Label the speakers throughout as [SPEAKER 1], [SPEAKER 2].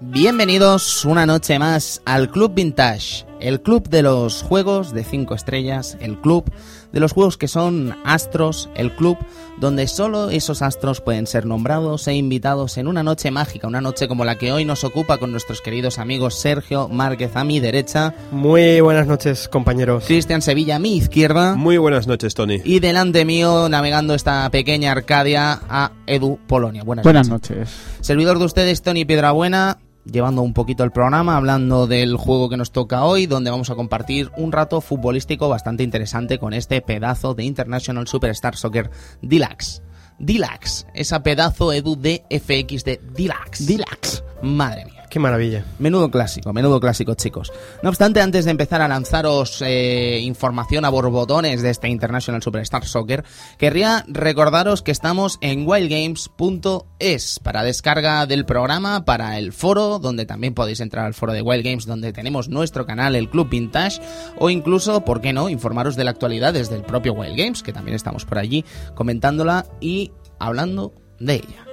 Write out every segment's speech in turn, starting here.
[SPEAKER 1] Bienvenidos una noche más al Club Vintage, el club de los juegos de 5 estrellas, el club de los juegos que son astros, el club donde solo esos astros pueden ser nombrados e invitados en una noche mágica, una noche como la que hoy nos ocupa con nuestros queridos amigos Sergio Márquez a mi derecha,
[SPEAKER 2] Muy buenas noches, compañeros.
[SPEAKER 1] Cristian Sevilla a mi izquierda
[SPEAKER 3] Muy buenas noches, Tony.
[SPEAKER 1] y delante mío, navegando esta pequeña Arcadia, a Edu Polonia. Buenas,
[SPEAKER 4] Buenas noches.
[SPEAKER 1] Servidor de ustedes, Tony Piedrabuena, llevando un poquito el programa, hablando del juego que nos toca hoy, donde vamos a compartir un rato futbolístico bastante interesante con este pedazo de International Superstar Soccer Deluxe. Deluxe, esa pedazo Edu de FX de Deluxe. Deluxe. Madre mía.
[SPEAKER 2] Qué maravilla.
[SPEAKER 1] Menudo clásico, menudo clásico, chicos. No obstante, antes de empezar a lanzaros eh, información a borbotones de este International Superstar Soccer, querría recordaros que estamos en wildgames.es para descarga del programa, para el foro, donde también podéis entrar al foro de Wild Games, donde tenemos nuestro canal, el Club Vintage, o incluso, ¿por qué no?, informaros de la actualidad desde el propio Wild Games, que también estamos por allí comentándola y hablando de ella.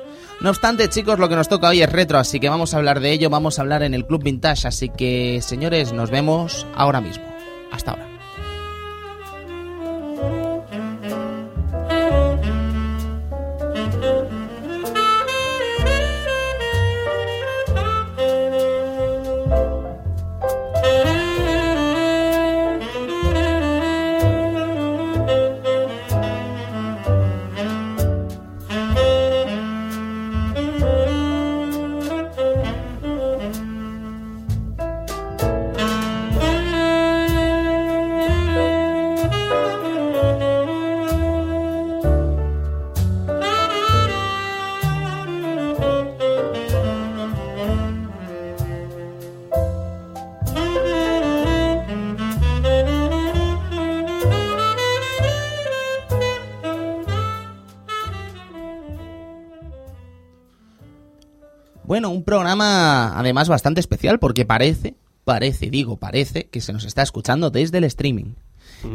[SPEAKER 1] No obstante, chicos, lo que nos toca hoy es retro, así que vamos a hablar de ello, vamos a hablar en el Club Vintage, así que señores, nos vemos ahora mismo. Hasta ahora. Bueno, un programa además bastante especial porque parece, parece, digo, parece que se nos está escuchando desde el streaming.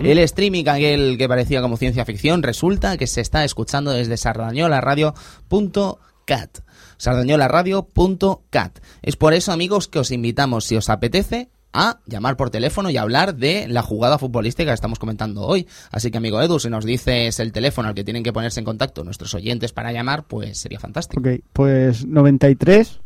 [SPEAKER 1] El streaming, aquel que parecía como ciencia ficción, resulta que se está escuchando desde sardañolaradio.cat. Sardañolaradio.cat. Es por eso, amigos, que os invitamos, si os apetece, a llamar por teléfono y hablar de la jugada futbolística que estamos comentando hoy. Así que, amigo Edu, si nos dices el teléfono al que tienen que ponerse en contacto nuestros oyentes para llamar, pues sería fantástico.
[SPEAKER 4] Ok, pues 93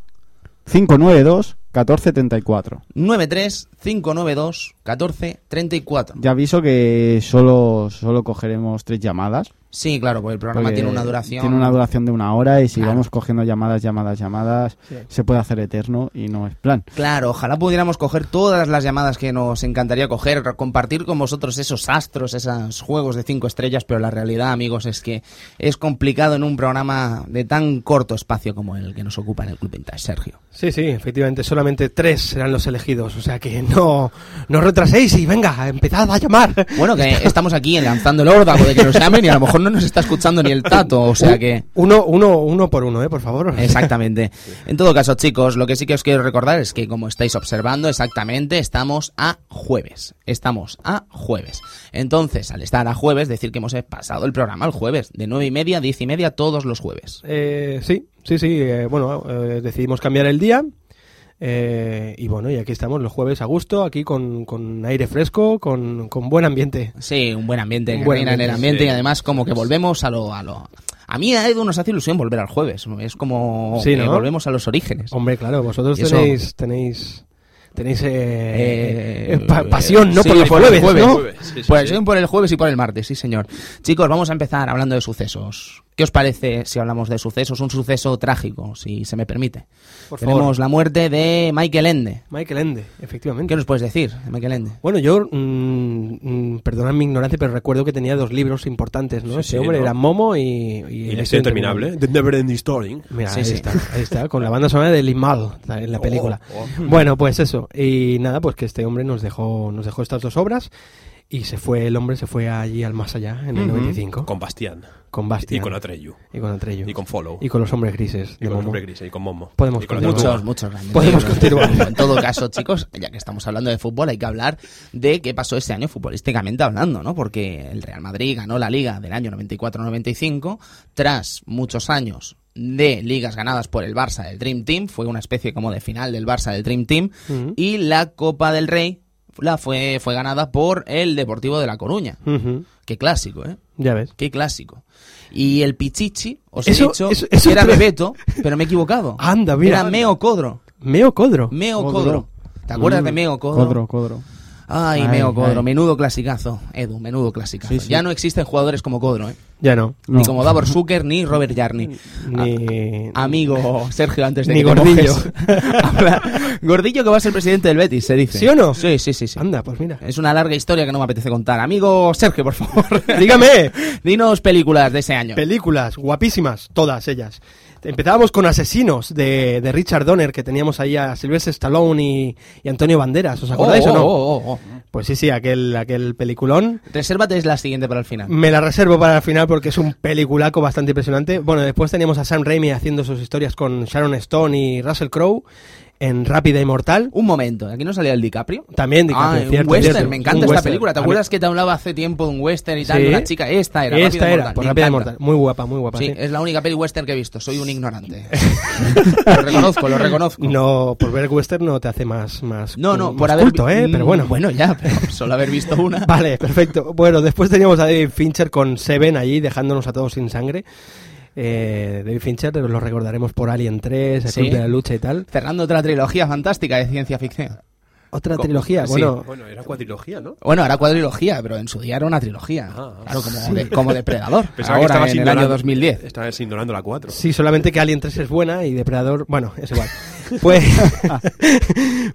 [SPEAKER 4] 592 1474.
[SPEAKER 1] 93-592-1434.
[SPEAKER 4] Ya aviso que solo, solo cogeremos tres llamadas.
[SPEAKER 1] Sí, claro, porque el programa
[SPEAKER 4] porque
[SPEAKER 1] tiene una duración.
[SPEAKER 4] Tiene una duración de una hora y si
[SPEAKER 1] Claro.
[SPEAKER 4] vamos cogiendo llamadas, llamadas, llamadas,
[SPEAKER 2] Sí.
[SPEAKER 4] se puede hacer eterno y no es plan.
[SPEAKER 1] Claro, ojalá pudiéramos coger todas las llamadas que nos encantaría coger, compartir con vosotros esos astros, esos juegos de cinco estrellas, pero la realidad, amigos, es que es complicado en un programa de tan corto espacio como el que nos ocupa en el Club Vintage, Sergio.
[SPEAKER 2] Sí, sí, efectivamente, solamente tres serán los elegidos. O sea que no, no retraséis y venga, empezad a llamar.
[SPEAKER 1] Bueno, que estamos aquí lanzando el órdago de que nos llamen y a lo mejor no nos está escuchando ni el tato, o sea que...
[SPEAKER 2] Uno, uno, uno por uno, ¿eh? Por favor.
[SPEAKER 1] Exactamente. En todo caso, chicos, lo que sí que os quiero recordar es que, como estáis observando, exactamente estamos a jueves. Estamos a jueves. Entonces, al estar a jueves, decir que hemos pasado el programa al jueves, de nueve y media a diez y media todos los jueves.
[SPEAKER 2] Eh, sí, sí, sí. eh, bueno, eh, decidimos cambiar el día. eh, y bueno, y aquí estamos los jueves a gusto, aquí con, con aire fresco, con, con buen ambiente.
[SPEAKER 1] Sí, un buen ambiente,
[SPEAKER 2] Un
[SPEAKER 1] que
[SPEAKER 2] buen
[SPEAKER 1] reina en el
[SPEAKER 2] ambiente,
[SPEAKER 1] ambiente
[SPEAKER 3] sí.
[SPEAKER 1] y además como que volvemos a lo... A lo... A mí a Edu nos hace ilusión volver al jueves, es como
[SPEAKER 2] Sí,
[SPEAKER 1] que
[SPEAKER 2] ¿no?
[SPEAKER 1] volvemos a los orígenes.
[SPEAKER 2] Hombre, claro, vosotros
[SPEAKER 1] Y eso-
[SPEAKER 2] tenéis, tenéis, tenéis eh,
[SPEAKER 1] Eh,
[SPEAKER 2] pa- pasión, ¿no?
[SPEAKER 1] sí,
[SPEAKER 2] por los
[SPEAKER 1] por el
[SPEAKER 2] jueves,
[SPEAKER 1] jueves.
[SPEAKER 2] ¿no?
[SPEAKER 3] Jueves, sí, sí,
[SPEAKER 1] Por el,
[SPEAKER 3] sí.
[SPEAKER 1] por el jueves y por el martes, sí, señor. Chicos, vamos a empezar hablando de sucesos. ¿Qué os parece si hablamos de sucesos? Un suceso trágico, si se me permite.
[SPEAKER 2] Por favor.
[SPEAKER 1] Tenemos la muerte de Michael Ende.
[SPEAKER 2] Michael Ende, efectivamente.
[SPEAKER 1] ¿Qué nos puedes decir de Michael Ende?
[SPEAKER 2] Bueno, yo, mm, mm, perdonad mi ignorancia, pero recuerdo que tenía dos libros importantes, ¿no?
[SPEAKER 3] Sí,
[SPEAKER 2] Ese
[SPEAKER 3] sí,
[SPEAKER 2] hombre
[SPEAKER 3] ¿no?
[SPEAKER 2] era Momo y...
[SPEAKER 3] Y
[SPEAKER 2] y
[SPEAKER 3] el
[SPEAKER 2] El
[SPEAKER 3] historia interminable. The Never Ending Story.
[SPEAKER 2] Mira,
[SPEAKER 1] Sí,
[SPEAKER 2] ahí
[SPEAKER 1] sí.
[SPEAKER 2] está, ahí está, con la banda sonora de Limal, en la película.
[SPEAKER 3] Oh,
[SPEAKER 2] Bueno, pues eso. Y nada, pues que este hombre nos dejó, nos dejó estas dos obras y se fue, el hombre se fue allí al más allá, en el 95,
[SPEAKER 3] oh.
[SPEAKER 2] con,
[SPEAKER 3] Con Bastián.
[SPEAKER 2] Bastian.
[SPEAKER 3] Y con Atreyu.
[SPEAKER 2] y con Atreyu.
[SPEAKER 3] Y con Follow.
[SPEAKER 2] Y con los hombres grises.
[SPEAKER 3] Y
[SPEAKER 2] de
[SPEAKER 3] con
[SPEAKER 2] Momo.
[SPEAKER 3] Hombre Gris. Y con Momo.
[SPEAKER 2] Podemos
[SPEAKER 3] Y con la
[SPEAKER 2] continuar.
[SPEAKER 3] tortuga.
[SPEAKER 1] Muchos, muchos realmente.
[SPEAKER 2] Podemos
[SPEAKER 1] Pero-
[SPEAKER 2] continuar.
[SPEAKER 1] En todo caso, chicos, ya que estamos hablando de fútbol, hay que hablar de qué pasó este año futbolísticamente hablando, ¿no? Porque el Real Madrid ganó la liga del año 94-95 tras muchos años de ligas ganadas por el Barça del Dream Team, fue una especie como de final del Barça del Dream Team,
[SPEAKER 2] Ujú.
[SPEAKER 1] y la Copa del Rey la fue, fue ganada por el Deportivo de La Coruña.
[SPEAKER 2] Ujú.
[SPEAKER 1] Qué clásico, ¿eh?
[SPEAKER 2] Ya ves.
[SPEAKER 1] Qué clásico. Y el Pichichi, os he
[SPEAKER 2] Eso-
[SPEAKER 1] dicho,
[SPEAKER 2] eso- eso
[SPEAKER 1] que era
[SPEAKER 2] te-
[SPEAKER 1] Bebeto, pero me he equivocado.
[SPEAKER 2] Anda, mira.
[SPEAKER 1] Era Meo Codro.
[SPEAKER 2] Meo Codro.
[SPEAKER 1] Meo Codro.
[SPEAKER 4] Codro.
[SPEAKER 1] ¿Te acuerdas
[SPEAKER 4] Mm,
[SPEAKER 1] de Meo Codro?
[SPEAKER 4] Codro, Codro.
[SPEAKER 1] Ay,
[SPEAKER 4] Ay,
[SPEAKER 1] Meo Codro.
[SPEAKER 4] ay.
[SPEAKER 1] Menudo clasicazo, Edu, menudo clasicazo.
[SPEAKER 4] Sí, sí.
[SPEAKER 1] Ya no existen jugadores como Codro, ¿eh?
[SPEAKER 2] Ya no.
[SPEAKER 4] No.
[SPEAKER 1] Ni como Davor Zucker, ni Robert Yarni.
[SPEAKER 2] Ni...
[SPEAKER 1] Amigo Sergio, antes de
[SPEAKER 2] Ni
[SPEAKER 1] que te
[SPEAKER 2] Gordillo.
[SPEAKER 1] mojes. Habla- Gordillo que va a ser presidente del Betis, se dice.
[SPEAKER 2] ¿Sí o no?
[SPEAKER 1] Sí, sí, sí. sí.
[SPEAKER 2] Anda, pues mira.
[SPEAKER 1] Es una larga historia que no me apetece contar. Amigo Sergio, por favor.
[SPEAKER 2] Dígame.
[SPEAKER 1] Dinos películas de ese año.
[SPEAKER 2] Películas guapísimas, todas ellas. Empezábamos con Asesinos de, de Richard Donner, que teníamos ahí a Sylvester Stallone y, y Antonio Banderas. ¿Os acordáis
[SPEAKER 1] Oh,
[SPEAKER 2] o no?
[SPEAKER 1] oh, oh, oh, oh.
[SPEAKER 2] Pues sí, sí, aquel, aquel peliculón.
[SPEAKER 1] Resérvate es la siguiente para el final.
[SPEAKER 2] Me la reservo para el final porque es un peliculaco bastante impresionante. Bueno, después teníamos a Sam Raimi haciendo sus historias con Sharon Stone y Russell Crowe en Rápida y Mortal.
[SPEAKER 1] Un momento, aquí no salía el DiCaprio.
[SPEAKER 2] También,
[SPEAKER 1] Ah,
[SPEAKER 2] DiCaprio,
[SPEAKER 1] un
[SPEAKER 2] cierto,
[SPEAKER 1] western,
[SPEAKER 2] cierto.
[SPEAKER 1] me encanta
[SPEAKER 2] Un
[SPEAKER 1] esta
[SPEAKER 2] western.
[SPEAKER 1] película. ¿Te
[SPEAKER 2] A mí-
[SPEAKER 1] acuerdas que te hablaba hace tiempo de un western y tal?
[SPEAKER 2] Sí.
[SPEAKER 1] de Una chica, esta era.
[SPEAKER 2] Esta
[SPEAKER 1] Rápido y
[SPEAKER 2] era,
[SPEAKER 1] Mortal,
[SPEAKER 2] por
[SPEAKER 1] me
[SPEAKER 2] Rápida y
[SPEAKER 1] encanta.
[SPEAKER 2] Mortal. Muy guapa, muy guapa.
[SPEAKER 1] Sí,
[SPEAKER 2] sí.
[SPEAKER 1] es la única peli western que he visto. Soy un ignorante. lo reconozco, lo reconozco.
[SPEAKER 2] No, por ver western no te hace más más
[SPEAKER 1] no, no,
[SPEAKER 2] más
[SPEAKER 1] por haber.
[SPEAKER 2] culto, ¿eh?
[SPEAKER 1] Mm,
[SPEAKER 2] Pero bueno.
[SPEAKER 1] Bueno, ya, pero solo haber visto una.
[SPEAKER 2] Vale, perfecto. Bueno, después teníamos a David Fincher con Seven allí, dejándonos a todos sin sangre. Eh, David Fincher lo recordaremos por Alien 3, El
[SPEAKER 1] Sí.
[SPEAKER 2] Club de la Lucha y tal.
[SPEAKER 1] Cerrando otra trilogía fantástica de ciencia ficción.
[SPEAKER 2] Otra
[SPEAKER 1] Co-
[SPEAKER 2] trilogía,
[SPEAKER 1] sí.
[SPEAKER 2] bueno,
[SPEAKER 3] Bueno, era cuadrilogía, ¿no?
[SPEAKER 1] Bueno, ahora cuadrilogía, pero en su día era una trilogía.
[SPEAKER 3] Ah, ah.
[SPEAKER 1] claro, como, de- como depredador.
[SPEAKER 3] Pensaba que
[SPEAKER 1] ahora,
[SPEAKER 3] estabas
[SPEAKER 1] en el
[SPEAKER 3] ignorando-
[SPEAKER 1] año 2010.
[SPEAKER 3] Estabas ignorando la 4.
[SPEAKER 2] sí, solamente que Alien 3 es buena y Depredador, bueno, es igual. Pues,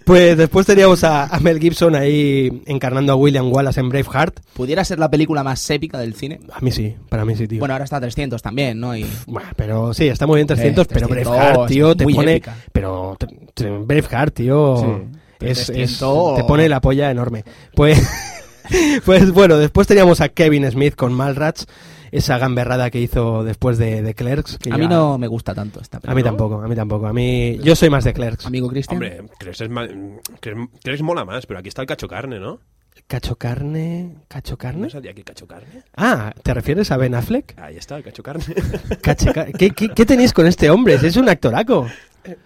[SPEAKER 2] pues después teníamos a, a Mel Gibson ahí encarnando a William Wallace en Braveheart.
[SPEAKER 1] ¿Pudiera ser la película más épica del cine?
[SPEAKER 2] A mí sí, para mí sí, tío.
[SPEAKER 1] Bueno, ahora está a 300 también, ¿no? Y
[SPEAKER 2] Buah, pero sí, está muy bien 300,
[SPEAKER 1] Eh,
[SPEAKER 2] pero
[SPEAKER 1] 300,
[SPEAKER 2] Braveheart, tío, te
[SPEAKER 1] muy
[SPEAKER 2] pone...
[SPEAKER 1] épica.
[SPEAKER 2] Pero tre- tre- Braveheart, tío,
[SPEAKER 4] Sí.
[SPEAKER 2] es, es-
[SPEAKER 1] 300.
[SPEAKER 2] te pone la polla enorme. Pues, pues bueno, después teníamos a Kevin Smith con Malrats, esa gamberrada que hizo después de, de Clerks. que
[SPEAKER 1] a mí
[SPEAKER 2] ya-
[SPEAKER 1] no me gusta tanto esta
[SPEAKER 2] A mí
[SPEAKER 1] película.
[SPEAKER 2] tampoco, a mí tampoco. A mí, yo soy más de Clerks.
[SPEAKER 1] Amigo Cristian.
[SPEAKER 3] Hombre, crees, es ma- crees- crees mola más, pero aquí está el cacho carne, ¿no?
[SPEAKER 2] ¿Cacho carne? ¿Cacho
[SPEAKER 3] ¿No
[SPEAKER 2] carne?
[SPEAKER 3] sabía que cacho carne?
[SPEAKER 2] Ah, ¿te refieres a Ben Affleck?
[SPEAKER 3] Ahí está, el cacho carne.
[SPEAKER 2] Cache car- ¿Qué, qué, qué tenéis con este hombre? Es un actoraco.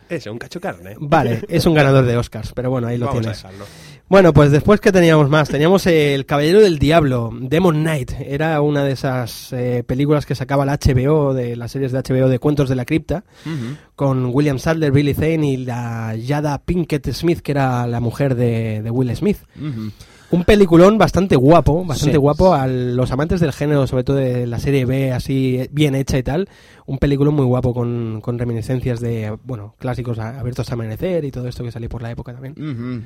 [SPEAKER 3] Eso, un cacho carne.
[SPEAKER 2] Vale, es un ganador de Oscars, pero bueno, ahí lo
[SPEAKER 3] Vamos
[SPEAKER 2] tienes.
[SPEAKER 3] a dejarlo.
[SPEAKER 2] Bueno, pues después que teníamos más, teníamos eh, El Caballero del Diablo, Demon Knight, era una de esas eh, películas que sacaba la HBO, de las series de HBO de Cuentos de la Cripta, con William Sadler, Billy Zane y la Yada Pinkett Smith, que era la mujer de, de Will Smith. Un peliculón bastante guapo, bastante
[SPEAKER 1] Sí.
[SPEAKER 2] guapo a los amantes del género, sobre todo de la serie B, así eh, bien hecha y tal. Un peliculón muy guapo con, con reminiscencias de, bueno, clásicos a- abiertos a amanecer y todo esto que salió por la época también.
[SPEAKER 1] Ujú.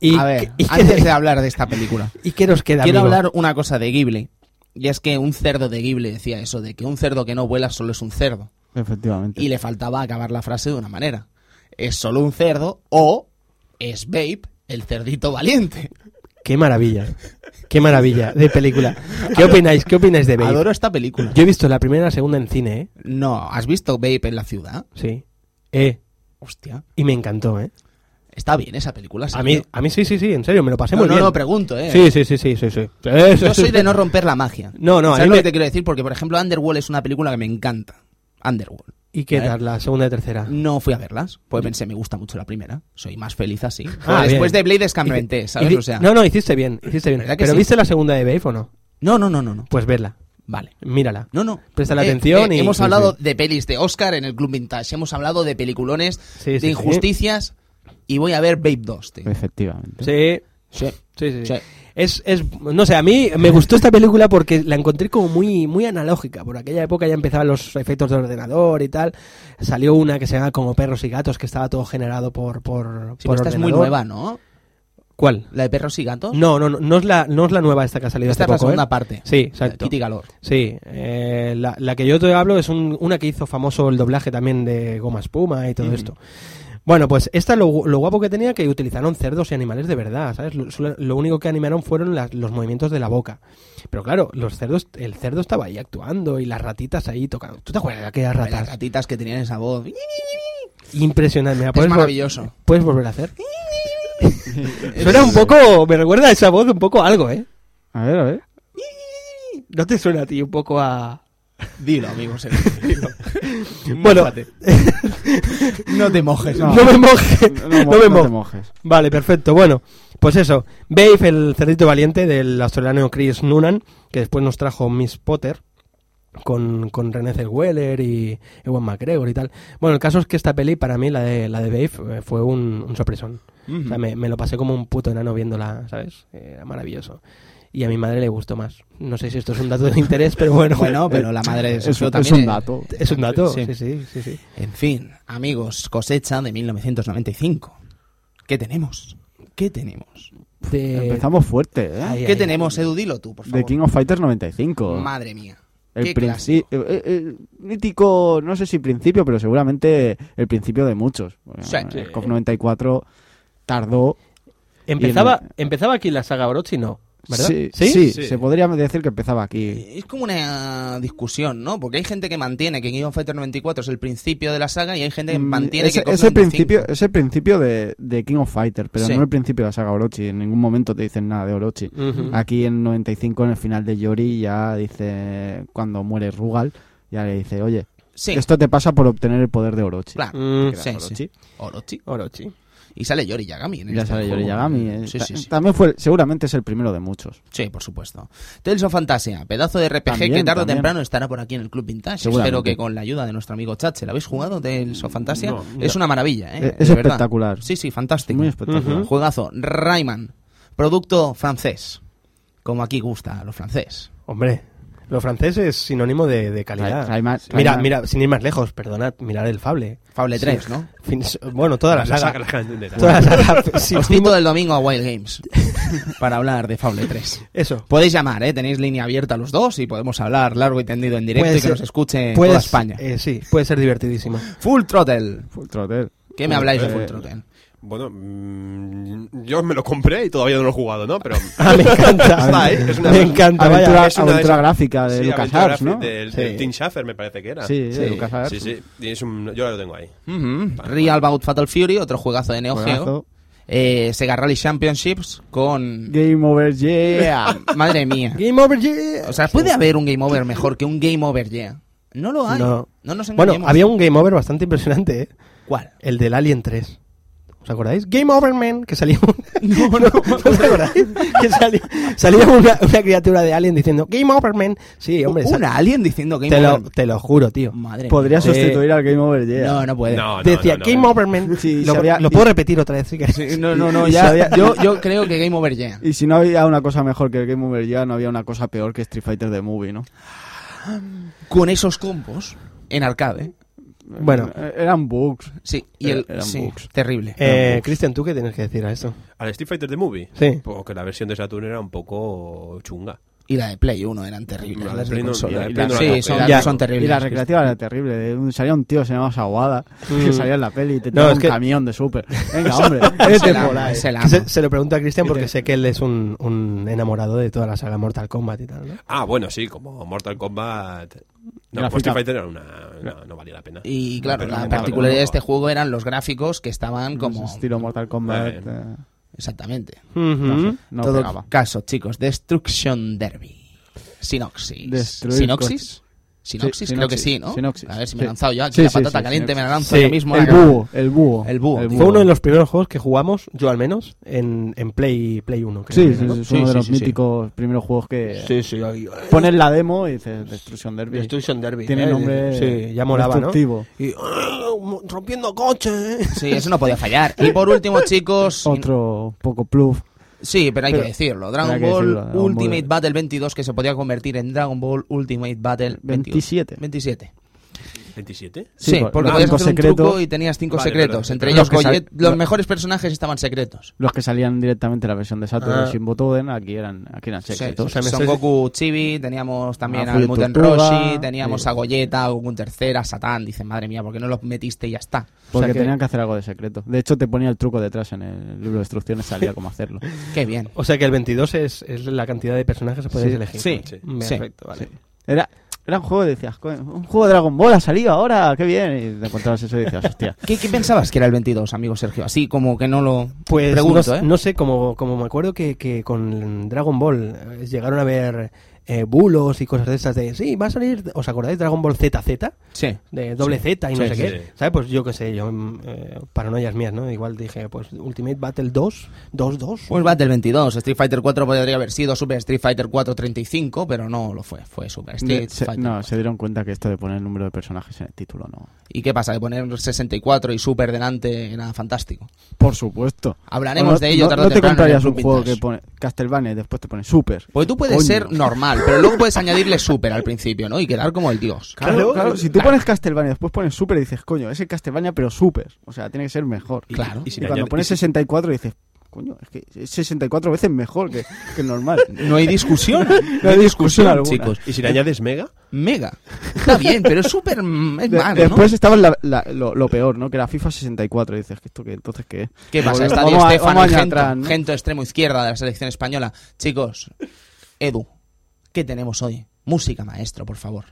[SPEAKER 2] Y,
[SPEAKER 1] a ver,
[SPEAKER 2] y-
[SPEAKER 1] antes de hablar de esta película,
[SPEAKER 2] ¿Y qué nos queda?
[SPEAKER 1] quiero
[SPEAKER 2] amigo?
[SPEAKER 1] hablar una cosa de Ghibli. Y es que un cerdo de Ghibli decía eso, de que un cerdo que no vuela solo es un cerdo.
[SPEAKER 4] Efectivamente.
[SPEAKER 1] Y le faltaba acabar la frase de una manera. Es solo un cerdo o es Babe, el cerdito valiente.
[SPEAKER 2] Qué maravilla, qué maravilla de película. ¿Qué opináis? ¿Qué opináis de Babe?
[SPEAKER 1] Adoro esta película.
[SPEAKER 2] Yo he visto la primera y la segunda en cine, ¿eh?
[SPEAKER 1] No, ¿has visto Babe en la ciudad?
[SPEAKER 2] Sí. Eh,
[SPEAKER 1] Hostia.
[SPEAKER 2] y me encantó, ¿eh?
[SPEAKER 1] Está bien esa película. ¿Ah, sí.
[SPEAKER 2] A mí, a mí sí, sí, sí, en serio, me lo pasé
[SPEAKER 1] No,
[SPEAKER 2] muy
[SPEAKER 1] no,
[SPEAKER 2] bien.
[SPEAKER 1] no, pregunto, eh.
[SPEAKER 2] sí, sí, sí, sí, sí, sí. Sí, sí,
[SPEAKER 1] Yo
[SPEAKER 2] sí,
[SPEAKER 1] soy
[SPEAKER 2] sí.
[SPEAKER 1] de no romper la magia.
[SPEAKER 2] No, no, a
[SPEAKER 1] ¿Sabes
[SPEAKER 2] mí
[SPEAKER 1] lo
[SPEAKER 2] me-
[SPEAKER 1] que te quiero decir? Porque, por ejemplo, Underworld es una película que me encanta. Underworld.
[SPEAKER 2] ¿Y qué
[SPEAKER 1] ¿Eh?
[SPEAKER 2] tal la segunda y tercera?
[SPEAKER 1] No fui a verlas, pues pensé, me gusta mucho la primera. Soy más feliz así.
[SPEAKER 2] Ah,
[SPEAKER 1] después
[SPEAKER 2] bien.
[SPEAKER 1] de Blade es que me renté, ¿sabes?
[SPEAKER 2] Hici-
[SPEAKER 1] O sea,
[SPEAKER 2] No, no, hiciste bien, hiciste bien.
[SPEAKER 1] ¿Verdad que
[SPEAKER 2] Pero
[SPEAKER 1] sí?
[SPEAKER 2] ¿viste la segunda de Babe o no?
[SPEAKER 1] no, no, no, no, no.
[SPEAKER 2] Pues verla,
[SPEAKER 1] Vale.
[SPEAKER 2] mírala.
[SPEAKER 1] No, no.
[SPEAKER 2] Préstale
[SPEAKER 1] Eh,
[SPEAKER 2] atención
[SPEAKER 1] eh,
[SPEAKER 2] y-
[SPEAKER 1] Hemos
[SPEAKER 2] sí,
[SPEAKER 1] hablado
[SPEAKER 2] sí.
[SPEAKER 1] de pelis de Oscar en el Club Vintage. Hemos hablado de peliculones,
[SPEAKER 2] Sí, sí,
[SPEAKER 1] de
[SPEAKER 2] sí.
[SPEAKER 1] injusticias. Y voy a ver Babe 2, tío.
[SPEAKER 4] Efectivamente.
[SPEAKER 2] Sí,
[SPEAKER 1] Sí,
[SPEAKER 2] sí, sí. sí.
[SPEAKER 1] sí.
[SPEAKER 2] Es, es, no sé, a mí me gustó esta película porque la encontré como muy, muy analógica. Por aquella época ya empezaban los efectos de ordenador y tal. Salió una que se llama Como perros y gatos, que estaba todo generado por, por,
[SPEAKER 1] Sí,
[SPEAKER 2] por
[SPEAKER 1] pero Pues esta es muy nueva,
[SPEAKER 2] ordenador.
[SPEAKER 1] ¿no?
[SPEAKER 2] ¿Cuál?
[SPEAKER 1] La de perros y gatos.
[SPEAKER 2] No, no, no, no es la, no es la nueva esta que ha salido
[SPEAKER 1] Esta es
[SPEAKER 2] hace
[SPEAKER 1] la
[SPEAKER 2] poco,
[SPEAKER 1] segunda
[SPEAKER 2] ¿eh?
[SPEAKER 1] parte.
[SPEAKER 2] Sí, exacto.
[SPEAKER 1] Kitty Calor.
[SPEAKER 2] Sí, eh, la, la que yo te hablo es un- una que hizo famoso el doblaje también de Goma Espuma y todo esto. Bueno, pues esta lo, gu- lo guapo que tenía que utilizaron cerdos y animales de verdad, ¿sabes? Lo, solo- lo único que animaron fueron las- los movimientos de la boca. Pero claro, los cerdos, el cerdo estaba ahí actuando y las ratitas ahí tocando. ¿Tú te acuerdas de aquellas
[SPEAKER 1] Las
[SPEAKER 2] ratas?
[SPEAKER 1] ratitas que tenían esa voz.
[SPEAKER 2] Impresionante. ¿me la
[SPEAKER 1] Es
[SPEAKER 2] vol-
[SPEAKER 1] maravilloso.
[SPEAKER 2] ¿Puedes volver a hacer? suena un poco, me recuerda a esa voz un poco a algo, ¿eh?
[SPEAKER 4] A ver, a ver.
[SPEAKER 2] ¿No te suena a ti un poco a...
[SPEAKER 1] Dilo, amigo. Sergio, dilo.
[SPEAKER 2] Bueno.
[SPEAKER 1] Mójate. no te mojes.
[SPEAKER 2] No,
[SPEAKER 4] No.
[SPEAKER 2] me moje.
[SPEAKER 4] No, no,
[SPEAKER 2] No me
[SPEAKER 4] no
[SPEAKER 2] mo-
[SPEAKER 4] te mojes.
[SPEAKER 2] Vale, perfecto. Bueno, pues eso. Babe, el cerdito valiente del australiano Chris Noonan, que después nos trajo Miss Potter con, con René Zellweger y Ewan McGregor y tal. Bueno, el caso es que esta peli, para mí, la de, la de Babe, eh, fue un, un sorpresón. O sea, me, me lo pasé como un puto enano viéndola, ¿sabes? Era maravilloso. Y a mi madre le gustó más. No sé si esto es un dato de interés, pero bueno.
[SPEAKER 1] Bueno, pero la madre de
[SPEAKER 4] Es,
[SPEAKER 1] Sergio
[SPEAKER 4] es
[SPEAKER 1] también eh,
[SPEAKER 4] un
[SPEAKER 1] es-
[SPEAKER 4] dato.
[SPEAKER 2] Es un dato.
[SPEAKER 1] Sí.
[SPEAKER 2] Sí, sí, sí. sí.
[SPEAKER 1] En fin, amigos, cosecha de 1995. ¿Qué tenemos? ¿Qué tenemos?
[SPEAKER 2] De-
[SPEAKER 4] Empezamos fuerte, ¿eh?
[SPEAKER 2] Ahí,
[SPEAKER 1] ¿Qué
[SPEAKER 2] ahí.
[SPEAKER 1] tenemos, Edu? Dilo tú, por
[SPEAKER 4] The
[SPEAKER 1] favor.
[SPEAKER 4] King of Fighters 95.
[SPEAKER 1] Madre mía.
[SPEAKER 4] el
[SPEAKER 1] qué
[SPEAKER 4] princi-
[SPEAKER 1] clásico.
[SPEAKER 4] eh, eh, eh, mítico, no sé si principio, pero seguramente el principio de muchos. Bueno,
[SPEAKER 1] Sí.
[SPEAKER 4] el COF 94 tardó.
[SPEAKER 2] Empezaba,
[SPEAKER 4] Y
[SPEAKER 2] empezaba aquí la saga Orochi, no. ¿Verdad?
[SPEAKER 4] Sí,
[SPEAKER 2] ¿Sí?
[SPEAKER 4] sí,
[SPEAKER 3] Sí.
[SPEAKER 4] se podría decir que empezaba aquí.
[SPEAKER 1] Es como una discusión, ¿no? Porque hay gente que mantiene que King of Fighters 94 es el principio de la saga y hay gente que
[SPEAKER 4] Mm,
[SPEAKER 1] mantiene
[SPEAKER 4] ese,
[SPEAKER 1] que Cop
[SPEAKER 4] ese
[SPEAKER 1] 95.
[SPEAKER 4] principio, ese principio de, de King of Fighters, pero
[SPEAKER 1] Sí.
[SPEAKER 4] no el principio de la saga Orochi. En ningún momento te dicen nada de Orochi.
[SPEAKER 2] Ujú.
[SPEAKER 4] Aquí en 95, en el final de Yori, ya dice, cuando muere Rugal, ya le dice, oye,
[SPEAKER 1] Sí,
[SPEAKER 4] esto te pasa por obtener el poder de Orochi.
[SPEAKER 1] claro.
[SPEAKER 2] Mm,
[SPEAKER 4] Que era
[SPEAKER 1] sí,
[SPEAKER 4] Orochi.
[SPEAKER 1] sí. Orochi.
[SPEAKER 2] Orochi.
[SPEAKER 1] Y sale Yori Yagami. en
[SPEAKER 4] Ya
[SPEAKER 1] este
[SPEAKER 4] sale
[SPEAKER 1] juego.
[SPEAKER 4] Yori Yagami. eh.
[SPEAKER 1] Sí,
[SPEAKER 4] Ta-
[SPEAKER 1] sí, sí.
[SPEAKER 4] También fue, seguramente es el primero de muchos.
[SPEAKER 1] Sí, por supuesto. Tales of Fantasia, pedazo de RPG que
[SPEAKER 4] También,
[SPEAKER 1] tarde o
[SPEAKER 4] también.
[SPEAKER 1] temprano estará por aquí en el Club Vintage.
[SPEAKER 4] Seguramente.
[SPEAKER 1] Espero que con la ayuda de nuestro amigo Chache. ¿La habéis jugado, Tales of Fantasia?
[SPEAKER 3] No,
[SPEAKER 1] es una maravilla, ¿eh?
[SPEAKER 4] Eh, es
[SPEAKER 1] De verdad.
[SPEAKER 4] espectacular.
[SPEAKER 1] Sí, sí, fantástico.
[SPEAKER 4] Muy espectacular.
[SPEAKER 2] Ujú.
[SPEAKER 1] Juegazo. Rayman, producto francés. Como aquí gusta a los francés.
[SPEAKER 2] Hombre, lo francés es sinónimo de, de calidad.
[SPEAKER 4] Ra- Rayman-
[SPEAKER 2] mira,
[SPEAKER 4] Rayman.
[SPEAKER 2] mira, sin ir más lejos, perdonad, mirad el Fable.
[SPEAKER 1] Fable
[SPEAKER 2] Sí.
[SPEAKER 1] 3, ¿no?
[SPEAKER 2] Fin- Bueno, toda la
[SPEAKER 3] La saga
[SPEAKER 2] saga.
[SPEAKER 3] la gente entera.
[SPEAKER 2] Toda la saga. sí,
[SPEAKER 1] Os
[SPEAKER 2] sí,
[SPEAKER 1] cito el domingo a Wild Games para hablar de Fable 3.
[SPEAKER 2] eso.
[SPEAKER 1] Podéis llamar, ¿eh? Tenéis línea abierta los dos y podemos hablar largo y tendido en directo
[SPEAKER 2] Puede
[SPEAKER 1] y que
[SPEAKER 2] ser-
[SPEAKER 1] nos escuche
[SPEAKER 2] puede
[SPEAKER 1] toda
[SPEAKER 2] ser-
[SPEAKER 1] España.
[SPEAKER 2] eh, sí, puede ser divertidísimo.
[SPEAKER 1] Full Throttle.
[SPEAKER 4] Full Throttle.
[SPEAKER 1] ¿Qué me habláis de
[SPEAKER 4] Eh,
[SPEAKER 1] Full Throttle?
[SPEAKER 3] Bueno, mm, yo me lo compré y todavía no lo he jugado, ¿no? Pero
[SPEAKER 2] Ah, me encanta.
[SPEAKER 3] Está, ¿eh? Es una-
[SPEAKER 2] me encanta, vaya.
[SPEAKER 4] aventura
[SPEAKER 3] es una de
[SPEAKER 4] aventura
[SPEAKER 3] esas-
[SPEAKER 2] Ah,
[SPEAKER 4] gráfica de
[SPEAKER 3] Sí,
[SPEAKER 4] LucasArts,
[SPEAKER 3] aventura
[SPEAKER 4] ¿no?
[SPEAKER 3] graphic Del,
[SPEAKER 2] Sí.
[SPEAKER 3] del Tim Schafer me parece que era.
[SPEAKER 4] Sí, de
[SPEAKER 1] Sí.
[SPEAKER 4] LucasArts.
[SPEAKER 3] sí. sí. Y es un- yo lo tengo ahí.
[SPEAKER 1] Ujú. Real About Fatal Fury, otro juegazo de Neo Geo.
[SPEAKER 4] Juegazo.
[SPEAKER 1] Eh, Sega Rally Championships con...
[SPEAKER 4] Game over, yeah.
[SPEAKER 1] Madre mía.
[SPEAKER 2] Game over, yeah.
[SPEAKER 1] O sea, ¿puede haber un Game Over mejor que un Game Over ya? No lo hay. No,
[SPEAKER 2] No.
[SPEAKER 1] nos engañemos.
[SPEAKER 2] Bueno, había un game over bastante impresionante, ¿eh?
[SPEAKER 1] ¿Cuál?
[SPEAKER 2] El del Alien 3. ¿Os acordáis? Game Over Man, que salía un... No, no, os acordáis? Que salía, salía una, una criatura de Alien diciendo Game Over Man. Sí, hombre,
[SPEAKER 1] ¿Un
[SPEAKER 2] sal-
[SPEAKER 1] alien diciendo Game
[SPEAKER 2] te, lo,
[SPEAKER 1] Over?
[SPEAKER 2] te lo juro, tío.
[SPEAKER 1] Madre
[SPEAKER 4] Podría
[SPEAKER 1] mía.
[SPEAKER 2] Sí.
[SPEAKER 4] sustituir al Game over, yeah.
[SPEAKER 1] No, no puede.
[SPEAKER 3] No, no,
[SPEAKER 2] Decía
[SPEAKER 3] no, no,
[SPEAKER 2] Game
[SPEAKER 3] no.
[SPEAKER 2] Over Man.
[SPEAKER 4] Sí,
[SPEAKER 2] lo,
[SPEAKER 4] se había-
[SPEAKER 2] lo puedo repetir otra vez, si queréis.
[SPEAKER 4] Sí, no, no, no,
[SPEAKER 1] Y
[SPEAKER 4] ya-
[SPEAKER 1] sabía-
[SPEAKER 4] ya-
[SPEAKER 1] yo, yo creo que Game Over ya.
[SPEAKER 4] Y si no había una cosa mejor que el Game Over ya, no había una cosa peor que Street Fighter The Movie, ¿no?
[SPEAKER 1] Con esos combos en arcade.
[SPEAKER 2] Bueno.
[SPEAKER 4] Eh, eran bugs.
[SPEAKER 1] Sí, y el.
[SPEAKER 4] Eran
[SPEAKER 1] sí,
[SPEAKER 4] bugs.
[SPEAKER 1] terrible.
[SPEAKER 2] Eh, Cristian, ¿tú qué tienes que decir a esto?
[SPEAKER 3] ¿Al Street Fighter The Movie?
[SPEAKER 2] Sí.
[SPEAKER 3] Porque la versión de Saturn era un poco chunga.
[SPEAKER 1] y la de Play 1 eran terribles.
[SPEAKER 3] La de
[SPEAKER 1] las de
[SPEAKER 3] Play no-
[SPEAKER 1] consola.
[SPEAKER 3] y la de
[SPEAKER 1] Y
[SPEAKER 3] Play
[SPEAKER 1] la-
[SPEAKER 3] no
[SPEAKER 1] sí,
[SPEAKER 3] la-
[SPEAKER 1] son,
[SPEAKER 2] Ya.
[SPEAKER 1] son terribles.
[SPEAKER 4] Y la recreativa era terrible. de un- salía un tío, se llamaba Sawada,
[SPEAKER 2] Mm.
[SPEAKER 4] que salía en la peli y te
[SPEAKER 2] No,
[SPEAKER 4] tiraba
[SPEAKER 2] es
[SPEAKER 4] un
[SPEAKER 2] que-
[SPEAKER 4] camión de súper. Venga, hombre,
[SPEAKER 1] Es eh.
[SPEAKER 4] vete
[SPEAKER 1] el
[SPEAKER 4] por
[SPEAKER 1] amo,
[SPEAKER 4] ahí.
[SPEAKER 1] es el
[SPEAKER 2] Que
[SPEAKER 1] amo.
[SPEAKER 2] Se, se lo pregunto a Cristian porque
[SPEAKER 4] te-
[SPEAKER 2] sé que él es un, un enamorado de toda la saga Mortal Kombat y tal, ¿no?
[SPEAKER 3] Ah, bueno, sí, como Mortal Kombat. No,
[SPEAKER 4] Gráfica.
[SPEAKER 3] como Street Fighter era una. No, no valía la pena.
[SPEAKER 1] Y claro,
[SPEAKER 3] Pero
[SPEAKER 1] la
[SPEAKER 3] Mortal
[SPEAKER 1] particularidad de este
[SPEAKER 3] Kombat-
[SPEAKER 1] juego eran los gráficos que estaban como.
[SPEAKER 4] Estilo Mortal Kombat.
[SPEAKER 3] Eh.
[SPEAKER 4] eh,
[SPEAKER 1] Exactamente.
[SPEAKER 4] No, sé, no
[SPEAKER 1] Mm. Todo
[SPEAKER 4] pegaba.
[SPEAKER 1] caso, chicos, Destruction Derby. Sinoxis.
[SPEAKER 4] Destruir
[SPEAKER 1] ¿Sinoxis?
[SPEAKER 4] coches.
[SPEAKER 1] Sinoxis,
[SPEAKER 4] Sí,
[SPEAKER 1] creo que
[SPEAKER 4] Sinoxis,
[SPEAKER 1] sí, ¿no?
[SPEAKER 4] Sinoxis,
[SPEAKER 1] A ver si
[SPEAKER 4] sí.
[SPEAKER 1] me he lanzado yo aquí
[SPEAKER 4] Sí,
[SPEAKER 1] la
[SPEAKER 4] sí,
[SPEAKER 1] patata
[SPEAKER 4] sí,
[SPEAKER 1] caliente, me la lanzo
[SPEAKER 2] Sí,
[SPEAKER 1] yo mismo. a
[SPEAKER 4] El
[SPEAKER 1] la cara.
[SPEAKER 4] búho, el búho.
[SPEAKER 1] El búho.
[SPEAKER 4] El
[SPEAKER 1] Fue
[SPEAKER 2] Fue uno de los primeros juegos que jugamos, yo al menos, en, en Play, Play 1. creo
[SPEAKER 4] Sí,
[SPEAKER 2] que
[SPEAKER 4] sí,
[SPEAKER 2] era, ¿no?
[SPEAKER 4] sí, es
[SPEAKER 1] Sí,
[SPEAKER 4] uno de
[SPEAKER 1] sí,
[SPEAKER 4] los
[SPEAKER 1] sí, sí.
[SPEAKER 4] míticos primeros juegos que
[SPEAKER 2] Sí, sí, ahí-
[SPEAKER 4] pones la demo y dices Destruction Derby.
[SPEAKER 2] Destruction Derby.
[SPEAKER 4] Tiene
[SPEAKER 2] eh,
[SPEAKER 4] nombre
[SPEAKER 2] Sí, ya molaba, ¿no?
[SPEAKER 4] destructivo.
[SPEAKER 2] Y ¡ah! rompiendo coches. eh.
[SPEAKER 1] Sí, eso no podía fallar. Y por último, chicos.
[SPEAKER 4] Otro poco pluf.
[SPEAKER 1] Sí, pero hay
[SPEAKER 4] Pero-
[SPEAKER 1] que decirlo.
[SPEAKER 4] hay
[SPEAKER 1] Dragon
[SPEAKER 4] que
[SPEAKER 1] Ball
[SPEAKER 4] decirlo, Dragon Ball-
[SPEAKER 1] Ultimate Battle 22 que se podía convertir en Dragon Ball Ultimate Battle 22.
[SPEAKER 4] 27.
[SPEAKER 1] 27. este
[SPEAKER 3] ¿27?
[SPEAKER 1] Sí,
[SPEAKER 4] Sí,
[SPEAKER 1] porque
[SPEAKER 4] los
[SPEAKER 1] podías
[SPEAKER 4] cinco
[SPEAKER 1] hacer un
[SPEAKER 4] secretos.
[SPEAKER 1] truco y tenías cinco
[SPEAKER 3] Vale,
[SPEAKER 1] secretos.
[SPEAKER 3] perdón.
[SPEAKER 1] Entre
[SPEAKER 4] Los
[SPEAKER 1] ellos,
[SPEAKER 4] que sal-
[SPEAKER 1] Goyet- los
[SPEAKER 4] lo-
[SPEAKER 1] mejores personajes estaban secretos.
[SPEAKER 4] Los que salían directamente en la versión de Saturn
[SPEAKER 2] Ah.
[SPEAKER 4] sin Botoden, aquí eran, aquí eran secretos.
[SPEAKER 2] sí, sí.
[SPEAKER 1] Son
[SPEAKER 2] me estoy-
[SPEAKER 1] Goku Chibi, teníamos también
[SPEAKER 4] Ah,
[SPEAKER 1] al
[SPEAKER 4] Fury
[SPEAKER 1] Muten
[SPEAKER 4] Tortuga,
[SPEAKER 1] Roshi, teníamos
[SPEAKER 4] sí.
[SPEAKER 1] a Goyeta, a Goku tercera, a Satán. Dicen, madre mía, ¿por qué no los metiste y ya está?
[SPEAKER 4] Porque
[SPEAKER 2] o sea que-
[SPEAKER 4] tenían que hacer algo de secreto. De hecho, te ponía el truco detrás en el libro de instrucciones, salía cómo hacerlo.
[SPEAKER 1] Qué bien.
[SPEAKER 2] O sea que el 22 es, es la cantidad de personajes que podéis
[SPEAKER 4] Sí,
[SPEAKER 2] elegir.
[SPEAKER 1] sí,
[SPEAKER 3] sí,
[SPEAKER 2] Perfecto, vale.
[SPEAKER 4] Era, era un juego, decías, "Coño, un juego de Dragon Ball ha salido ahora, qué bien. Y te encontrabas eso y decías, hostia.
[SPEAKER 1] ¿Qué, qué pensabas que era el 22, amigo Sergio? Así como que no lo
[SPEAKER 2] Pues
[SPEAKER 1] pregunto,
[SPEAKER 2] no,
[SPEAKER 1] ¿eh?
[SPEAKER 2] no sé, como, como me acuerdo que, que con Dragon Ball eh, llegaron a ver eh, bulos y cosas de esas de, sí, va a salir, ¿os acordáis? Dragon Ball ZZ,
[SPEAKER 1] Sí.
[SPEAKER 2] de doble Z y no
[SPEAKER 3] Sí,
[SPEAKER 2] sé
[SPEAKER 3] sí,
[SPEAKER 2] qué.
[SPEAKER 3] sí.
[SPEAKER 2] ¿Sabes? Pues yo qué sé, yo, mm, eh, paranoias mías, ¿no? Igual dije, pues Ultimate Battle 2, 2, 2.
[SPEAKER 1] Pues Battle 22, Street Fighter 4 podría haber sido Super Street Fighter 4 35, pero no lo fue, fue Super
[SPEAKER 2] Este
[SPEAKER 1] Street
[SPEAKER 4] De- se-
[SPEAKER 1] Fighter.
[SPEAKER 4] no, se dieron cuenta que esto de poner el número de personajes en el título no.
[SPEAKER 1] ¿Y qué pasa? De poner 64 y Super delante era fantástico.
[SPEAKER 4] Por supuesto.
[SPEAKER 1] Hablaremos
[SPEAKER 4] No-
[SPEAKER 1] de ello
[SPEAKER 4] No,
[SPEAKER 1] tarde o
[SPEAKER 4] no te
[SPEAKER 1] temprano en el
[SPEAKER 4] comprarías
[SPEAKER 1] Club
[SPEAKER 4] un juego
[SPEAKER 1] Vintage.
[SPEAKER 4] que pone Castlevania y después te pone Super.
[SPEAKER 1] Porque Pues tú puedes
[SPEAKER 4] Coño.
[SPEAKER 1] ser normal, pero luego puedes añadirle Super al principio, ¿no? Y quedar como el dios.
[SPEAKER 4] Claro,
[SPEAKER 3] Claro,
[SPEAKER 4] claro, Si tú pones Castlevania y después pones Super, dices, coño, es el Castlevania pero Super. O sea, tiene que ser mejor.
[SPEAKER 1] Y- Claro.
[SPEAKER 3] Y
[SPEAKER 4] Y
[SPEAKER 3] si le
[SPEAKER 4] cuando
[SPEAKER 3] añade-
[SPEAKER 4] pones
[SPEAKER 3] y si-
[SPEAKER 4] 64 dices, coño, es que es 64 veces mejor que, que el normal.
[SPEAKER 1] No hay discusión.
[SPEAKER 4] No hay discusión alguna.
[SPEAKER 1] chicos.
[SPEAKER 3] ¿Y si le añades Mega?
[SPEAKER 1] Mega. Está bien, pero Super mm, es
[SPEAKER 4] De-
[SPEAKER 1] malo, ¿no?
[SPEAKER 4] después estaba la- la- lo, lo peor, ¿no? Que era FIFA 64. Dices, ¿esto qué? Entonces, ¿qué?
[SPEAKER 1] ¿Qué pasa?
[SPEAKER 4] Volvemos-
[SPEAKER 1] Está Di
[SPEAKER 4] vamos a-
[SPEAKER 1] Stefano
[SPEAKER 4] vamos
[SPEAKER 1] y
[SPEAKER 4] año
[SPEAKER 1] Gento,
[SPEAKER 4] atrás, ¿no?
[SPEAKER 1] Gento, extremo izquierda de la selección española. Chicos, Edu, ¿qué tenemos hoy? Música, maestro, por favor.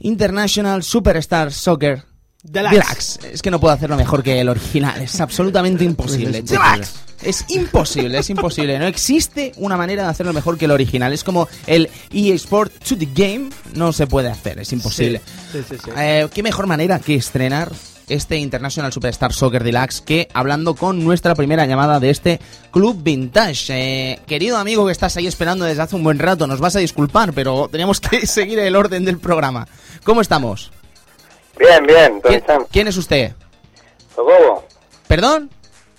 [SPEAKER 1] International Superstar Soccer
[SPEAKER 2] Deluxe.
[SPEAKER 1] Deluxe. Es que no puedo hacerlo mejor que el original. Es absolutamente imposible.
[SPEAKER 4] Es imposible.
[SPEAKER 1] Deluxe. Es imposible, es imposible. No existe una manera de hacerlo mejor que el original. Es como el EA Sport to the Game. No se puede hacer, es imposible.
[SPEAKER 2] Sí, sí, sí.
[SPEAKER 1] Eh, ¿Qué mejor manera que estrenar este International Superstar Soccer Deluxe que hablando con nuestra primera llamada de este Club Vintage? Eh, querido amigo que estás ahí esperando desde hace un buen rato, nos vas a disculpar, pero tenemos que seguir el orden del programa. ¿Cómo estamos?
[SPEAKER 5] Bien, bien, Tony
[SPEAKER 1] ¿Quién,
[SPEAKER 5] Sam.
[SPEAKER 1] quién es usted?
[SPEAKER 5] Chocobo,
[SPEAKER 1] ¿Perdón?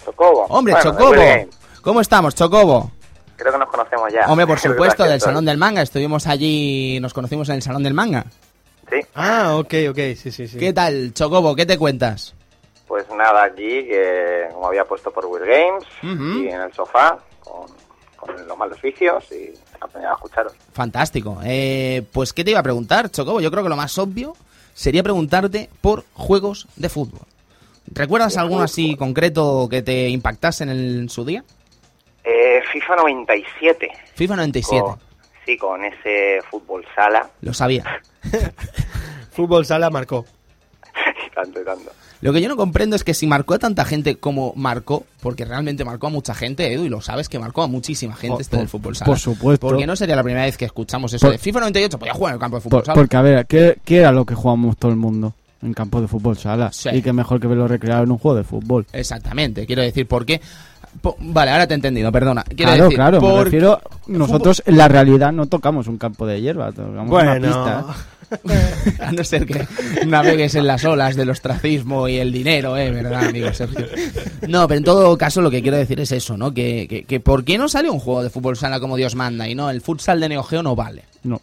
[SPEAKER 5] Chocobo.
[SPEAKER 1] Hombre,
[SPEAKER 5] Bueno,
[SPEAKER 1] Chocobo.
[SPEAKER 5] de Google Game.
[SPEAKER 1] ¿Cómo estamos, Chocobo?
[SPEAKER 5] Creo que nos conocemos ya.
[SPEAKER 1] Hombre, por supuesto, del Salón
[SPEAKER 5] de...
[SPEAKER 1] del Manga. Estuvimos allí, nos conocimos en el Salón del Manga.
[SPEAKER 5] Sí,
[SPEAKER 2] Ah, ok, ok, sí, sí, sí.
[SPEAKER 1] ¿Qué tal, Chocobo? ¿Qué te cuentas?
[SPEAKER 5] pues nada, allí, que como había puesto por Will Games,
[SPEAKER 1] Ujú.
[SPEAKER 5] y en el sofá, con, con los malos vicios, y aprendí a escucharos.
[SPEAKER 1] Fantástico. Eh, pues, ¿qué te iba a preguntar, Chocobo? Yo creo que lo más obvio sería preguntarte por juegos de fútbol. ¿Recuerdas alguno así concreto que te impactase en, el- en su día?
[SPEAKER 5] Eh, FIFA 97.
[SPEAKER 1] FIFA 97.
[SPEAKER 4] Oh.
[SPEAKER 5] Con- sí, con ese fútbol sala,
[SPEAKER 1] Lo sabía.
[SPEAKER 2] Fútbol sala marcó.
[SPEAKER 5] y tanto y tanto.
[SPEAKER 1] Lo que yo no comprendo es que si marcó a tanta gente como marcó, porque realmente marcó a mucha gente, Edu, y lo sabes que marcó a muchísima gente
[SPEAKER 4] Por-
[SPEAKER 1] este del
[SPEAKER 4] Oh, por-
[SPEAKER 1] fútbol sala.
[SPEAKER 4] por supuesto.
[SPEAKER 1] Porque no sería la primera vez que escuchamos eso
[SPEAKER 4] Por-
[SPEAKER 1] de FIFA 98, podía jugar en el campo de fútbol
[SPEAKER 4] Por-
[SPEAKER 1] sala.
[SPEAKER 4] porque, a ver, ¿qué, qué era lo que jugábamos todo el mundo? En campo de fútbol sala.
[SPEAKER 1] Sí.
[SPEAKER 4] Y que mejor que verlo recreado en un juego de fútbol.
[SPEAKER 1] Exactamente, quiero decir, ¿por qué? Po- vale, ahora te he entendido, perdona. Quiero
[SPEAKER 4] claro,
[SPEAKER 1] decir,
[SPEAKER 4] claro, me
[SPEAKER 1] por-
[SPEAKER 4] refiero, nosotros en la realidad no tocamos un campo de hierba, tocamos una pista.
[SPEAKER 1] A no ser que navegues en las olas del ostracismo y el dinero, ¿eh? ¿Verdad, amigo Sergio? No, pero en todo caso lo que quiero decir es eso, ¿no? Que, que, que ¿por qué no salió un juego de fútbol sala como Dios manda y no? El futsal de Neo Geo no vale.
[SPEAKER 4] No,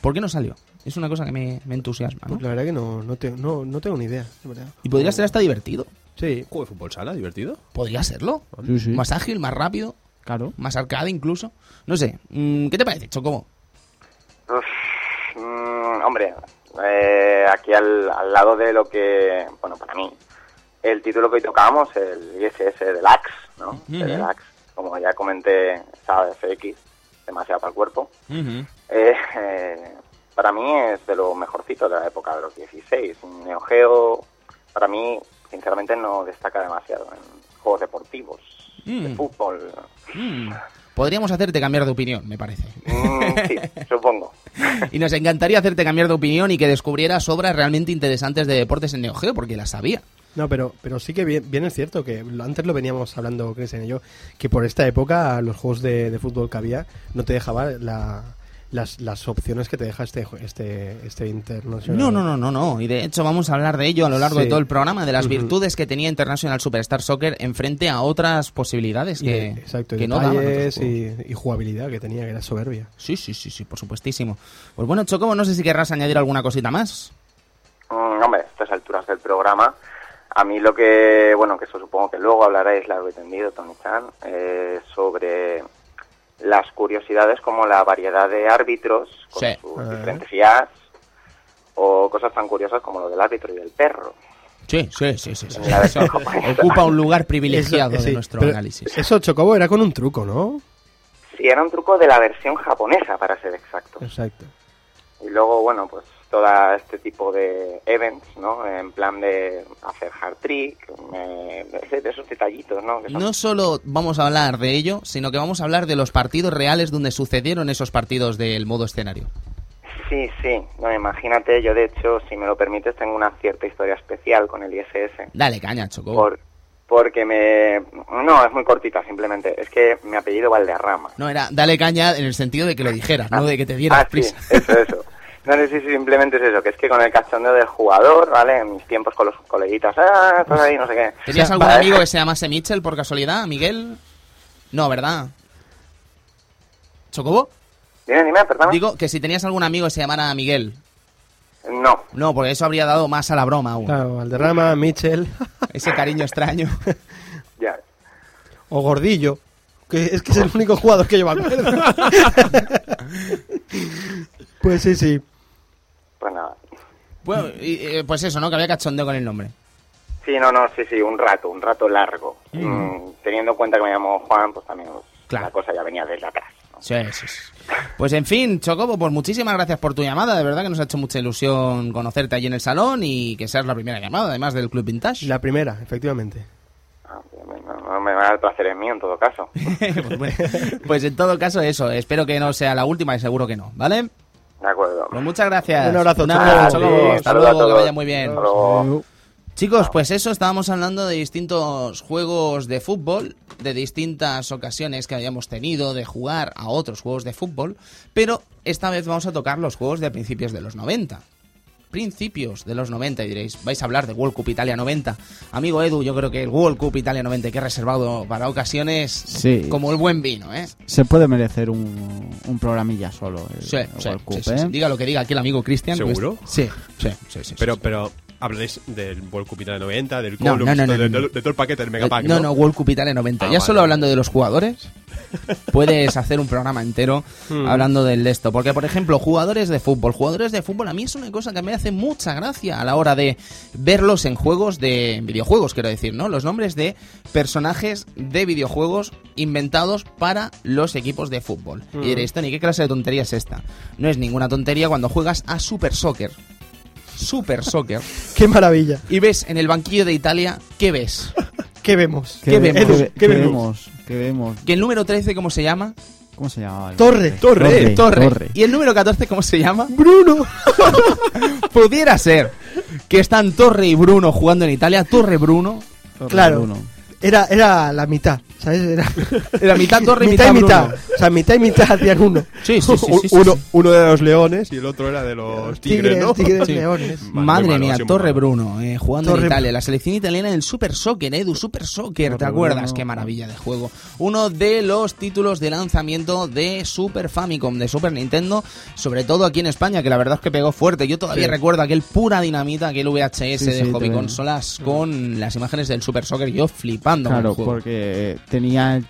[SPEAKER 1] ¿Por qué no salió? Es una cosa que me, me entusiasma, ¿no?
[SPEAKER 2] Pues la verdad que no, no, te- no, no tengo ni idea, de verdad.
[SPEAKER 1] Y podría ser hasta divertido.
[SPEAKER 2] Sí.
[SPEAKER 3] ¿Juego de fútbol sala? ¿Divertido?
[SPEAKER 1] Podría serlo.
[SPEAKER 4] sí, sí,
[SPEAKER 1] Más ágil, más rápido,
[SPEAKER 4] claro.
[SPEAKER 1] más arcade incluso. No sé. Mm, ¿Qué te parece, Chocobo?
[SPEAKER 5] Uf, mm, hombre, eh, aquí al, al lado de lo que, bueno, para mí, el título que hoy tocábamos, el ISS Deluxe, ¿no?
[SPEAKER 1] Ujú.
[SPEAKER 5] El Deluxe, como ya comenté, estaba de FX, demasiado para el cuerpo. Eh, eh, para mí es de lo mejorcito de la época de los 16. Neo Geo, para mí, sinceramente, no destaca demasiado en juegos deportivos, de
[SPEAKER 1] Mm.
[SPEAKER 5] fútbol.
[SPEAKER 1] Mm. Podríamos hacerte cambiar de opinión, me parece.
[SPEAKER 5] Mm, sí, supongo.
[SPEAKER 1] Y nos encantaría hacerte cambiar de opinión y que descubrieras obras realmente interesantes de deportes en Neo Geo, porque las sabía.
[SPEAKER 2] No, pero, pero sí que bien, bien es cierto que lo- antes lo veníamos hablando Cristian y yo, que por esta época los juegos de, de fútbol que había no te dejaba la, las, las opciones que te deja este, ju- este, este International.
[SPEAKER 1] No, no, no, no, no. Y de hecho vamos a hablar de ello a lo largo
[SPEAKER 2] Sí.
[SPEAKER 1] de todo el programa, de las
[SPEAKER 2] Ujú.
[SPEAKER 1] virtudes que tenía International Superstar Soccer enfrente a otras posibilidades
[SPEAKER 2] Y,
[SPEAKER 1] que,
[SPEAKER 2] exacto, y
[SPEAKER 1] que no daban otros
[SPEAKER 2] detalles
[SPEAKER 1] juegos.
[SPEAKER 2] y, y jugabilidad que tenía, que era soberbia.
[SPEAKER 1] Sí, sí, sí, sí, por supuestísimo. Pues bueno, Chocobo, no sé si querrás añadir alguna cosita más.
[SPEAKER 5] Mm, hombre, a estas alturas del programa, a mí lo que, bueno, que eso supongo que luego hablaréis largo y tendido, Tony Chan, eh, sobre las curiosidades como la variedad de árbitros con
[SPEAKER 1] Sí.
[SPEAKER 5] sus
[SPEAKER 2] Ah.
[SPEAKER 5] diferentes IAs o cosas tan curiosas como lo del árbitro y del perro.
[SPEAKER 1] Sí, sí, sí, sí. sí.
[SPEAKER 5] La
[SPEAKER 1] Eso
[SPEAKER 5] verdad es que-
[SPEAKER 1] ocupa un lugar privilegiado
[SPEAKER 2] Eso-
[SPEAKER 1] de
[SPEAKER 2] sí,
[SPEAKER 1] nuestro
[SPEAKER 2] pero
[SPEAKER 1] análisis.
[SPEAKER 2] Eso, Chocobo, era con un truco, ¿no?
[SPEAKER 5] Sí, era un truco de la versión japonesa, para ser exactos.
[SPEAKER 2] Exacto.
[SPEAKER 5] Y luego, bueno, pues todo este tipo de events, ¿no? En plan de hacer hard trick, eh, ese- de esos detallitos, ¿no? Que son-
[SPEAKER 1] No solo vamos a hablar de ello, sino que vamos a hablar de los partidos reales donde sucedieron esos partidos del modo escenario.
[SPEAKER 5] Sí, sí. No, imagínate, yo de hecho, si me lo permites, tengo una cierta historia especial con el ISS.
[SPEAKER 1] Dale caña, Chocobo.
[SPEAKER 5] Por, porque me... No, es muy cortita, simplemente. Es que mi apellido Valderrama.
[SPEAKER 1] No, era dale caña en el sentido de que lo dijeras, no de que te dieras
[SPEAKER 5] Ah, sí,
[SPEAKER 1] prisa.
[SPEAKER 5] eso, eso. No, no, sí, sí, simplemente es eso, que es que con el cachondeo del jugador, ¿vale? En mis tiempos con los coleguitas, ah, estás ahí, no sé qué.
[SPEAKER 1] ¿Tenías
[SPEAKER 5] O sea,
[SPEAKER 1] algún
[SPEAKER 5] para-
[SPEAKER 1] amigo que se llamase Mitchell por casualidad? ¿Miguel? No, ¿verdad? ¿Chocobo?
[SPEAKER 5] Dime, dime, perdón.
[SPEAKER 1] Digo que si tenías algún amigo que se llamara Miguel.
[SPEAKER 5] No,
[SPEAKER 1] No, porque eso habría dado más a la broma aún.
[SPEAKER 2] Claro, Valderrama, Mitchell
[SPEAKER 1] Ese cariño extraño.
[SPEAKER 5] ya.
[SPEAKER 2] o Gordillo, que es que es el único jugador que yo me acuerdo. pues sí, sí.
[SPEAKER 5] Pues nada.
[SPEAKER 1] Bueno, y, eh, pues eso, ¿no? Que había cachondeo con el nombre.
[SPEAKER 5] Sí, no, no, sí, sí, un rato, un rato largo. Mm, teniendo en cuenta que me llamo Juan, pues también pues,
[SPEAKER 1] Claro.
[SPEAKER 5] la cosa ya venía desde atrás. ¿no?
[SPEAKER 1] Sí, sí, sí. Pues en fin, Chocobo, pues muchísimas gracias por tu llamada. De verdad que nos ha hecho mucha ilusión conocerte allí en el salón y que seas la primera llamada, además del Club Vintage.
[SPEAKER 2] La primera, efectivamente.
[SPEAKER 5] Ah, me- me- me va el placer es mío en todo caso.
[SPEAKER 1] pues, bueno, pues en todo caso, eso. Espero que no sea la última y seguro que no, ¿vale?
[SPEAKER 5] De acuerdo.
[SPEAKER 1] Pues muchas gracias.
[SPEAKER 2] Un abrazo, Chocobo.
[SPEAKER 1] Chocobo.
[SPEAKER 5] Sí,
[SPEAKER 1] Hasta
[SPEAKER 5] saludos a
[SPEAKER 1] luego, que
[SPEAKER 5] todos.
[SPEAKER 1] vaya muy bien.
[SPEAKER 5] Hasta luego.
[SPEAKER 1] Chicos, pues eso, estábamos hablando de distintos juegos de fútbol, de distintas ocasiones que habíamos tenido de jugar a otros juegos de fútbol, pero esta vez vamos a tocar los juegos de principios de los 90. Principios de los 90, y diréis, vais a hablar de World Cup Italia 90. Amigo Edu, yo creo que el World Cup Italia 90 que he reservado para ocasiones
[SPEAKER 4] Sí.
[SPEAKER 1] como el buen vino, ¿eh?
[SPEAKER 4] Se puede merecer un, un programilla solo. El,
[SPEAKER 1] Sí,
[SPEAKER 4] el
[SPEAKER 1] sí,
[SPEAKER 4] World
[SPEAKER 1] sí,
[SPEAKER 4] Cup,
[SPEAKER 1] sí,
[SPEAKER 4] ¿eh?
[SPEAKER 1] sí. Diga lo que diga aquí el amigo Cristian. que es-
[SPEAKER 3] ¿Seguro?
[SPEAKER 1] Sí, sí, sí, sí, sí.
[SPEAKER 3] Pero, pero hablaréis del World Cup Italia 90, del
[SPEAKER 1] No,
[SPEAKER 3] Columns,
[SPEAKER 1] no, no, no,
[SPEAKER 3] de,
[SPEAKER 1] no.
[SPEAKER 3] de- de todo el paquete del
[SPEAKER 1] Eh,
[SPEAKER 3] Megapack.
[SPEAKER 1] no, no, World Cup Italia 90.
[SPEAKER 3] Ah,
[SPEAKER 1] ya
[SPEAKER 3] vale.
[SPEAKER 1] solo hablando de los jugadores, puedes hacer un programa entero
[SPEAKER 3] Hmm.
[SPEAKER 1] hablando del de esto. Porque, por ejemplo, jugadores de fútbol. Jugadores de fútbol, a mí es una cosa que me hace mucha gracia a la hora de verlos en juegos de en videojuegos, quiero decir, ¿no? Los nombres de personajes de videojuegos inventados para los equipos de fútbol.
[SPEAKER 3] Hmm.
[SPEAKER 1] Y diréis, Tony, ¿qué clase de tontería es esta? No es ninguna tontería cuando juegas a Super Soccer. Super Soccer.
[SPEAKER 2] Qué maravilla.
[SPEAKER 1] Y ves en el banquillo de Italia, ¿qué ves?
[SPEAKER 2] ¿Qué vemos?
[SPEAKER 1] ¿Qué vemos?
[SPEAKER 2] Edu,
[SPEAKER 4] ¿Qué,
[SPEAKER 2] ¿qué
[SPEAKER 4] qué
[SPEAKER 2] vemos?
[SPEAKER 4] vemos? ¿Qué vemos?
[SPEAKER 1] ¿Que el número 13 cómo se llama? Eh,
[SPEAKER 4] ¿Cómo se llamaba? el-
[SPEAKER 2] Torre,
[SPEAKER 3] Torre,
[SPEAKER 1] Torre. ¿Y el número 14 cómo se llama?
[SPEAKER 2] Bruno.
[SPEAKER 1] Pudiera ser que están Torre y Bruno jugando en Italia. Torre Bruno.
[SPEAKER 4] Torre,
[SPEAKER 2] Claro.
[SPEAKER 4] Bruno.
[SPEAKER 2] Era, era la mitad, ¿sabes? Era
[SPEAKER 1] Era mitad Torre y
[SPEAKER 2] mitad
[SPEAKER 1] mitad,
[SPEAKER 2] y mitad.
[SPEAKER 1] Bruno.
[SPEAKER 2] O sea, mitad y mitad hacían uno.
[SPEAKER 1] Sí, sí, sí,
[SPEAKER 3] Un-
[SPEAKER 1] sí, sí,
[SPEAKER 3] uno,
[SPEAKER 1] sí.
[SPEAKER 3] uno de los leones y el otro era de los tigres, ¿no?
[SPEAKER 2] tigres,
[SPEAKER 1] Sí.
[SPEAKER 2] leones.
[SPEAKER 3] Vale, muy
[SPEAKER 1] Madre
[SPEAKER 3] malo,
[SPEAKER 1] mía,
[SPEAKER 3] sí, muy
[SPEAKER 1] Torre
[SPEAKER 3] malo.
[SPEAKER 1] Bruno, eh, jugando en
[SPEAKER 2] Torre
[SPEAKER 1] Italia. La selección italiana del Super Soccer, Edu, Super Soccer, ¿te
[SPEAKER 4] Torre
[SPEAKER 1] acuerdas?
[SPEAKER 4] Bruno.
[SPEAKER 1] Qué maravilla de juego. Uno de los títulos de lanzamiento de Super Famicom, de Super Nintendo, sobre todo aquí en España, que la verdad es que pegó fuerte. Yo todavía
[SPEAKER 2] Sí.
[SPEAKER 1] recuerdo aquel pura dinamita, aquel VHS
[SPEAKER 4] Sí,
[SPEAKER 1] de
[SPEAKER 4] sí,
[SPEAKER 1] hobby
[SPEAKER 4] también.
[SPEAKER 1] consolas con las imágenes del Super Soccer, yo flipando con el
[SPEAKER 4] Claro,
[SPEAKER 1] juego.
[SPEAKER 4] porque eh, tenía el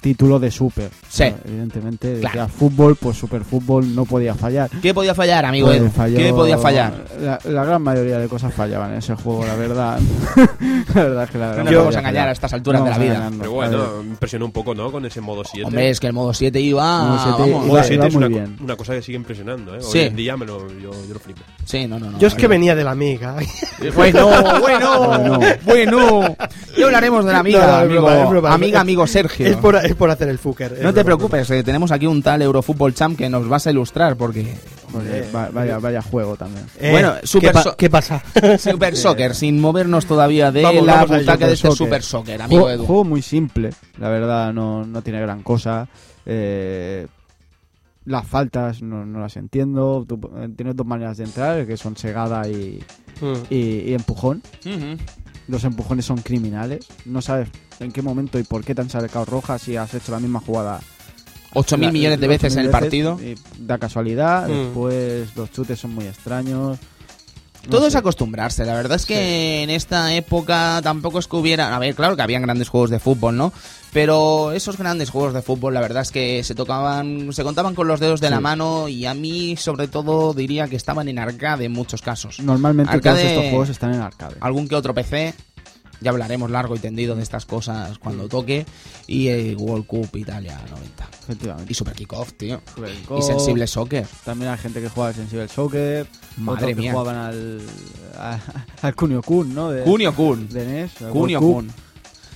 [SPEAKER 4] título de Super.
[SPEAKER 1] Sí.
[SPEAKER 4] Claro, Evidentemente, decía
[SPEAKER 1] Claro.
[SPEAKER 4] fútbol, pues Super Fútbol no podía fallar.
[SPEAKER 1] ¿Qué podía fallar, amigo
[SPEAKER 4] Pues
[SPEAKER 1] Edu?
[SPEAKER 4] falló-
[SPEAKER 1] ¿Qué podía fallar?
[SPEAKER 4] La, la gran mayoría de cosas fallaban en ese juego, la verdad. la verdad es que la
[SPEAKER 1] No
[SPEAKER 4] gran
[SPEAKER 1] nos
[SPEAKER 4] mayoría
[SPEAKER 1] vamos a engañar
[SPEAKER 4] fallaba.
[SPEAKER 1] a estas alturas
[SPEAKER 4] No
[SPEAKER 1] de la
[SPEAKER 4] vamos a
[SPEAKER 1] vida.
[SPEAKER 4] engañarnos,
[SPEAKER 3] Pero
[SPEAKER 4] a ver.
[SPEAKER 3] bueno, impresionó un poco, ¿no? Con ese modo 7.
[SPEAKER 1] Hombre, es que el modo 7 iba...
[SPEAKER 4] Modo 7
[SPEAKER 1] vamos.
[SPEAKER 4] iba-
[SPEAKER 3] modo 7 es
[SPEAKER 4] muy
[SPEAKER 3] una, co-
[SPEAKER 4] bien.
[SPEAKER 3] una cosa que sigue impresionando, ¿eh?
[SPEAKER 1] Sí.
[SPEAKER 3] Hoy en día me lo, yo, yo lo flipo.
[SPEAKER 1] Sí, no, no, no.
[SPEAKER 2] Yo es que
[SPEAKER 1] no.
[SPEAKER 2] venía de la amiga.
[SPEAKER 1] Bueno, bueno,
[SPEAKER 4] Bueno.
[SPEAKER 1] bueno. Ya hablaremos de la amiga,
[SPEAKER 2] No, no, es
[SPEAKER 1] amigo,
[SPEAKER 2] broma, es broma.
[SPEAKER 1] amiga, amigo Sergio.
[SPEAKER 2] Es por, es por hacer el fucker. es
[SPEAKER 1] No te
[SPEAKER 2] broma.
[SPEAKER 1] preocupes, eh, tenemos aquí un tal Eurofootball Champ que nos vas a ilustrar porque
[SPEAKER 4] Joder, va- vaya, vaya juego también.
[SPEAKER 2] Eh,
[SPEAKER 1] Bueno, super
[SPEAKER 2] ¿qué, pa-
[SPEAKER 1] so-
[SPEAKER 2] ¿qué pasa?
[SPEAKER 1] Super Soccer, sin movernos todavía de
[SPEAKER 2] Vamos,
[SPEAKER 1] la
[SPEAKER 2] vamos a ello,
[SPEAKER 1] butaca de este
[SPEAKER 4] Soccer.
[SPEAKER 1] Super Soccer, amigo
[SPEAKER 4] Juego,
[SPEAKER 1] Edu.
[SPEAKER 4] juego muy simple, la verdad, no, no tiene gran cosa. Eh, Las faltas no, no las entiendo. Tú, eh, tienes dos maneras de entrar, que son segada y,
[SPEAKER 2] Mm.
[SPEAKER 4] y- y empujón.
[SPEAKER 1] Ujú.
[SPEAKER 4] Los empujones son criminales. No sabes en qué momento y por qué te han sacado roja si has hecho la misma jugada.
[SPEAKER 1] 8.000
[SPEAKER 4] la-
[SPEAKER 1] millones de
[SPEAKER 4] 8.000
[SPEAKER 1] veces en el
[SPEAKER 4] veces,
[SPEAKER 1] partido.
[SPEAKER 4] eh, Da casualidad.
[SPEAKER 2] Mm.
[SPEAKER 4] Después los chutes son muy extraños. No
[SPEAKER 1] Todo es
[SPEAKER 4] sé.
[SPEAKER 1] acostumbrarse, la verdad es que en esta época tampoco es que hubiera... A ver, claro que habían grandes juegos de fútbol, ¿no? Pero esos grandes juegos de fútbol, la verdad es que se tocaban, se contaban con los dedos de la mano y a mí, sobre todo, diría que estaban en arcade en muchos casos.
[SPEAKER 4] Normalmente todos
[SPEAKER 1] Arcade-
[SPEAKER 4] estos juegos están en arcade.
[SPEAKER 1] Algún que otro PC, ya hablaremos largo y tendido de estas cosas cuando toque, y el World Cup Italia 90.
[SPEAKER 4] Efectivamente.
[SPEAKER 1] Y Super Kickoff, tío.
[SPEAKER 4] Super
[SPEAKER 1] Y
[SPEAKER 4] Cup.
[SPEAKER 1] Sensible Soccer.
[SPEAKER 4] También hay gente que jugaba al Sensible Soccer.
[SPEAKER 1] Madre
[SPEAKER 4] otros que
[SPEAKER 1] mía.
[SPEAKER 4] jugaban al, a- al Kunio Kun, ¿no? De,
[SPEAKER 1] Kunio Kun.
[SPEAKER 4] de NES. al
[SPEAKER 1] Kunio
[SPEAKER 4] World Cup.
[SPEAKER 1] Kun.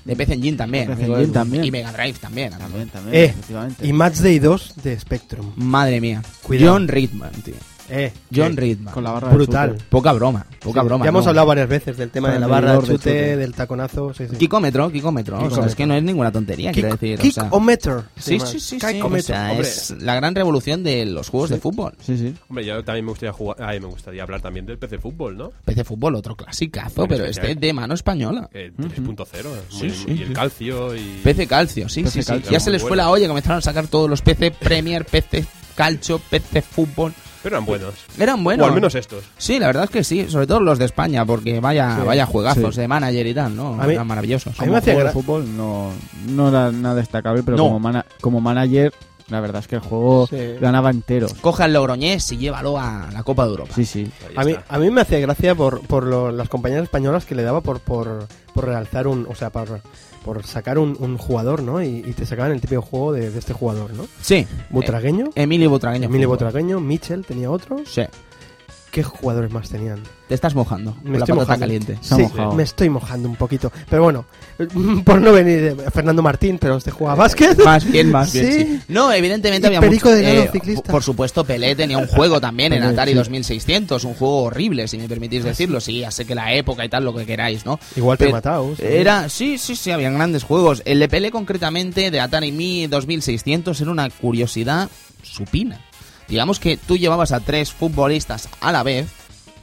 [SPEAKER 1] De PC Engine también.
[SPEAKER 4] PC
[SPEAKER 1] amigo
[SPEAKER 4] Engine
[SPEAKER 1] Edu.
[SPEAKER 4] también.
[SPEAKER 1] Y Mega Drive también. amigo.
[SPEAKER 4] También, también,
[SPEAKER 2] Eh,
[SPEAKER 4] efectivamente.
[SPEAKER 2] Y Match Day 2 de Spectrum.
[SPEAKER 1] Madre mía.
[SPEAKER 2] Cuidado.
[SPEAKER 1] John Ridman, tío.
[SPEAKER 2] Eh,
[SPEAKER 1] John
[SPEAKER 2] eh,
[SPEAKER 1] Ridman.
[SPEAKER 4] con la barra
[SPEAKER 2] brutal.
[SPEAKER 4] De
[SPEAKER 1] Poca broma, poca broma.
[SPEAKER 2] Ya hemos
[SPEAKER 1] no.
[SPEAKER 2] hablado varias veces del tema de la
[SPEAKER 4] Con el
[SPEAKER 2] barra de
[SPEAKER 4] medidor de
[SPEAKER 2] chute,
[SPEAKER 4] chute.
[SPEAKER 2] del taconazo. Sí, sí.
[SPEAKER 1] Kikómetro, kikómetro. O sea, es
[SPEAKER 2] Kikómetro.
[SPEAKER 1] que no es ninguna tontería, quiero decir. o sea.
[SPEAKER 2] Kickometer. se
[SPEAKER 1] sí,
[SPEAKER 2] llama.
[SPEAKER 1] sí, sí, sí.
[SPEAKER 2] Kickometer.
[SPEAKER 1] O sea,
[SPEAKER 3] hombre.
[SPEAKER 1] es la gran revolución de los juegos de fútbol.
[SPEAKER 4] Sí, sí.
[SPEAKER 3] Hombre, yo también me gustaría jugar. Ay, me gustaría hablar también del PC Fútbol, ¿no?
[SPEAKER 1] PC Fútbol, otro clasicazo,
[SPEAKER 3] Bueno,
[SPEAKER 1] pero
[SPEAKER 3] es que
[SPEAKER 1] este
[SPEAKER 3] ya-
[SPEAKER 1] de mano española.
[SPEAKER 3] Eh, 3.0. eh,
[SPEAKER 1] Sí,
[SPEAKER 3] muy-
[SPEAKER 1] sí,
[SPEAKER 3] y el
[SPEAKER 1] sí.
[SPEAKER 3] calcio y.
[SPEAKER 1] PC Calcio, sí,
[SPEAKER 4] PC
[SPEAKER 1] sí, sí.
[SPEAKER 4] Calcio,
[SPEAKER 1] Ya se
[SPEAKER 3] muy
[SPEAKER 1] les fue
[SPEAKER 3] bueno.
[SPEAKER 1] la olla, comenzaron a sacar todos los PC Premier, PC Calcio, PC Fútbol.
[SPEAKER 3] Pero eran buenos.
[SPEAKER 1] Eran buenos.
[SPEAKER 3] O al menos eh. estos.
[SPEAKER 1] Sí, la verdad es que sí, sobre todo los de España, porque vaya,
[SPEAKER 2] Sí,
[SPEAKER 1] vaya juegazos
[SPEAKER 4] sí.
[SPEAKER 1] de manager y tal, ¿no?
[SPEAKER 2] A mí-
[SPEAKER 1] Eran maravillosos.
[SPEAKER 2] a mí me
[SPEAKER 4] Como
[SPEAKER 2] hacía
[SPEAKER 4] juego de
[SPEAKER 2] gra-
[SPEAKER 4] fútbol no, no era nada destacable, pero
[SPEAKER 1] No.
[SPEAKER 4] como, mana- como manager, la verdad es que el juego
[SPEAKER 2] Sí.
[SPEAKER 4] ganaba entero.
[SPEAKER 1] Coja el Logroñés y llévalo a la Copa de Europa.
[SPEAKER 4] Sí, sí.
[SPEAKER 3] Ahí
[SPEAKER 2] A mí,
[SPEAKER 3] está.
[SPEAKER 2] a mí me hacía gracia por, por lo- las compañías españolas que le daba por, por, por realzar un. O sea, por, por sacar un, un jugador, ¿no? Y, y te sacaban el típico juego de, de este jugador, ¿no?
[SPEAKER 1] Sí.
[SPEAKER 2] Butragueño.
[SPEAKER 1] Eh, Emilio Butragueño.
[SPEAKER 2] Emilio
[SPEAKER 1] Fútbol.
[SPEAKER 2] Butragueño, Mitchell tenía otro.
[SPEAKER 1] Sí.
[SPEAKER 2] ¿Qué jugadores más tenían?
[SPEAKER 1] Te estás mojando. con la patata
[SPEAKER 2] mojando.
[SPEAKER 1] caliente.
[SPEAKER 4] Se ha
[SPEAKER 2] Sí,
[SPEAKER 4] mojado.
[SPEAKER 2] me estoy mojando un poquito. Pero bueno, por no venir eh, Fernando Martín, pero este
[SPEAKER 1] Eh,
[SPEAKER 2] juega a básquet.
[SPEAKER 1] Más bien, más bien.
[SPEAKER 2] Sí.
[SPEAKER 1] sí. No, evidentemente
[SPEAKER 2] Y
[SPEAKER 1] había
[SPEAKER 2] Perico
[SPEAKER 1] mucho- eh,
[SPEAKER 2] de Galo, ciclista.
[SPEAKER 1] Por supuesto, Pelé tenía un juego también en
[SPEAKER 4] Pelé,
[SPEAKER 1] Atari
[SPEAKER 4] sí.
[SPEAKER 1] 2600, un juego horrible, si me
[SPEAKER 2] Ah,
[SPEAKER 1] permitís decirlo. Sí, ya sé que la época y tal, lo que queráis, ¿no?
[SPEAKER 2] Igual te he
[SPEAKER 1] Pero
[SPEAKER 2] matado. sí.
[SPEAKER 1] Era, sí, sí, sí, habían grandes juegos. El de Pele concretamente de Atari Mi 2600 era una curiosidad supina. Digamos que tú llevabas a tres futbolistas a la vez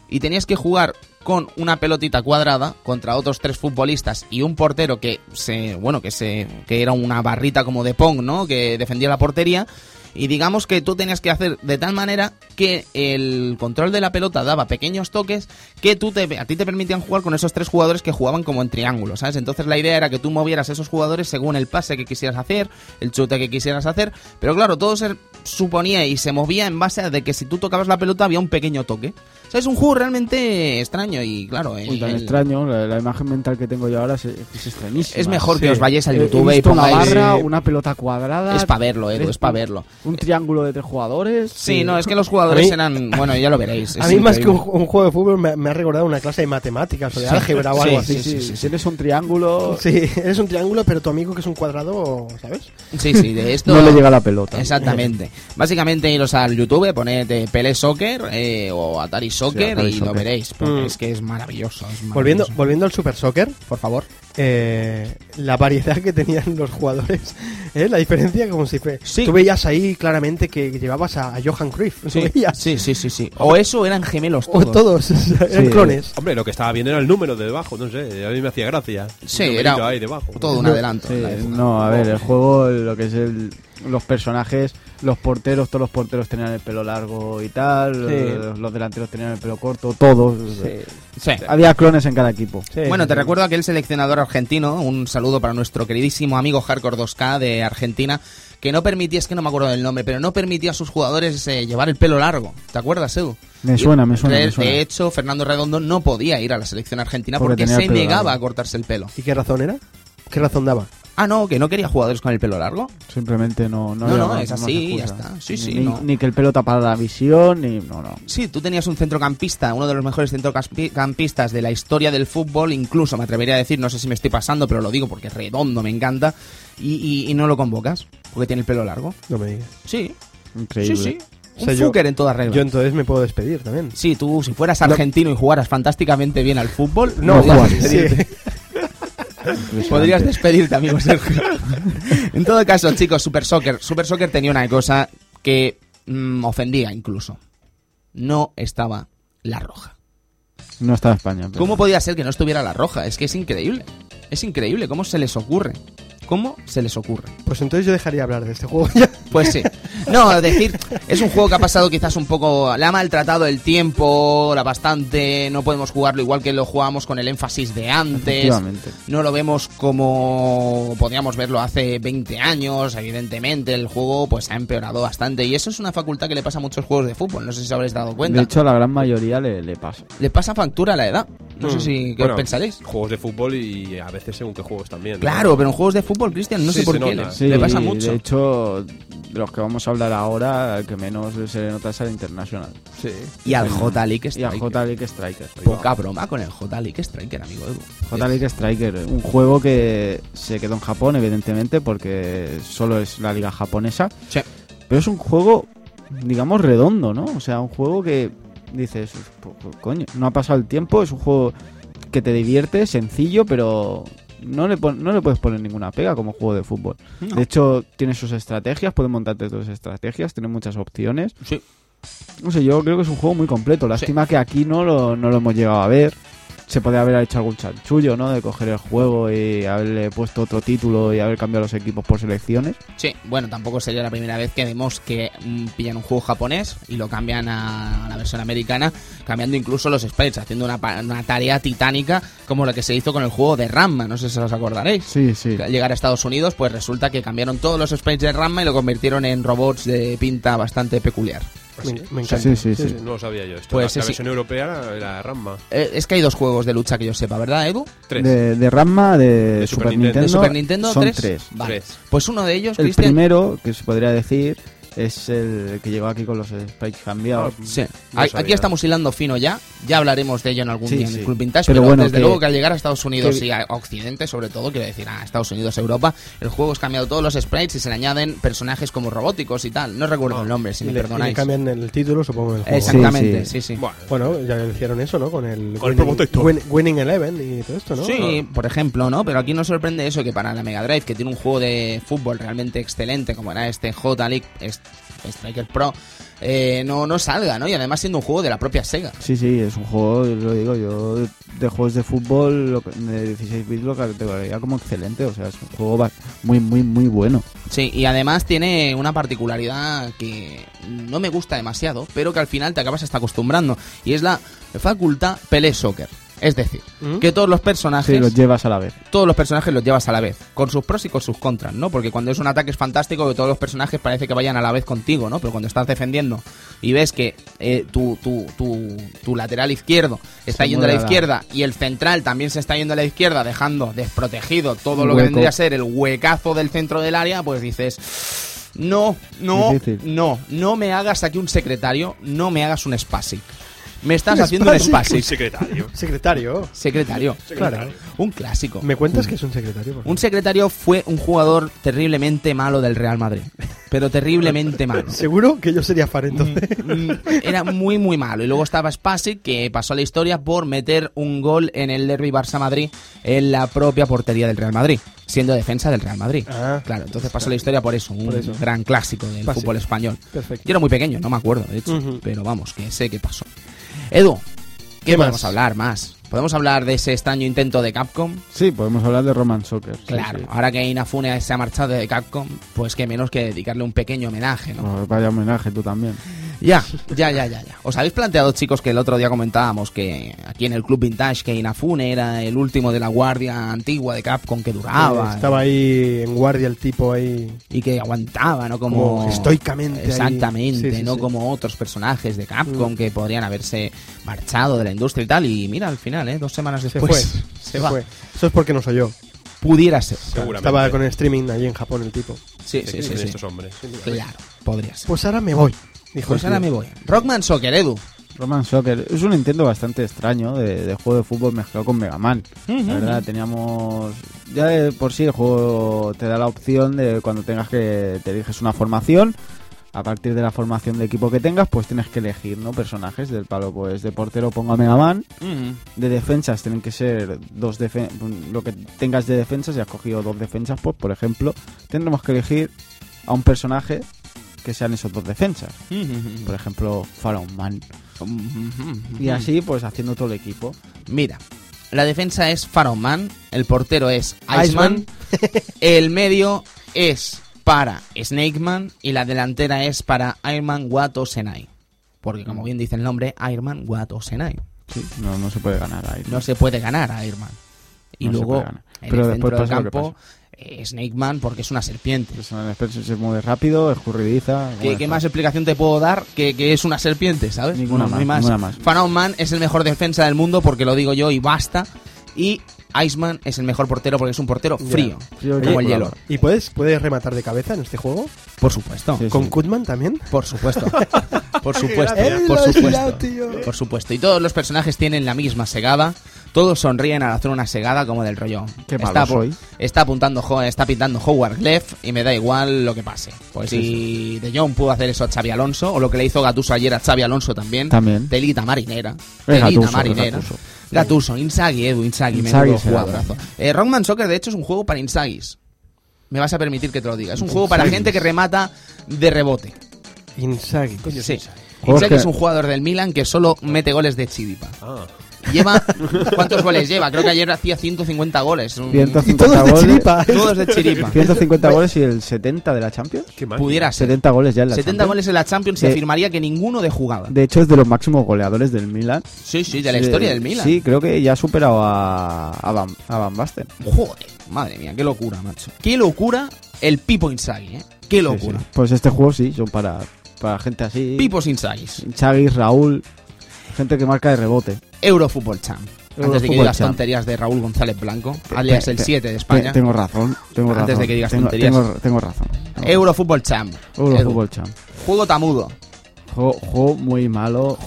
[SPEAKER 1] y tenías que jugar con una pelotita cuadrada contra otros tres futbolistas y un portero que se bueno que se que era una barrita como de pong no que defendía la portería y digamos que tú tenías que hacer de tal manera que el control de la pelota daba pequeños toques que tú te, a ti te permitían jugar con esos tres jugadores que jugaban como en triángulo, ¿sabes? Entonces la idea era que tú movieras esos jugadores según el pase que quisieras hacer, el chute que quisieras hacer, pero claro, todo se suponía y se movía en base a de que si tú tocabas la pelota había un pequeño toque. O sea, es un juego realmente extraño y claro, el-
[SPEAKER 4] Uy, tan
[SPEAKER 1] el-
[SPEAKER 4] extraño, la, la imagen mental que tengo yo ahora es, es extrañísima. Eh,
[SPEAKER 1] es mejor que
[SPEAKER 2] Sí.
[SPEAKER 1] os vayáis a
[SPEAKER 4] He- he
[SPEAKER 1] YouTube y
[SPEAKER 4] visto una
[SPEAKER 1] pongáis...
[SPEAKER 4] barra, una pelota cuadrada.
[SPEAKER 1] Es para verlo, Edu,
[SPEAKER 4] tres-
[SPEAKER 1] es para verlo.
[SPEAKER 4] Un triángulo de tres jugadores.
[SPEAKER 1] Sí, no, es que los jugadores
[SPEAKER 2] A mí-
[SPEAKER 1] eran... Bueno, ya lo veréis.
[SPEAKER 2] a
[SPEAKER 1] es
[SPEAKER 2] mí más que un,
[SPEAKER 1] increíble.
[SPEAKER 2] ju- un juego de fútbol me, me ha recordado una clase de matemáticas o de
[SPEAKER 1] Sí.
[SPEAKER 2] álgebra o algo
[SPEAKER 1] Sí,
[SPEAKER 4] Sí,
[SPEAKER 2] así.
[SPEAKER 4] sí, Tienes un triángulo.
[SPEAKER 2] Sí, eres un triángulo, pero tu amigo que es un cuadrado, ¿sabes?
[SPEAKER 1] Sí, sí, de esto...
[SPEAKER 4] No le llega la pelota.
[SPEAKER 1] Exactamente. Básicamente iros al YouTube, poned eh, Pele Soccer eh, o Atari Soccer
[SPEAKER 4] Atari
[SPEAKER 1] y lo
[SPEAKER 4] Soccer.
[SPEAKER 1] veréis. porque
[SPEAKER 2] Mm.
[SPEAKER 1] Es que es maravilloso. es maravilloso.
[SPEAKER 2] Volviendo, volviendo al Super Soccer,
[SPEAKER 1] por favor.
[SPEAKER 2] eh, la variedad que tenían los jugadores, ¿eh? la diferencia como si fue...
[SPEAKER 1] Sí.
[SPEAKER 2] Tú veías ahí claramente que llevabas a, a Johan Cruyff, tú
[SPEAKER 1] Sí,
[SPEAKER 2] veías.
[SPEAKER 1] sí, sí, sí, sí. O eso eran gemelos
[SPEAKER 2] O
[SPEAKER 1] todos.
[SPEAKER 2] todos, eran
[SPEAKER 4] Sí.
[SPEAKER 2] clones.
[SPEAKER 3] Hombre, lo que estaba viendo era el número de debajo, no sé. A mí me hacía gracia.
[SPEAKER 1] Sí,
[SPEAKER 3] Un
[SPEAKER 1] era
[SPEAKER 3] numerito ahí debajo.
[SPEAKER 1] todo un
[SPEAKER 2] No,
[SPEAKER 1] adelanto.
[SPEAKER 4] Sí,
[SPEAKER 1] la época.
[SPEAKER 4] no, a ver, el juego, lo que es el, los personajes, los porteros, todos los porteros tenían el pelo largo y tal,
[SPEAKER 2] Sí.
[SPEAKER 4] los, los delanteros tenían el pelo corto, todos.
[SPEAKER 1] Sí.
[SPEAKER 4] Había clones en cada equipo.
[SPEAKER 1] Bueno, te
[SPEAKER 2] recuerdo
[SPEAKER 1] recuerdo aquel seleccionador argentino, un saludo para nuestro queridísimo amigo Hardcore 2K de Argentina, que no permitía, es que no me acuerdo del nombre, pero no permitía a sus jugadores eh, llevar el pelo largo. ¿Te acuerdas, Edu?
[SPEAKER 4] Me
[SPEAKER 1] Y-
[SPEAKER 4] suena, me suena, me
[SPEAKER 1] de-
[SPEAKER 4] suena.
[SPEAKER 1] De hecho, Fernando Redondo no podía ir a la selección argentina porque,
[SPEAKER 4] Porque tenía el
[SPEAKER 1] se
[SPEAKER 4] pelo
[SPEAKER 1] negaba
[SPEAKER 4] largo.
[SPEAKER 1] a cortarse el pelo.
[SPEAKER 2] ¿Y qué razón era? ¿Qué razón daba?
[SPEAKER 1] Ah, no, que no quería jugadores con el pelo largo.
[SPEAKER 4] Simplemente no... No,
[SPEAKER 1] No,
[SPEAKER 4] había
[SPEAKER 1] no,
[SPEAKER 4] más-
[SPEAKER 1] es
[SPEAKER 4] más
[SPEAKER 1] así, ya
[SPEAKER 4] excusas.
[SPEAKER 1] está. Sí,
[SPEAKER 4] ni,
[SPEAKER 1] sí,
[SPEAKER 4] ni-
[SPEAKER 1] no.
[SPEAKER 4] ni que el pelo tapara la visión, ni... No, no.
[SPEAKER 1] Sí, tú tenías un centrocampista, uno de los mejores centrocampistas de la historia del fútbol, incluso me atrevería a decir, no sé si me estoy pasando, pero lo digo porque redondo me encanta, y, y- y no lo convocas, porque tiene el pelo largo.
[SPEAKER 2] No me digas.
[SPEAKER 1] Sí,
[SPEAKER 4] Increíble.
[SPEAKER 1] sí, sí.
[SPEAKER 2] O
[SPEAKER 1] Un
[SPEAKER 2] sea, yo-
[SPEAKER 1] fucker en toda regla.
[SPEAKER 2] Yo entonces me puedo despedir también.
[SPEAKER 1] Sí, tú si fueras argentino y jugaras fantásticamente bien al fútbol,
[SPEAKER 4] No
[SPEAKER 1] podrías
[SPEAKER 4] jugaría.
[SPEAKER 1] despedirte.
[SPEAKER 4] Impresionante.
[SPEAKER 1] Podrías despedirte, amigo Sergio. en todo caso, chicos, Super Soccer. Super Soccer tenía una cosa que mm, ofendía incluso. No estaba la roja.
[SPEAKER 4] No estaba España. pero-
[SPEAKER 1] ¿Cómo podía ser que no estuviera la roja? Es que es increíble. Es increíble cómo se les ocurre. ¿Cómo se les ocurre?
[SPEAKER 2] Pues entonces yo dejaría hablar de este juego ya.
[SPEAKER 1] Pues sí. No, es decir, es un juego que ha pasado quizás un poco. La ha maltratado el tiempo, la bastante. No podemos jugarlo igual que lo jugábamos con el énfasis de antes.
[SPEAKER 4] Efectivamente.
[SPEAKER 1] No lo vemos como podíamos verlo hace 20 años. Evidentemente, el juego pues ha empeorado bastante. Y eso es una facultad que le pasa a muchos juegos de fútbol. No sé si os habréis dado cuenta.
[SPEAKER 4] De hecho, a la gran mayoría le, le pasa.
[SPEAKER 1] le pasa factura a la edad. No sé si. ¿Qué
[SPEAKER 3] Mm. Bueno,
[SPEAKER 1] os pensaréis?
[SPEAKER 3] Juegos de fútbol y a veces según qué juegos también. ¿no?
[SPEAKER 1] Claro, pero en juegos de fútbol, Cristian, no
[SPEAKER 3] Sí,
[SPEAKER 1] sé por
[SPEAKER 3] se
[SPEAKER 1] qué. ¿eh?
[SPEAKER 3] nota.
[SPEAKER 1] le-
[SPEAKER 4] Sí,
[SPEAKER 1] le pasa
[SPEAKER 4] De
[SPEAKER 1] mucho.
[SPEAKER 4] hecho, de los que vamos a hablar ahora, el que menos se le nota es al International.
[SPEAKER 2] Sí.
[SPEAKER 1] Y al J League
[SPEAKER 4] Y al
[SPEAKER 1] Striker.
[SPEAKER 4] J League Striker.
[SPEAKER 1] Poca broma con el J League Striker, amigo Edu.
[SPEAKER 4] J League Striker, un juego que se quedó en Japón, evidentemente, porque solo es la liga japonesa.
[SPEAKER 1] Sí.
[SPEAKER 4] Pero es un juego, digamos, redondo, ¿no? O sea, un juego que dices, "Pues, pues, coño, no ha pasado el tiempo, es un juego que te divierte, sencillo, pero no le, pon- no le puedes poner ninguna pega como juego de fútbol. De hecho, tiene sus estrategias, puedes montarte tus estrategias, tiene muchas opciones.
[SPEAKER 1] Sí.
[SPEAKER 4] No sé, yo creo que es un juego muy completo. Lástima que aquí no lo, no lo hemos llegado a ver. Se podría haber hecho algún chanchullo, ¿no? De coger el juego y haberle puesto otro título y haber cambiado los equipos por selecciones.
[SPEAKER 1] Sí, bueno, tampoco sería la primera vez que vemos que mm, pillan un juego japonés y lo cambian a la versión americana, cambiando incluso los sprites, haciendo una, pa- una tarea titánica como la que se hizo con el juego de Ramma, no sé si os acordaréis.
[SPEAKER 4] Sí, sí.
[SPEAKER 1] Al llegar a Estados Unidos, pues resulta que cambiaron todos los sprites de Ramma y lo convirtieron en robots de pinta bastante peculiar.
[SPEAKER 2] Me, me encanta.
[SPEAKER 4] Sí, sí, sí.
[SPEAKER 3] No lo sabía yo esto.
[SPEAKER 1] Pues
[SPEAKER 3] la,
[SPEAKER 1] sí,
[SPEAKER 3] la
[SPEAKER 1] sí.
[SPEAKER 3] versión europea era Ramma.
[SPEAKER 1] Eh, es que hay dos juegos de lucha que yo sepa, ¿verdad, Edu?
[SPEAKER 3] Tres.
[SPEAKER 4] De, de Ramma, de,
[SPEAKER 3] De
[SPEAKER 4] Super
[SPEAKER 3] Super
[SPEAKER 4] Nintendo.
[SPEAKER 3] Nintendo.
[SPEAKER 1] ¿De Super Nintendo?
[SPEAKER 4] Son
[SPEAKER 1] ¿Tres?
[SPEAKER 4] tres.
[SPEAKER 1] Vale.
[SPEAKER 3] Tres.
[SPEAKER 1] Pues uno de ellos,
[SPEAKER 4] El
[SPEAKER 1] Cristian.
[SPEAKER 4] primero, que se podría decir, es el que llegó aquí con los sprites cambiados.
[SPEAKER 3] Ah,
[SPEAKER 1] Sí.
[SPEAKER 3] No
[SPEAKER 1] Aquí
[SPEAKER 3] sabía.
[SPEAKER 1] estamos hilando fino ya. Ya hablaremos de ello en algún
[SPEAKER 4] Sí,
[SPEAKER 1] día en
[SPEAKER 4] sí.
[SPEAKER 1] el Club Vintage. Pero,
[SPEAKER 4] Pero bueno,
[SPEAKER 1] desde
[SPEAKER 4] que-
[SPEAKER 1] luego que al llegar a Estados Unidos
[SPEAKER 4] que-
[SPEAKER 1] y a Occidente, sobre todo, quiero decir, a Estados Unidos, Europa, el juego es cambiado todos los sprites y se le añaden personajes como robóticos y tal. No recuerdo el nombre, si
[SPEAKER 2] Y
[SPEAKER 1] me
[SPEAKER 2] le, y le
[SPEAKER 1] perdonáis.
[SPEAKER 2] cambian el título, supongo, del juego.
[SPEAKER 4] Exacto.
[SPEAKER 1] Exactamente, sí, sí.
[SPEAKER 4] Sí,
[SPEAKER 3] Bueno,
[SPEAKER 2] Bueno, ya hicieron eso, ¿no? Con el,
[SPEAKER 3] Con el
[SPEAKER 2] winning,
[SPEAKER 3] Protector.
[SPEAKER 2] Win- Winning Eleven y todo esto, ¿no?
[SPEAKER 1] Sí, por ejemplo, ¿no? Pero aquí nos sorprende eso que para la Mega Drive, que tiene un juego de fútbol realmente excelente, como era este J League est- Striker Pro, eh, no, no salga, ¿no? Y además siendo un juego de la propia Sega.
[SPEAKER 4] Sí, sí, es un juego, lo digo yo, de juegos de fútbol lo que- de 16 bits lo categoría como excelente. O sea, es un juego ba- muy, muy, muy bueno.
[SPEAKER 1] Sí, y además tiene una particularidad que no me gusta demasiado, pero que al final te acabas hasta acostumbrando, y es la facultad Pelé Soccer. Es decir,
[SPEAKER 2] ¿Mm?
[SPEAKER 1] que todos los personajes,
[SPEAKER 4] Sí, los llevas a la vez.
[SPEAKER 1] todos los personajes los llevas a la vez, con sus pros y con sus contras, ¿no? Porque cuando es un ataque es fantástico que todos los personajes parece que vayan a la vez contigo, ¿no? Pero cuando estás defendiendo y ves que eh, tu, tu, tu, tu lateral izquierdo está
[SPEAKER 4] Se
[SPEAKER 1] yendo a la
[SPEAKER 4] mueve a la-
[SPEAKER 1] izquierda y el central también se está yendo a la izquierda, dejando desprotegido todo
[SPEAKER 4] Un
[SPEAKER 1] lo que
[SPEAKER 4] hueco.
[SPEAKER 1] vendría a ser el huecazo del centro del área, pues dices, no, no,
[SPEAKER 4] Difícil.
[SPEAKER 1] no, no me hagas aquí un secretario, no me hagas un spasic. Me estás haciendo un
[SPEAKER 3] un
[SPEAKER 1] spasic.
[SPEAKER 3] secretario.
[SPEAKER 2] Secretario.
[SPEAKER 1] Secretario,
[SPEAKER 2] Claro.
[SPEAKER 1] un clásico.
[SPEAKER 2] ¿Me cuentas que es un secretario? por favor?
[SPEAKER 1] Un secretario fue un jugador terriblemente malo del Real Madrid, pero terriblemente malo.
[SPEAKER 2] Seguro que yo sería fan entonces.
[SPEAKER 1] Mm, Era muy, muy malo. Y luego estaba Spasic, que pasó a la historia por meter un gol en el derby Barça-Madrid en la propia portería del Real Madrid, siendo defensa del Real Madrid.
[SPEAKER 2] Ah.
[SPEAKER 1] claro, entonces pasó a la historia por eso, un
[SPEAKER 2] Por eso.
[SPEAKER 1] gran clásico del
[SPEAKER 2] Spasic.
[SPEAKER 1] fútbol español.
[SPEAKER 2] Perfecto.
[SPEAKER 1] Yo era muy pequeño, no me acuerdo, de hecho,
[SPEAKER 2] Ujú.
[SPEAKER 1] pero vamos, que sé qué pasó. Edu, ¿qué,
[SPEAKER 2] ¿Qué
[SPEAKER 1] podemos
[SPEAKER 2] más?
[SPEAKER 1] hablar más? ¿Podemos hablar de ese extraño intento de Capcom?
[SPEAKER 4] Sí, podemos hablar de Roman Soccer. sí,
[SPEAKER 1] Claro,
[SPEAKER 4] sí.
[SPEAKER 1] ahora que Inafune se ha marchado de Capcom, pues que menos que dedicarle un pequeño homenaje,
[SPEAKER 2] Ah.
[SPEAKER 1] ¿no?
[SPEAKER 4] Pues vaya homenaje tú también.
[SPEAKER 1] Ya, ya, ya, ya, ya. ¿Os habéis planteado, chicos, que el otro día comentábamos que aquí en el Club Vintage que Inafune era el último de la guardia antigua de Capcom que eh. duraba
[SPEAKER 2] Estaba ahí en guardia el tipo ahí.
[SPEAKER 1] y que aguantaba, ¿no? Como,
[SPEAKER 2] Como estoicamente ahí.
[SPEAKER 1] Exactamente,
[SPEAKER 2] Sí, sí, Mm.
[SPEAKER 1] no
[SPEAKER 2] sí.
[SPEAKER 1] como otros personajes de Capcom que podrían haberse marchado de la industria y tal. Y mira, al final, ¿eh? Dos semanas
[SPEAKER 2] Se
[SPEAKER 1] después
[SPEAKER 2] fue.
[SPEAKER 1] se
[SPEAKER 2] Se,
[SPEAKER 1] va.
[SPEAKER 2] fue. Eso es porque nos oyó.
[SPEAKER 1] Pudiera ser.
[SPEAKER 3] Seguramente.
[SPEAKER 2] Estaba con el streaming allí en Japón el tipo.
[SPEAKER 1] Sí, sí, sí. sí.
[SPEAKER 3] Estos hombres.
[SPEAKER 1] Claro, podría ser.
[SPEAKER 2] Pues ahora me voy. Dijo
[SPEAKER 1] Pues
[SPEAKER 2] el
[SPEAKER 1] ahora
[SPEAKER 2] tío.
[SPEAKER 1] me voy. Rockman Soccer, Edu.
[SPEAKER 4] Roman Soccer es un intento bastante extraño de, de juego de fútbol mezclado con Mega Man. La verdad, teníamos. Ya de por sí el juego te da la opción de cuando tengas que. Te eliges una formación. A partir de la formación de equipo que tengas, pues tienes que elegir, ¿no? Personajes del palo. Pues de portero pongo a Mega Man. De defensas tienen que ser dos defen Lo que tengas de defensas, si has cogido dos defensas, pues por ejemplo, tendremos que elegir a un personaje que sean esos dos defensas. Por ejemplo, Pharaoh Man. Y así, pues haciendo todo el equipo.
[SPEAKER 1] Mira, la defensa es Faroman, el portero es Iceman, el medio es para Snakeman y la delantera es para Ironman Wato Senai. Porque
[SPEAKER 4] Mm.
[SPEAKER 1] como bien dice el nombre, Ironman Wato Senai.
[SPEAKER 4] Sí, no, no se puede ganar ahí.
[SPEAKER 1] No se puede ganar a Ironman. Y
[SPEAKER 4] No se
[SPEAKER 1] luego,
[SPEAKER 4] puede ganar.
[SPEAKER 1] en
[SPEAKER 4] Pero
[SPEAKER 1] el
[SPEAKER 4] después
[SPEAKER 1] centro del
[SPEAKER 4] pasa lo que
[SPEAKER 1] campo, eh, Snakeman porque es una serpiente.
[SPEAKER 4] Pues en el Spencer se mueve rápido, escurridiza.
[SPEAKER 1] ¿Qué,
[SPEAKER 4] bueno,
[SPEAKER 1] qué
[SPEAKER 4] está.
[SPEAKER 1] más explicación te puedo dar que, que es una serpiente, sabes?
[SPEAKER 4] Ninguna
[SPEAKER 1] No, no
[SPEAKER 4] más,
[SPEAKER 1] hay
[SPEAKER 4] ninguna más.
[SPEAKER 1] Pharaoh Man es el mejor defensa del mundo porque lo digo yo y basta. Y Iceman es el mejor portero porque es un portero frío,
[SPEAKER 4] Frío
[SPEAKER 1] como
[SPEAKER 4] que
[SPEAKER 1] el
[SPEAKER 4] cola.
[SPEAKER 1] hielo.
[SPEAKER 2] ¿Y puedes, puedes rematar de cabeza en este juego?
[SPEAKER 1] Por supuesto.
[SPEAKER 4] Sí,
[SPEAKER 2] ¿Con
[SPEAKER 4] sí.
[SPEAKER 2] Kutman también?
[SPEAKER 1] Por supuesto. Por supuesto.
[SPEAKER 2] Él
[SPEAKER 1] por
[SPEAKER 2] lo ha
[SPEAKER 1] supuesto.
[SPEAKER 2] hilado, tío.
[SPEAKER 1] Por supuesto. Y todos los personajes tienen la misma segada. Todos sonríen al hacer una segada como del rollo.
[SPEAKER 4] Qué
[SPEAKER 1] está,
[SPEAKER 4] malo
[SPEAKER 1] apu-
[SPEAKER 4] soy.
[SPEAKER 1] está apuntando, Ho- está pintando Howard Left y me da igual lo que pase. Pues si De Jong pudo hacer eso a Xavi Alonso, o lo que le hizo Gatuso ayer a Xavi Alonso también.
[SPEAKER 4] También.
[SPEAKER 1] Telita marinera.
[SPEAKER 4] Es
[SPEAKER 1] Telita
[SPEAKER 4] Gattuso, es
[SPEAKER 1] marinera.
[SPEAKER 4] Gattuso.
[SPEAKER 1] Gatuso, Insagi, Edu, Insagi,
[SPEAKER 4] Inzaghi
[SPEAKER 1] menudo
[SPEAKER 4] será
[SPEAKER 1] jugadorazo. Eh, Rockman Soccer, de hecho, es un juego para Insagis. Me vas a permitir que te lo diga. Es un juego para gente que remata de rebote.
[SPEAKER 2] Inzaghi.
[SPEAKER 1] Sí.
[SPEAKER 4] Jorge.
[SPEAKER 1] Inzaghi es un jugador del Milan que solo mete goles de chidipa.
[SPEAKER 3] Ah,
[SPEAKER 1] Lleva ¿Cuántos goles lleva? Creo que ayer hacía 150 goles. Un-
[SPEAKER 4] 150
[SPEAKER 2] Y todos de
[SPEAKER 4] goles,
[SPEAKER 2] chiripa.
[SPEAKER 1] Todos de chiripa.
[SPEAKER 4] 150 goles y el 70 de la Champions.
[SPEAKER 3] Qué mal.
[SPEAKER 1] Pudiera ser.
[SPEAKER 4] 70 goles ya en la
[SPEAKER 1] 70
[SPEAKER 4] Champions.
[SPEAKER 1] goles en la Champions se
[SPEAKER 4] De-
[SPEAKER 1] afirmaría que ninguno de jugada.
[SPEAKER 4] De hecho, es de los máximos goleadores del Milan.
[SPEAKER 1] Sí, sí, de la historia
[SPEAKER 4] Eh,
[SPEAKER 1] del Milan.
[SPEAKER 4] Sí, creo que ya ha superado a, a, Van, a Van Basten.
[SPEAKER 1] Joder, madre mía, qué locura, macho. Qué locura el Pipo Inzaghi, ¿eh? Qué locura.
[SPEAKER 4] Sí, sí. Pues este juego sí, son para, para gente así.
[SPEAKER 1] Pipos Inzaghi.
[SPEAKER 4] Chagui, Raúl. Gente que marca de rebote.
[SPEAKER 1] Eurofútbol Champ. Antes de que
[SPEAKER 4] Eurofútbol
[SPEAKER 1] digas
[SPEAKER 4] Champ.
[SPEAKER 1] tonterías de Raúl González Blanco, alias el
[SPEAKER 4] Te-
[SPEAKER 1] 7 de
[SPEAKER 4] te-
[SPEAKER 1] España.
[SPEAKER 4] Tengo razón. Tengo
[SPEAKER 1] Antes
[SPEAKER 4] razón.
[SPEAKER 1] de que digas
[SPEAKER 4] tengo,
[SPEAKER 1] tonterías.
[SPEAKER 4] Tengo, tengo razón. Tengo
[SPEAKER 1] Eurofútbol Champ.
[SPEAKER 4] razón.
[SPEAKER 1] Edu.
[SPEAKER 4] Eurofútbol Champ.
[SPEAKER 1] Juego tamudo.
[SPEAKER 4] Juego, juego muy malo.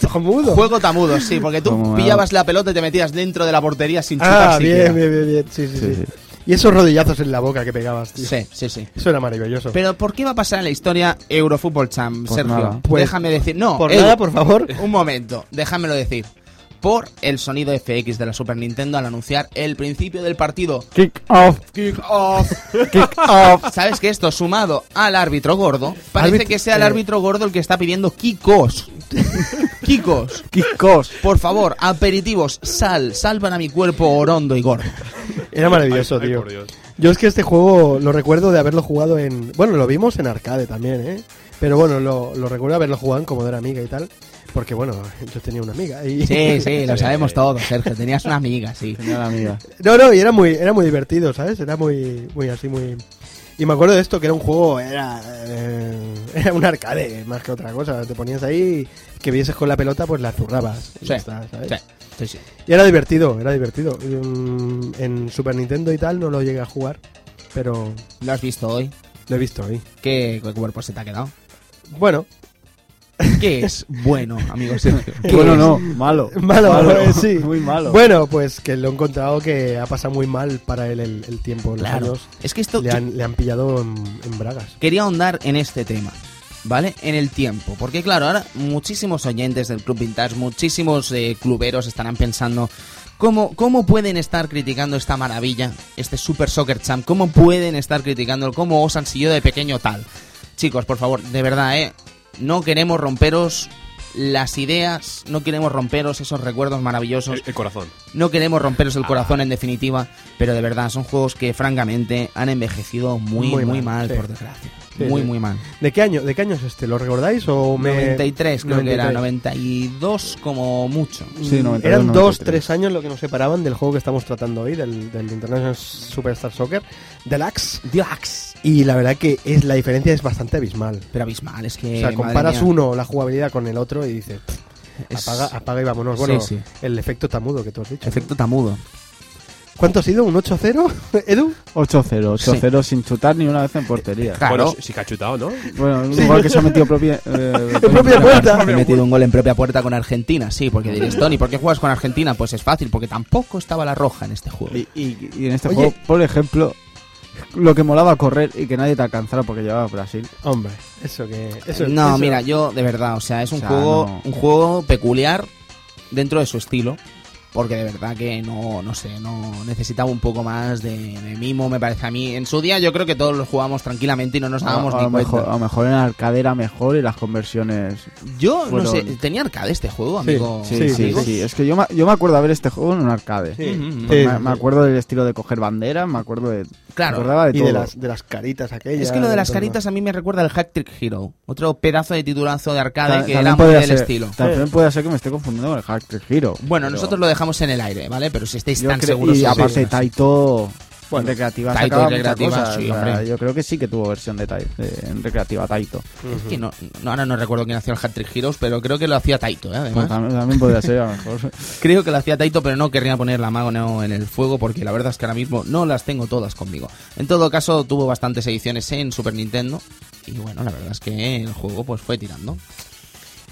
[SPEAKER 2] Está mudo.
[SPEAKER 1] Juego tamudo, sí, porque tú
[SPEAKER 4] Como
[SPEAKER 1] pillabas la pelota y te metías dentro de la portería sin chutar
[SPEAKER 2] Ah,
[SPEAKER 1] siquiera.
[SPEAKER 2] bien, bien, bien, bien. Sí, sí,
[SPEAKER 4] Sí,
[SPEAKER 2] sí.
[SPEAKER 4] sí.
[SPEAKER 2] Y esos rodillazos en la boca que pegabas, tío.
[SPEAKER 1] Sí, sí, sí.
[SPEAKER 2] Eso era maravilloso.
[SPEAKER 1] Pero ¿por qué va a pasar en la historia Eurofútbol Champ,
[SPEAKER 4] Pues
[SPEAKER 1] Sergio?
[SPEAKER 4] nada.
[SPEAKER 2] Pues-
[SPEAKER 1] Déjame decir. No,
[SPEAKER 2] por
[SPEAKER 1] Edu,
[SPEAKER 2] nada, por favor.
[SPEAKER 1] Un momento, déjamelo decir. Por el sonido FX de la Super Nintendo al anunciar el principio del partido.
[SPEAKER 4] Kick off.
[SPEAKER 1] Kick off.
[SPEAKER 4] Kick off.
[SPEAKER 1] Sabes que esto, sumado al árbitro gordo, parece
[SPEAKER 2] Árbit-
[SPEAKER 1] que sea el
[SPEAKER 2] eh.
[SPEAKER 1] árbitro gordo el que está pidiendo kikos. kikos.
[SPEAKER 4] Kick off.
[SPEAKER 1] Por favor, aperitivos, sal, salvan a mi cuerpo orondo y gordo.
[SPEAKER 2] Era maravilloso,
[SPEAKER 3] Ay,
[SPEAKER 2] tío.
[SPEAKER 3] por Dios.
[SPEAKER 2] Yo es que este juego lo recuerdo de haberlo jugado en. Bueno, lo vimos en arcade también, ¿eh? Pero bueno, lo, lo recuerdo haberlo jugado en Comodora Amiga y tal. Porque bueno, yo tenía una amiga. Y...
[SPEAKER 1] Sí, sí, lo sabemos todos, Sergio. Tenías una amiga, sí.
[SPEAKER 4] Señora amiga.
[SPEAKER 2] No, no, y era muy, era muy divertido, ¿sabes? Era muy, muy así, muy. Y me acuerdo de esto, que era un juego, era, eh, era un arcade, más que otra cosa. Te ponías ahí, que vieses con la pelota, pues la zurrabas. Y,
[SPEAKER 1] Sí,
[SPEAKER 2] ya está, ¿sabes?
[SPEAKER 1] sí, sí, sí.
[SPEAKER 2] Y era divertido, era divertido. Y, mm, en Super Nintendo y tal no lo llegué a jugar, pero
[SPEAKER 1] ¿Lo has visto hoy?
[SPEAKER 2] lo he visto ahí.
[SPEAKER 1] ¿Qué, qué cuerpo se te ha quedado?
[SPEAKER 2] Bueno,
[SPEAKER 1] ¿Qué es bueno, amigo Sergio?
[SPEAKER 4] Bueno, no, malo.
[SPEAKER 2] Malo, eh, sí.
[SPEAKER 4] Muy malo.
[SPEAKER 2] bueno, pues que lo he encontrado que ha pasado muy mal para él el, el tiempo, los
[SPEAKER 1] Claro.
[SPEAKER 2] años.
[SPEAKER 1] Es que esto...
[SPEAKER 2] Le
[SPEAKER 1] yo
[SPEAKER 2] han, le han pillado en, en bragas.
[SPEAKER 1] Quería ahondar en este tema, ¿vale? En el tiempo. Porque claro, ahora muchísimos oyentes del Club Vintage, muchísimos eh, cluberos estarán pensando... ¿Cómo, ¿Cómo pueden estar criticando esta maravilla, este Super Soccer Champ? ¿Cómo pueden estar criticándolo? ¿Cómo os han sido de pequeño tal? Chicos, por favor, de verdad, ¿eh? No queremos romperos las ideas, no queremos romperos esos recuerdos maravillosos.
[SPEAKER 3] El, el corazón.
[SPEAKER 1] No queremos romperos
[SPEAKER 2] Ah.
[SPEAKER 1] el corazón en definitiva, pero de verdad son juegos que francamente han envejecido muy, muy,
[SPEAKER 2] Muy
[SPEAKER 1] mal,
[SPEAKER 2] mal, sí.
[SPEAKER 1] por desgracia.
[SPEAKER 2] Sí,
[SPEAKER 1] muy,
[SPEAKER 2] sí.
[SPEAKER 1] muy mal.
[SPEAKER 2] ¿De qué año, de qué año es este? ¿Lo recordáis o me
[SPEAKER 1] 93 creo que era,
[SPEAKER 2] 93.
[SPEAKER 1] 92 como mucho.
[SPEAKER 4] Sí, 92,
[SPEAKER 2] Eran dos,
[SPEAKER 4] 93.
[SPEAKER 2] tres años lo que nos separaban del juego que estamos tratando hoy, del, del International Superstar Soccer, del Axe.
[SPEAKER 1] Dios,
[SPEAKER 2] Y la verdad que es la diferencia es bastante abismal.
[SPEAKER 1] pero abismal, es que...
[SPEAKER 2] o sea,
[SPEAKER 1] Eh, madre
[SPEAKER 2] comparas
[SPEAKER 1] mía,
[SPEAKER 2] uno, la jugabilidad con el otro y dices, "Pff,
[SPEAKER 1] es-
[SPEAKER 2] apaga, apaga y vámonos.
[SPEAKER 1] Sí,
[SPEAKER 2] Bueno,
[SPEAKER 1] sí.
[SPEAKER 2] el efecto tamudo que tú has dicho.
[SPEAKER 1] Efecto tamudo.
[SPEAKER 2] ¿Cuánto ha sido? ¿Un 8-0? ¿Edu?
[SPEAKER 4] 8-0, 8-0 sin chutar ni una vez en portería.
[SPEAKER 1] Claro,
[SPEAKER 3] Bueno, si, si que ha chutado, ¿no?
[SPEAKER 4] Bueno, un gol que se ha metido propia. eh,
[SPEAKER 2] propia puerta.
[SPEAKER 1] he metido un gol en propia puerta con Argentina, sí, porque diréis, Tony, ¿por qué juegas con Argentina? Pues es fácil, porque tampoco estaba la roja en este juego.
[SPEAKER 4] Y, y- y en este
[SPEAKER 2] Oye.
[SPEAKER 4] juego, por ejemplo, lo que molaba correr y que nadie te alcanzara porque llevaba a Brasil.
[SPEAKER 2] Hombre, eso que... Eso,
[SPEAKER 1] Eh, no,
[SPEAKER 2] eso-
[SPEAKER 1] mira, yo de verdad, o sea, es un
[SPEAKER 4] O sea,
[SPEAKER 1] juego,
[SPEAKER 4] no.
[SPEAKER 1] un juego peculiar dentro de su estilo. porque de verdad que no, no sé, no necesitaba un poco más de, de mimo, me parece a mí. En su día yo creo que todos lo jugábamos tranquilamente y no nos
[SPEAKER 2] Pues
[SPEAKER 1] dábamos
[SPEAKER 4] a, a
[SPEAKER 1] ni
[SPEAKER 4] lo mejor, a
[SPEAKER 1] cuenta.
[SPEAKER 4] lo mejor en arcade era mejor y las conversiones.
[SPEAKER 1] Yo no
[SPEAKER 4] fueron-
[SPEAKER 1] sé, tenía arcade este juego, amigo.
[SPEAKER 4] Sí, sí,
[SPEAKER 1] amigo?
[SPEAKER 4] sí, Es que yo me, yo me acuerdo haber este juego en un arcade.
[SPEAKER 2] Sí.
[SPEAKER 1] Mm, mm,
[SPEAKER 4] Pues
[SPEAKER 1] mm.
[SPEAKER 2] Sí,
[SPEAKER 4] me,
[SPEAKER 2] sí,
[SPEAKER 4] me
[SPEAKER 2] sí.
[SPEAKER 4] acuerdo del estilo de coger banderas, me acuerdo de.
[SPEAKER 1] Claro.
[SPEAKER 4] me acordaba de
[SPEAKER 2] Y
[SPEAKER 4] todo.
[SPEAKER 2] de las, de las caritas aquellas.
[SPEAKER 1] Es que lo de las
[SPEAKER 2] todo.
[SPEAKER 1] caritas a mí me recuerda al Hack Trick Hero, otro pedazo de titulazo de
[SPEAKER 4] Ta-
[SPEAKER 1] arcade que
[SPEAKER 4] también
[SPEAKER 1] era muy
[SPEAKER 4] podría
[SPEAKER 1] del
[SPEAKER 4] ser-
[SPEAKER 1] estilo.
[SPEAKER 4] También puede ser que me esté confundiendo con el Hack Trick Hero.
[SPEAKER 1] Bueno,
[SPEAKER 4] pero
[SPEAKER 1] nosotros lo dejamos en el aire, ¿vale? Pero si estáis
[SPEAKER 4] yo
[SPEAKER 1] tan
[SPEAKER 4] cre-
[SPEAKER 1] seguros...
[SPEAKER 4] Y
[SPEAKER 1] sí,
[SPEAKER 4] aparte,
[SPEAKER 1] sí.
[SPEAKER 4] Taito. en recreativa
[SPEAKER 1] Taito
[SPEAKER 4] sacaba
[SPEAKER 1] en
[SPEAKER 4] muchas
[SPEAKER 1] recreativa,
[SPEAKER 4] cosas,
[SPEAKER 1] sí,
[SPEAKER 4] o sea,
[SPEAKER 1] hombre.
[SPEAKER 4] yo creo que sí que tuvo versión de, Tai- de- en recreativa Taito.
[SPEAKER 1] Es que no, no- ahora no recuerdo quién hacía el Hat Trick Heroes, pero creo que lo hacía Taito, ¿eh?
[SPEAKER 4] Pues
[SPEAKER 1] además.
[SPEAKER 4] también, también podría ser a lo mejor.
[SPEAKER 1] Creo que lo hacía Taito, pero no querría poner la mano en el fuego porque la verdad es que ahora mismo no las tengo todas conmigo. En todo caso, tuvo bastantes ediciones en Super Nintendo y bueno, la verdad es que el juego pues fue tirando.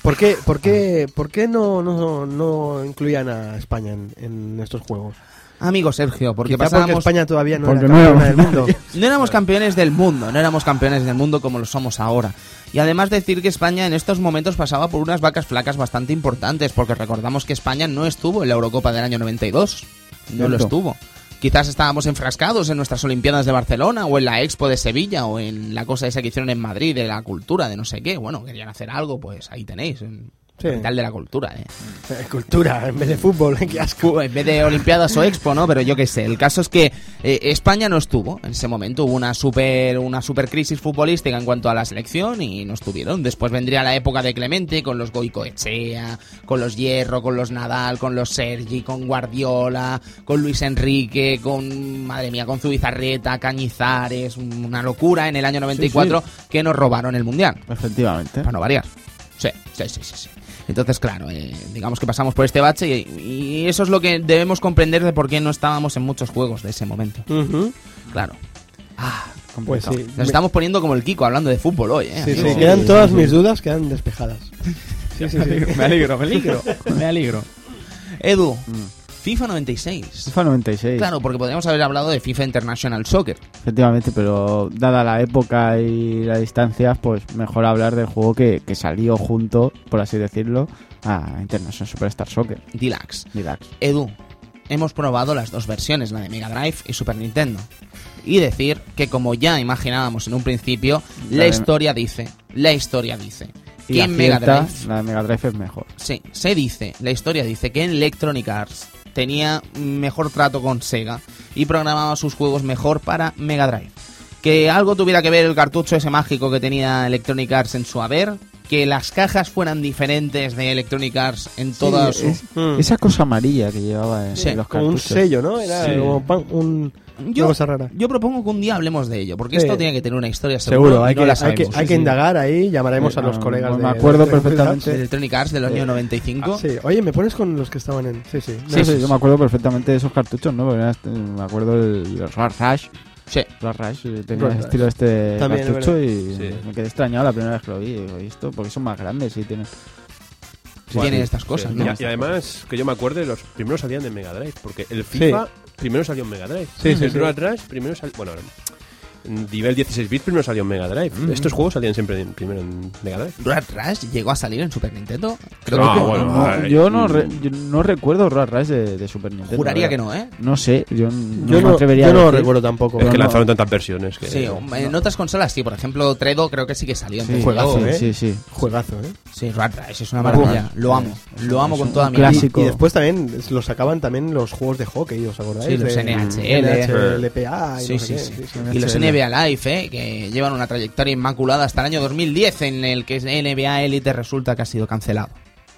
[SPEAKER 2] ¿Por qué, por qué, por qué no, no, no incluían a España en, en estos juegos?
[SPEAKER 1] Amigo Sergio, porque
[SPEAKER 2] Quizá
[SPEAKER 1] pasábamos...
[SPEAKER 2] porque España todavía no
[SPEAKER 4] Porque
[SPEAKER 2] era
[SPEAKER 4] no
[SPEAKER 2] campeona
[SPEAKER 4] era-
[SPEAKER 2] del mundo.
[SPEAKER 1] No éramos campeones del mundo, no éramos campeones del mundo como lo somos ahora. Y además decir que España en estos momentos pasaba por unas vacas flacas bastante importantes, porque recordamos que España no estuvo en la Eurocopa del año 92. No lo
[SPEAKER 4] Cierto.
[SPEAKER 1] estuvo. Quizás estábamos enfrascados en nuestras Olimpiadas de Barcelona o en la Expo de Sevilla o en la cosa esa que hicieron en Madrid de la cultura, de no sé qué. Bueno, querían hacer algo, pues ahí tenéis. en
[SPEAKER 2] Sí.
[SPEAKER 1] Capital de la cultura, eh.
[SPEAKER 2] Eh, Cultura, en vez de fútbol, eh, qué asco.
[SPEAKER 1] Fu- en vez de Olimpiadas o Expo, ¿no? Pero yo qué sé. El caso es que eh, España no estuvo en ese momento. Hubo una super, una super crisis futbolística en cuanto a la selección y no estuvieron. Después vendría la época de Clemente con los Goicoechea, con los Hierro, con los Nadal, con los Sergi, con Guardiola, con Luis Enrique, con, madre mía, con Zubizarreta, Cañizares. Una locura en el año 94 que nos robaron el Mundial.
[SPEAKER 4] Efectivamente.
[SPEAKER 1] ¿Eh? Para no variar. Sí, sí, sí, sí. sí. Entonces, claro, eh, digamos que pasamos por este bache y, y eso es lo que debemos comprender de por qué no estábamos en muchos juegos de ese momento.
[SPEAKER 2] Ujú.
[SPEAKER 1] Claro. Ah,
[SPEAKER 2] Pues sí.
[SPEAKER 1] nos estamos poniendo como el Kiko hablando de fútbol hoy, ¿eh?
[SPEAKER 2] Sí,
[SPEAKER 1] amigo?
[SPEAKER 2] sí, quedan todas mis dudas, quedan despejadas. Sí, sí, sí.
[SPEAKER 1] Me alegro, me alegro, me alegro. Edu, Mm. FIFA 96.
[SPEAKER 4] FIFA 96.
[SPEAKER 1] Claro, porque podríamos haber hablado de FIFA International Soccer.
[SPEAKER 4] Efectivamente, pero dada la época y las distancias, pues mejor hablar del juego que, que salió junto, por así decirlo, a International Superstar Soccer.
[SPEAKER 1] Deluxe.
[SPEAKER 4] Relax.
[SPEAKER 1] Edu, hemos probado las dos versiones, la de Mega Drive y Super Nintendo. Y decir que como ya imaginábamos en un principio, la
[SPEAKER 4] Dale.
[SPEAKER 1] historia dice, la historia dice,
[SPEAKER 4] Y
[SPEAKER 1] que en Mega
[SPEAKER 4] acierta,
[SPEAKER 1] Drive,
[SPEAKER 4] La de Mega Drive es mejor.
[SPEAKER 1] sí, se dice, la historia dice que en Electronic Arts tenía mejor trato con Sega y programaba sus juegos mejor para Mega Drive. Que algo tuviera que ver el cartucho ese mágico que tenía Electronic Arts en su haber, que las cajas fueran diferentes de Electronic Arts en todas
[SPEAKER 4] Sí,
[SPEAKER 1] sus...
[SPEAKER 4] es- Esa cosa amarilla que llevaba en
[SPEAKER 1] Sí,
[SPEAKER 4] los
[SPEAKER 2] Como Mm. un
[SPEAKER 4] cartuchos.
[SPEAKER 2] sello, ¿no? Era
[SPEAKER 4] Sí.
[SPEAKER 2] como pan- un,
[SPEAKER 1] Yo-
[SPEAKER 2] una cosa rara.
[SPEAKER 1] Yo propongo que un día hablemos de ello, porque
[SPEAKER 2] Sí.
[SPEAKER 1] esto tiene que tener una historia seguro.
[SPEAKER 2] Seguro, hay,
[SPEAKER 1] y no
[SPEAKER 2] que,
[SPEAKER 1] la
[SPEAKER 2] hay, que,
[SPEAKER 1] sabemos.
[SPEAKER 2] hay que indagar ahí, llamaremos
[SPEAKER 4] Sí,
[SPEAKER 2] a los
[SPEAKER 4] ah,
[SPEAKER 2] colegas
[SPEAKER 4] me
[SPEAKER 2] de...
[SPEAKER 4] acuerdo
[SPEAKER 2] de- Ah,
[SPEAKER 4] perfectamente.
[SPEAKER 1] De Electronic Arts del año
[SPEAKER 4] Eh,
[SPEAKER 1] 95.
[SPEAKER 2] Sí, oye, ¿me pones con los que estaban en...? Sí, sí.
[SPEAKER 4] Sí, sí, yo me acuerdo perfectamente de esos cartuchos, ¿no? Porque era este- me acuerdo el, los Rat Rash.
[SPEAKER 1] Sí.
[SPEAKER 4] Rat Rash eh, tenía
[SPEAKER 2] Rat
[SPEAKER 4] el
[SPEAKER 2] Rash.
[SPEAKER 4] estilo este
[SPEAKER 2] También,
[SPEAKER 4] cartucho
[SPEAKER 2] es
[SPEAKER 4] y
[SPEAKER 3] Sí.
[SPEAKER 4] me quedé extrañado la primera vez que lo vi. y Digo, "¿Y esto? Porque son más grandes y tienen...
[SPEAKER 1] Sí, tienen estas cosas,
[SPEAKER 3] Sí,
[SPEAKER 1] ¿no?
[SPEAKER 3] y, a- y además, que yo me acuerde, los primeros salían de Mega Drive, porque el FIFA primero salió en Mega Drive.
[SPEAKER 2] Sí, sí,
[SPEAKER 3] el
[SPEAKER 2] sí.
[SPEAKER 3] Road Rush primero salió. Bueno, en nivel 16 bits primero salió en Mega Drive. Estos juegos salían siempre en- primero en Mega Drive.
[SPEAKER 1] Rat Rash llegó a salir en Super Nintendo. Creo
[SPEAKER 3] No,
[SPEAKER 2] Ah,
[SPEAKER 1] que
[SPEAKER 3] bueno,
[SPEAKER 4] No,
[SPEAKER 3] ay,
[SPEAKER 4] yo, no
[SPEAKER 3] mm.
[SPEAKER 4] re- yo no recuerdo Rat Rash de, de Super Nintendo.
[SPEAKER 1] juraría
[SPEAKER 4] la
[SPEAKER 1] que
[SPEAKER 4] verdad.
[SPEAKER 1] no, ¿eh?
[SPEAKER 4] No sé, yo n- no
[SPEAKER 2] Yo
[SPEAKER 4] me
[SPEAKER 2] no,
[SPEAKER 4] atrevería
[SPEAKER 2] yo
[SPEAKER 4] a
[SPEAKER 2] Pues no
[SPEAKER 4] decir.
[SPEAKER 2] recuerdo tampoco.
[SPEAKER 3] es que
[SPEAKER 4] no.
[SPEAKER 3] lanzaron tantas versiones que.
[SPEAKER 1] Sí, en otras consolas sí, por ejemplo, Tredo creo que sí que salió en
[SPEAKER 4] Sí,
[SPEAKER 1] juego.
[SPEAKER 4] sí,
[SPEAKER 2] ¿eh?
[SPEAKER 4] sí, sí.
[SPEAKER 2] Juegazo, ¿eh?
[SPEAKER 1] Sí, Rat Rash es una maravilla. Lo amo, lo amo con toda mi alma.
[SPEAKER 4] clásico.
[SPEAKER 2] Y después también los sacaban también los juegos de hockey, ¿os acordáis?
[SPEAKER 1] Sí, los
[SPEAKER 2] De-
[SPEAKER 1] NHL.
[SPEAKER 2] NHLPA y
[SPEAKER 1] Sí,
[SPEAKER 2] no
[SPEAKER 1] sí,
[SPEAKER 2] sé
[SPEAKER 1] sí.
[SPEAKER 2] qué.
[SPEAKER 1] Y los NBA Live, ¿eh? que llevan una trayectoria inmaculada hasta el año 2010, en el que NBA Elite resulta que ha sido cancelado.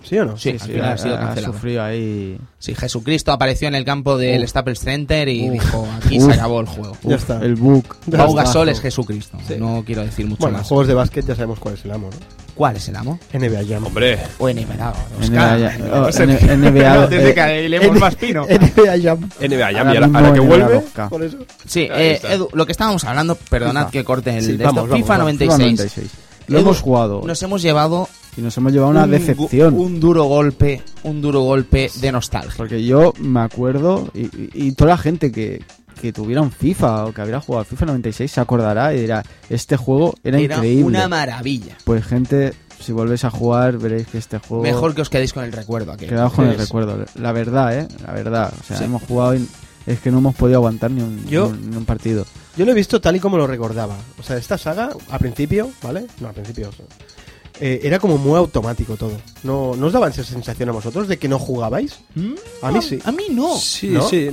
[SPEAKER 2] ¿Sí o no?
[SPEAKER 1] Sí, al final ha sido cancelado.
[SPEAKER 4] sufrido ahí.
[SPEAKER 1] Sí, Jesucristo apareció en el campo del Staples Center y dijo, aquí se
[SPEAKER 4] Uf.
[SPEAKER 1] acabó el juego.
[SPEAKER 2] Ya está.
[SPEAKER 4] El book.
[SPEAKER 1] Pau
[SPEAKER 2] está.
[SPEAKER 1] Gasol es Jesucristo.
[SPEAKER 2] Sí.
[SPEAKER 1] No quiero decir mucho
[SPEAKER 2] Bueno,
[SPEAKER 1] más.
[SPEAKER 2] juegos de básquet ya sabemos cuál es el amo, ¿no?
[SPEAKER 1] ¿Cuál es el amo?
[SPEAKER 2] NBA Jam.
[SPEAKER 3] Hombre,
[SPEAKER 1] O NBA.
[SPEAKER 4] NBA,
[SPEAKER 1] Oscar.
[SPEAKER 4] oh, N- NBA, eh,
[SPEAKER 1] caeremos más pino.
[SPEAKER 2] NBA Jam.
[SPEAKER 3] NBA ya,
[SPEAKER 4] ahora
[SPEAKER 3] mira, ahora,
[SPEAKER 4] mismo
[SPEAKER 3] que
[SPEAKER 4] en
[SPEAKER 3] vuelve.
[SPEAKER 4] 2K.
[SPEAKER 2] Por eso.
[SPEAKER 1] Sí,
[SPEAKER 3] Ahí
[SPEAKER 1] eh,
[SPEAKER 3] está.
[SPEAKER 1] Edu, lo que estábamos hablando, perdonad
[SPEAKER 4] FIFA.
[SPEAKER 1] que corte el
[SPEAKER 2] Sí,
[SPEAKER 1] de
[SPEAKER 2] vamos,
[SPEAKER 1] esto,
[SPEAKER 2] vamos,
[SPEAKER 1] FIFA
[SPEAKER 2] vamos.
[SPEAKER 1] 96.
[SPEAKER 4] 96. Lo
[SPEAKER 1] Edu,
[SPEAKER 4] hemos jugado
[SPEAKER 1] Nos hemos llevado
[SPEAKER 4] y nos hemos llevado una
[SPEAKER 1] un
[SPEAKER 4] decepción.
[SPEAKER 1] gu- Un duro golpe, un duro golpe de nostalgia.
[SPEAKER 4] Porque yo me acuerdo, y, y- y toda la gente que, que tuviera un FIFA o que hubiera jugado al FIFA 96 se acordará y dirá, este juego era,
[SPEAKER 1] Era
[SPEAKER 4] increíble.
[SPEAKER 1] una maravilla.
[SPEAKER 4] pues gente, si volvéis a jugar, veréis que este juego.
[SPEAKER 1] Mejor que os quedéis con el recuerdo Pues, aquel.
[SPEAKER 4] Quedaos con el
[SPEAKER 1] Sí.
[SPEAKER 4] recuerdo. La verdad, ¿eh? La verdad. O sea,
[SPEAKER 1] Sí.
[SPEAKER 4] hemos jugado y es que no hemos podido aguantar ni un,
[SPEAKER 2] Yo-
[SPEAKER 4] ni un- ni un partido.
[SPEAKER 2] Yo lo he visto tal y como lo recordaba. O sea, esta saga, al principio, ¿vale? No, al principio. eh, era como muy automático todo. ¿No, ¿No os daban esa sensación a vosotros de que no jugabais? A mí sí.
[SPEAKER 1] A mí no.
[SPEAKER 3] Sí,
[SPEAKER 2] ¿No?
[SPEAKER 3] sí.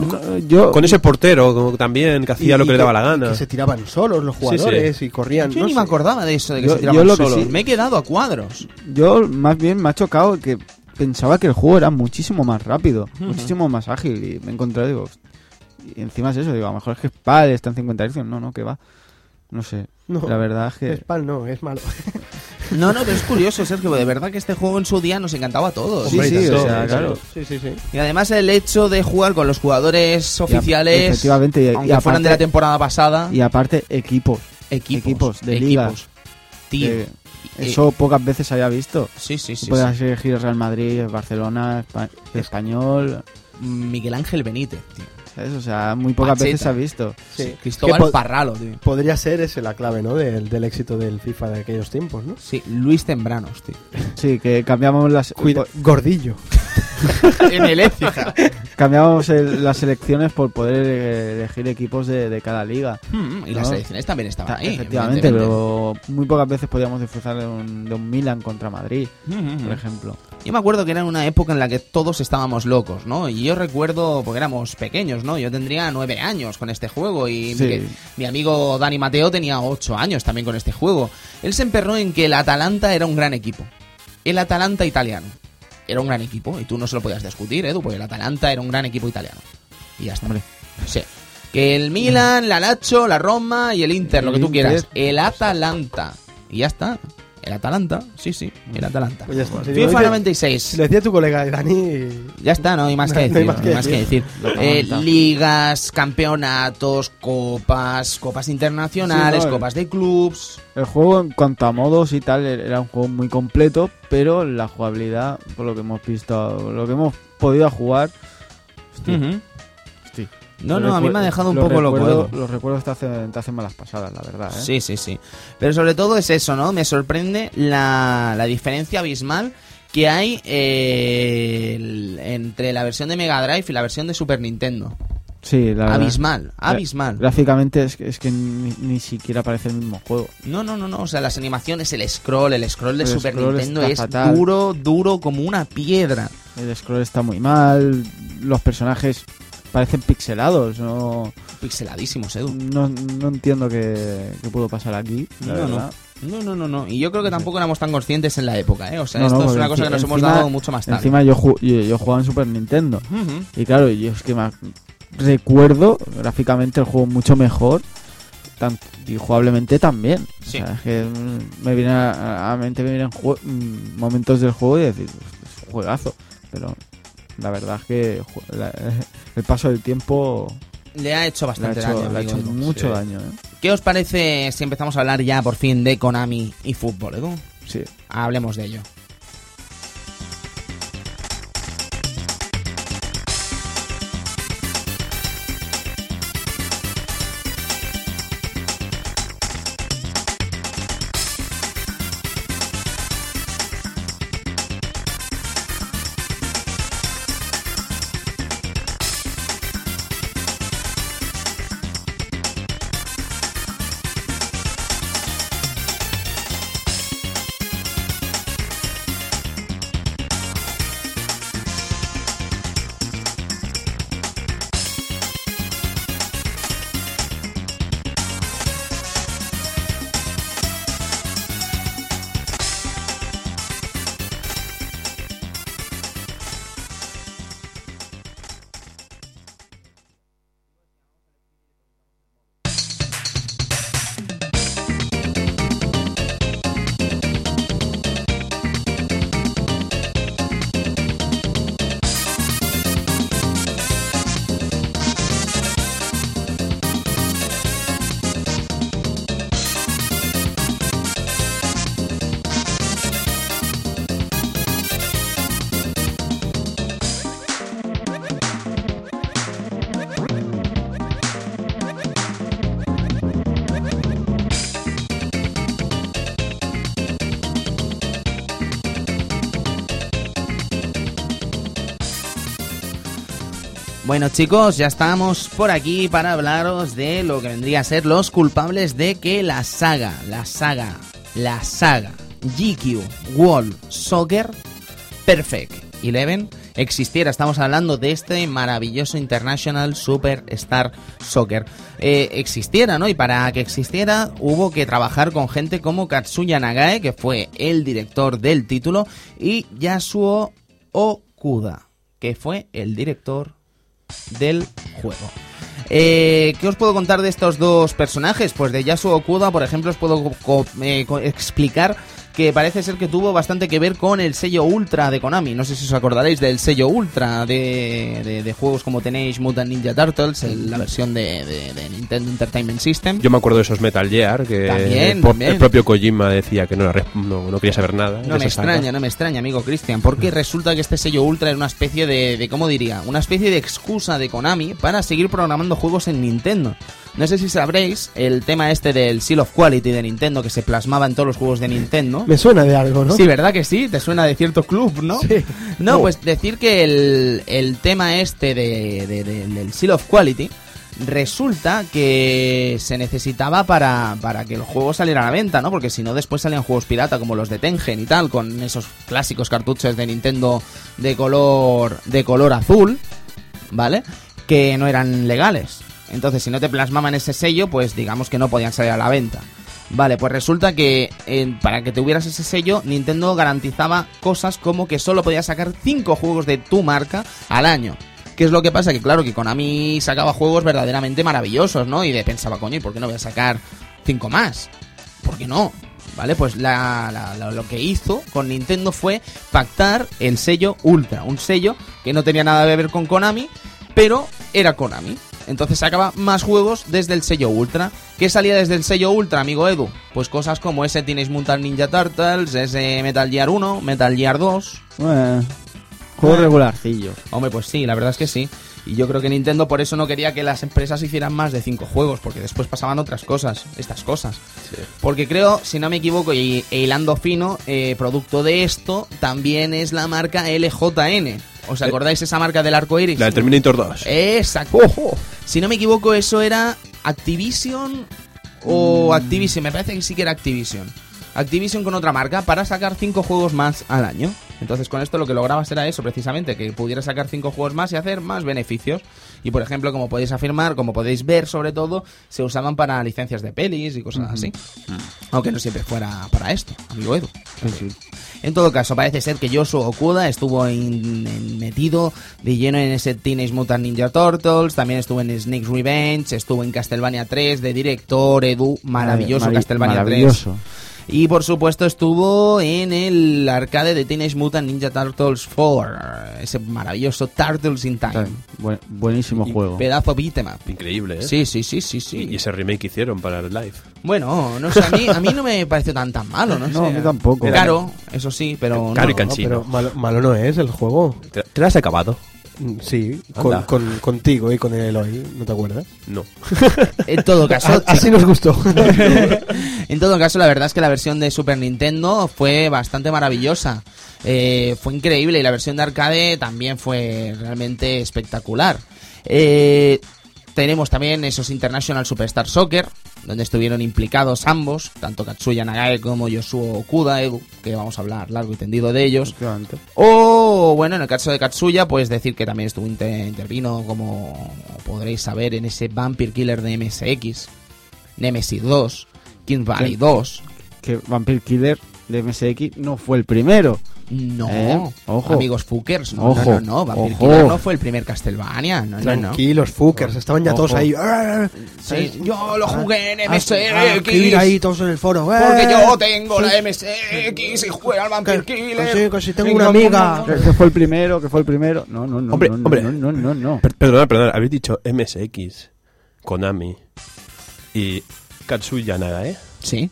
[SPEAKER 4] Yo,
[SPEAKER 3] Con ese portero como también, que hacía
[SPEAKER 2] Y-
[SPEAKER 3] lo que
[SPEAKER 2] y
[SPEAKER 3] le daba la
[SPEAKER 2] Que
[SPEAKER 3] gana.
[SPEAKER 2] se tiraban solos los
[SPEAKER 3] Sí, sí.
[SPEAKER 2] jugadores y corrían.
[SPEAKER 1] Yo
[SPEAKER 2] no
[SPEAKER 1] ni
[SPEAKER 2] sé.
[SPEAKER 1] me acordaba de eso, de que
[SPEAKER 4] Yo-
[SPEAKER 1] se
[SPEAKER 4] yo
[SPEAKER 1] tiraban
[SPEAKER 4] lo que
[SPEAKER 1] solos.
[SPEAKER 4] sí-
[SPEAKER 1] Me he quedado a cuadros.
[SPEAKER 4] yo más bien me ha chocado que pensaba que el juego era muchísimo más rápido, muchísimo más ágil. Y me he encontrado, digo, "Host-". y encima es eso, digo, a lo mejor es que es PAL, está en 50 Hz. No, no, que va. No sé.
[SPEAKER 2] No,
[SPEAKER 4] La verdad es
[SPEAKER 2] Es
[SPEAKER 4] que.
[SPEAKER 2] pal, no, es malo.
[SPEAKER 1] No, no, pero es curioso, Sergio, de verdad que este juego en su día nos encantaba a todos.
[SPEAKER 4] Sí,
[SPEAKER 3] Hombre,
[SPEAKER 4] sí, o
[SPEAKER 3] tanto,
[SPEAKER 4] sea,
[SPEAKER 3] sí,
[SPEAKER 4] claro.
[SPEAKER 2] Sí, sí, sí.
[SPEAKER 1] Y además el hecho de jugar con los jugadores
[SPEAKER 4] Y a-
[SPEAKER 1] oficiales,
[SPEAKER 4] efectivamente, y, y
[SPEAKER 1] aunque fueran
[SPEAKER 4] aparte,
[SPEAKER 1] de la temporada pasada,
[SPEAKER 4] y aparte, equipos.
[SPEAKER 1] equipos,
[SPEAKER 4] equipos de ligas.
[SPEAKER 1] Tío,
[SPEAKER 4] Eh,
[SPEAKER 1] eh,
[SPEAKER 4] eso pocas veces había visto.
[SPEAKER 1] sí, sí, sí.
[SPEAKER 4] Puedes elegir Real Madrid, Barcelona, Espa- Español.
[SPEAKER 1] sí. Miguel Ángel Benítez, tío.
[SPEAKER 4] ¿sabes? O sea, muy pocas
[SPEAKER 1] Pacheta.
[SPEAKER 4] veces se ha visto.
[SPEAKER 2] sí. Que
[SPEAKER 1] Cristóbal
[SPEAKER 2] po-
[SPEAKER 1] Parralo, tío.
[SPEAKER 2] Podría ser ese la clave, ¿no? Del, del éxito del FIFA de aquellos tiempos, ¿no?
[SPEAKER 1] Sí, Luis Tembranos, tío.
[SPEAKER 4] Sí, que cambiamos las
[SPEAKER 2] Cuida- Pues, Gordillo.
[SPEAKER 1] en el Écija.
[SPEAKER 4] po- cambiamos el- las selecciones por poder eh, elegir equipos de, de cada liga.
[SPEAKER 1] Mm, y
[SPEAKER 4] No.
[SPEAKER 1] las selecciones también estaban ahí.
[SPEAKER 4] Efectivamente,
[SPEAKER 1] evidentemente.
[SPEAKER 4] pero muy pocas veces podíamos disfrutar de un, de un Milan contra Madrid,
[SPEAKER 1] Mm,
[SPEAKER 4] por
[SPEAKER 1] mm.
[SPEAKER 4] ejemplo.
[SPEAKER 1] Yo me acuerdo que era una época en la que todos estábamos locos, ¿no? Y yo recuerdo, porque éramos pequeños, ¿no? Yo tendría nueve años con este juego y
[SPEAKER 4] Sí.
[SPEAKER 1] mi, mi amigo Dani Mateo tenía ocho años también con este juego. Él se emperró en que el Atalanta era un gran equipo. El Atalanta italiano. Era un gran equipo y tú no se lo podías discutir, Edu, porque el Atalanta era un gran equipo italiano. Y ya está.
[SPEAKER 4] Hombre.
[SPEAKER 1] Sí. Que el Milan, la Lazio, la Roma y el Inter, lo que
[SPEAKER 4] El
[SPEAKER 1] tú quieras.
[SPEAKER 4] Inter.
[SPEAKER 1] El Atalanta. Y ya está. El Atalanta, sí, sí, el Atalanta.
[SPEAKER 2] Pues ya está. Si lo
[SPEAKER 1] FIFA
[SPEAKER 2] dice-
[SPEAKER 1] 96.
[SPEAKER 2] si lo decía tu colega Dani,
[SPEAKER 1] Ya está, no hay más que
[SPEAKER 2] No hay
[SPEAKER 1] decir.
[SPEAKER 2] más que
[SPEAKER 1] no hay más que
[SPEAKER 2] decir.
[SPEAKER 1] decir.
[SPEAKER 4] Lo que
[SPEAKER 1] Eh,
[SPEAKER 4] aguanta.
[SPEAKER 1] ligas, campeonatos, copas, copas internacionales,
[SPEAKER 4] Sí, no,
[SPEAKER 1] copas de clubs.
[SPEAKER 4] El juego, en cuanto a modos y tal, er- era un juego muy completo, pero la jugabilidad, por lo que hemos visto, lo que hemos podido jugar. hostia, hostia.
[SPEAKER 1] No,
[SPEAKER 4] Lo
[SPEAKER 1] no, a mí
[SPEAKER 4] recuer-
[SPEAKER 1] me ha dejado un
[SPEAKER 4] lo
[SPEAKER 1] poco loco. ¿eh?
[SPEAKER 4] recuerdo-
[SPEAKER 1] Edu.
[SPEAKER 4] Los recuerdos te hacen, te hacen malas pasadas, la verdad. ¿eh?
[SPEAKER 1] Sí, sí, sí. Pero sobre todo es eso, ¿no? Me sorprende la, la diferencia abismal que hay eh, el- entre la versión de Mega Drive y la versión de Super Nintendo.
[SPEAKER 4] Sí, la verdad.
[SPEAKER 1] Abismal, abismal.
[SPEAKER 4] Gráficamente es que, es que ni, ni siquiera parece el mismo juego.
[SPEAKER 1] No, no, no, no. O sea, las animaciones, el scroll, el scroll de
[SPEAKER 4] El
[SPEAKER 1] Super
[SPEAKER 4] scroll
[SPEAKER 1] Nintendo
[SPEAKER 4] está
[SPEAKER 1] es
[SPEAKER 4] fatal.
[SPEAKER 1] duro, duro como una piedra.
[SPEAKER 4] El scroll está muy mal, los personajes parecen pixelados, no,
[SPEAKER 1] Pixeladísimos, Edu.
[SPEAKER 4] no, no entiendo qué, qué pudo pasar aquí.
[SPEAKER 1] No,
[SPEAKER 4] la
[SPEAKER 1] no.
[SPEAKER 4] verdad.
[SPEAKER 1] No, no, no, no. Y yo creo que tampoco éramos tan conscientes en la época, ¿eh? O sea,
[SPEAKER 4] No, no,
[SPEAKER 1] esto es
[SPEAKER 4] porque
[SPEAKER 1] una cosa que nos
[SPEAKER 4] enci-
[SPEAKER 1] hemos
[SPEAKER 4] encima-
[SPEAKER 1] dado mucho más tarde.
[SPEAKER 4] Encima yo, ju- yo, yo jugaba en Super Nintendo.
[SPEAKER 1] Ujú.
[SPEAKER 4] Y claro, yo es que me ac- recuerdo gráficamente el juego mucho mejor tan- y jugablemente también.
[SPEAKER 1] Sí.
[SPEAKER 4] O sea, es que mm, me viene a, a mente me vienen jue- mm, momentos del juego y decir, "Hostia, es un juegazo. Pero la verdad es que ju- la- el paso del tiempo
[SPEAKER 1] Le ha hecho
[SPEAKER 4] le ha
[SPEAKER 1] bastante
[SPEAKER 4] hecho,
[SPEAKER 1] daño.
[SPEAKER 4] le
[SPEAKER 1] amigo
[SPEAKER 4] ha hecho
[SPEAKER 1] Edu.
[SPEAKER 4] mucho
[SPEAKER 3] Sí.
[SPEAKER 4] daño. ¿eh?
[SPEAKER 1] ¿Qué os parece si empezamos a hablar ya por fin de Konami y fútbol, Edu?
[SPEAKER 4] Sí.
[SPEAKER 1] Hablemos de ello. Bueno chicos, ya estamos por aquí para hablaros de lo que vendría a ser los culpables de que la saga, la saga, la saga GQ World Soccer Perfect Eleven existiera. Estamos hablando de este maravilloso International Superstar Soccer. Eh, existiera, ¿no? Y para que existiera hubo que trabajar con gente como Katsuya Nagae, que fue el director del título, y Yasuo Okuda, que fue el director del juego. Eh, ¿Qué os puedo contar de estos dos personajes? Pues de Yasuo Okuda, por ejemplo, os puedo co- eh, co- explicar que parece ser que tuvo bastante que ver con el sello Ultra de Konami. No sé si os acordaréis del sello Ultra de, de- de juegos como tenéis Mutant Ninja Turtles, el- la versión de, de- de Nintendo Entertainment System.
[SPEAKER 3] Yo me acuerdo de esos Metal Gear que
[SPEAKER 1] También,
[SPEAKER 3] el, pro-
[SPEAKER 1] también.
[SPEAKER 3] el propio Kojima decía que no, era res- no, no quería saber nada.
[SPEAKER 1] No
[SPEAKER 3] de
[SPEAKER 1] me
[SPEAKER 3] esa saga.
[SPEAKER 1] extraña, no me extraña, amigo Cristian,
[SPEAKER 2] Mm.
[SPEAKER 1] porque resulta que este sello Ultra era una especie de, de, ¿cómo diría? Una especie de excusa de Konami para seguir programando juegos en Nintendo. No sé si sabréis el tema este del Seal of Quality de Nintendo que se plasmaba en todos los juegos de Nintendo.
[SPEAKER 2] Me suena de algo, ¿no?
[SPEAKER 1] Sí, ¿verdad que sí? Te suena de cierto club, ¿no?
[SPEAKER 2] Sí.
[SPEAKER 1] No,
[SPEAKER 2] Oh.
[SPEAKER 1] pues decir que el, el tema este de, de- de- del Seal of Quality resulta que se necesitaba para, para que el juego saliera a la venta, ¿no? Porque si no, después salían juegos pirata como los de Tengen y tal, con esos clásicos cartuchos de Nintendo de color, de color azul, ¿vale? Que no eran legales. Entonces, si no te plasmaban ese sello, pues digamos que no podían salir a la venta. Vale, pues resulta que eh, para que tuvieras ese sello, Nintendo garantizaba cosas como que solo podías sacar 5 juegos de tu marca al año. ¿Qué es lo que pasa? Que claro, que Konami sacaba juegos verdaderamente maravillosos, ¿no? Y de, pensaba, coño, ¿y por qué no voy a sacar 5 más? ¿Por qué no? ¿Vale? Pues la- la- la- lo que hizo con Nintendo fue pactar el sello Ultra, un sello que no tenía nada que ver con Konami, pero era Konami. Entonces sacaba más juegos desde el sello Ultra. ¿Qué salía desde el sello Ultra, amigo Edu? Pues cosas como ese Teenage Mutant Ninja Turtles, ese Metal Gear 1, Metal Gear 2,
[SPEAKER 4] Bueno, juego
[SPEAKER 1] Bueno.
[SPEAKER 4] regularcillo.
[SPEAKER 1] Hombre, pues sí, la verdad es que sí. Y yo creo que Nintendo por eso no quería que las empresas hicieran más de cinco juegos, porque después pasaban otras cosas, estas cosas. Porque creo, si no me equivoco, y e hilando fino, eh, producto de esto también es la marca LJN. ¿Os acordáis esa marca del arco iris?
[SPEAKER 3] La de Terminator 2.
[SPEAKER 1] Eh. Exacto. Si no me equivoco, eso era Activision o Activision. Me parece que sí que era Activision. Activision con otra marca para sacar cinco juegos más al año. Entonces con esto lo que lograbas era eso precisamente, que pudiera sacar cinco juegos más y hacer más beneficios. Y por ejemplo, como podéis afirmar, como podéis ver sobre todo, se usaban para licencias de pelis y cosas así. Aunque no siempre fuera para esto, amigo Edu. En todo caso, parece ser que Yosuo Okuda estuvo in- en- metido de lleno en ese Teenage Mutant Ninja Turtles, también estuvo en Snake's Revenge, estuvo en Castlevania 3 de director Edu, maravilloso
[SPEAKER 4] Maravi-
[SPEAKER 1] Castlevania
[SPEAKER 4] maravilloso.
[SPEAKER 1] 3. Y por supuesto estuvo en el arcade de Teenage Mutant Ninja Turtles 4, ese maravilloso Turtles in Time.
[SPEAKER 4] Buen- buenísimo
[SPEAKER 1] Y
[SPEAKER 4] juego.
[SPEAKER 1] Pedazo beat'em up.
[SPEAKER 3] Increíble, ¿eh?
[SPEAKER 1] Sí, sí, sí, sí, sí.
[SPEAKER 3] Y ese remake que hicieron para el live.
[SPEAKER 1] Bueno, no sé, a mí, a mí no me pareció tan tan malo, ¿no?
[SPEAKER 4] No,
[SPEAKER 1] sé.
[SPEAKER 4] a mí tampoco.
[SPEAKER 1] Caro, eso sí, pero
[SPEAKER 3] Caro y
[SPEAKER 1] no.
[SPEAKER 2] No,
[SPEAKER 3] cansino.
[SPEAKER 2] pero malo, malo no es el juego.
[SPEAKER 3] ¿Te, te lo has acabado?
[SPEAKER 2] Mm, Sí, con,
[SPEAKER 3] Anda.
[SPEAKER 2] con- contigo y con el Eloy, ¿no te acuerdas?
[SPEAKER 3] No.
[SPEAKER 1] En todo caso,
[SPEAKER 2] A- así nos gustó.
[SPEAKER 1] En todo caso, la verdad es que la versión de Super Nintendo fue bastante maravillosa. Eh, fue increíble y la versión de arcade también fue realmente espectacular. Eh, tenemos también esos International Superstar Soccer, donde estuvieron implicados ambos, tanto Katsuya Nagae como Yosuo Okuda, eh, que vamos a hablar largo y tendido de ellos.
[SPEAKER 4] Efectivamente.
[SPEAKER 1] O, bueno, en el caso de Katsuya, pues decir que también estuvo inter- intervino, como podréis saber, en ese Vampire Killer de MSX, Nemesis 2, King Valley
[SPEAKER 4] Sí.
[SPEAKER 1] 2.
[SPEAKER 4] Que Vampire Killer de MSX no fue el primero.
[SPEAKER 1] No,
[SPEAKER 4] Eh, ojo.
[SPEAKER 1] amigos fuckers, no, no,
[SPEAKER 4] Ojo,
[SPEAKER 1] no, no, Vampire
[SPEAKER 4] ojo.
[SPEAKER 1] Killer no fue el primer Castlevania, no, no, no.
[SPEAKER 2] Tranquilos, fuckers, estaban ya todos
[SPEAKER 4] Ojo.
[SPEAKER 2] ahí. "Arr, arr".
[SPEAKER 1] Sí, yo lo jugué en
[SPEAKER 2] Ah,
[SPEAKER 1] MSX,
[SPEAKER 2] ah, escribir ahí todos en el foro.
[SPEAKER 1] porque
[SPEAKER 2] "Eh,
[SPEAKER 1] yo tengo
[SPEAKER 2] sí,
[SPEAKER 1] la MSX y juego al Vampire
[SPEAKER 2] que-
[SPEAKER 1] Killer.
[SPEAKER 2] que sí, que sí, tengo
[SPEAKER 1] Y
[SPEAKER 2] una
[SPEAKER 1] no, no,
[SPEAKER 2] amiga.
[SPEAKER 1] no, no.
[SPEAKER 4] Que, que fue el primero, que fue el primero. No, no, no.
[SPEAKER 3] Hombre,
[SPEAKER 4] no, no,
[SPEAKER 3] hombre.
[SPEAKER 4] No, no, no. no.
[SPEAKER 3] Per- perdonad, perdonad. Habéis dicho MSX, Konami y Katsuya Nagae.
[SPEAKER 1] Sí.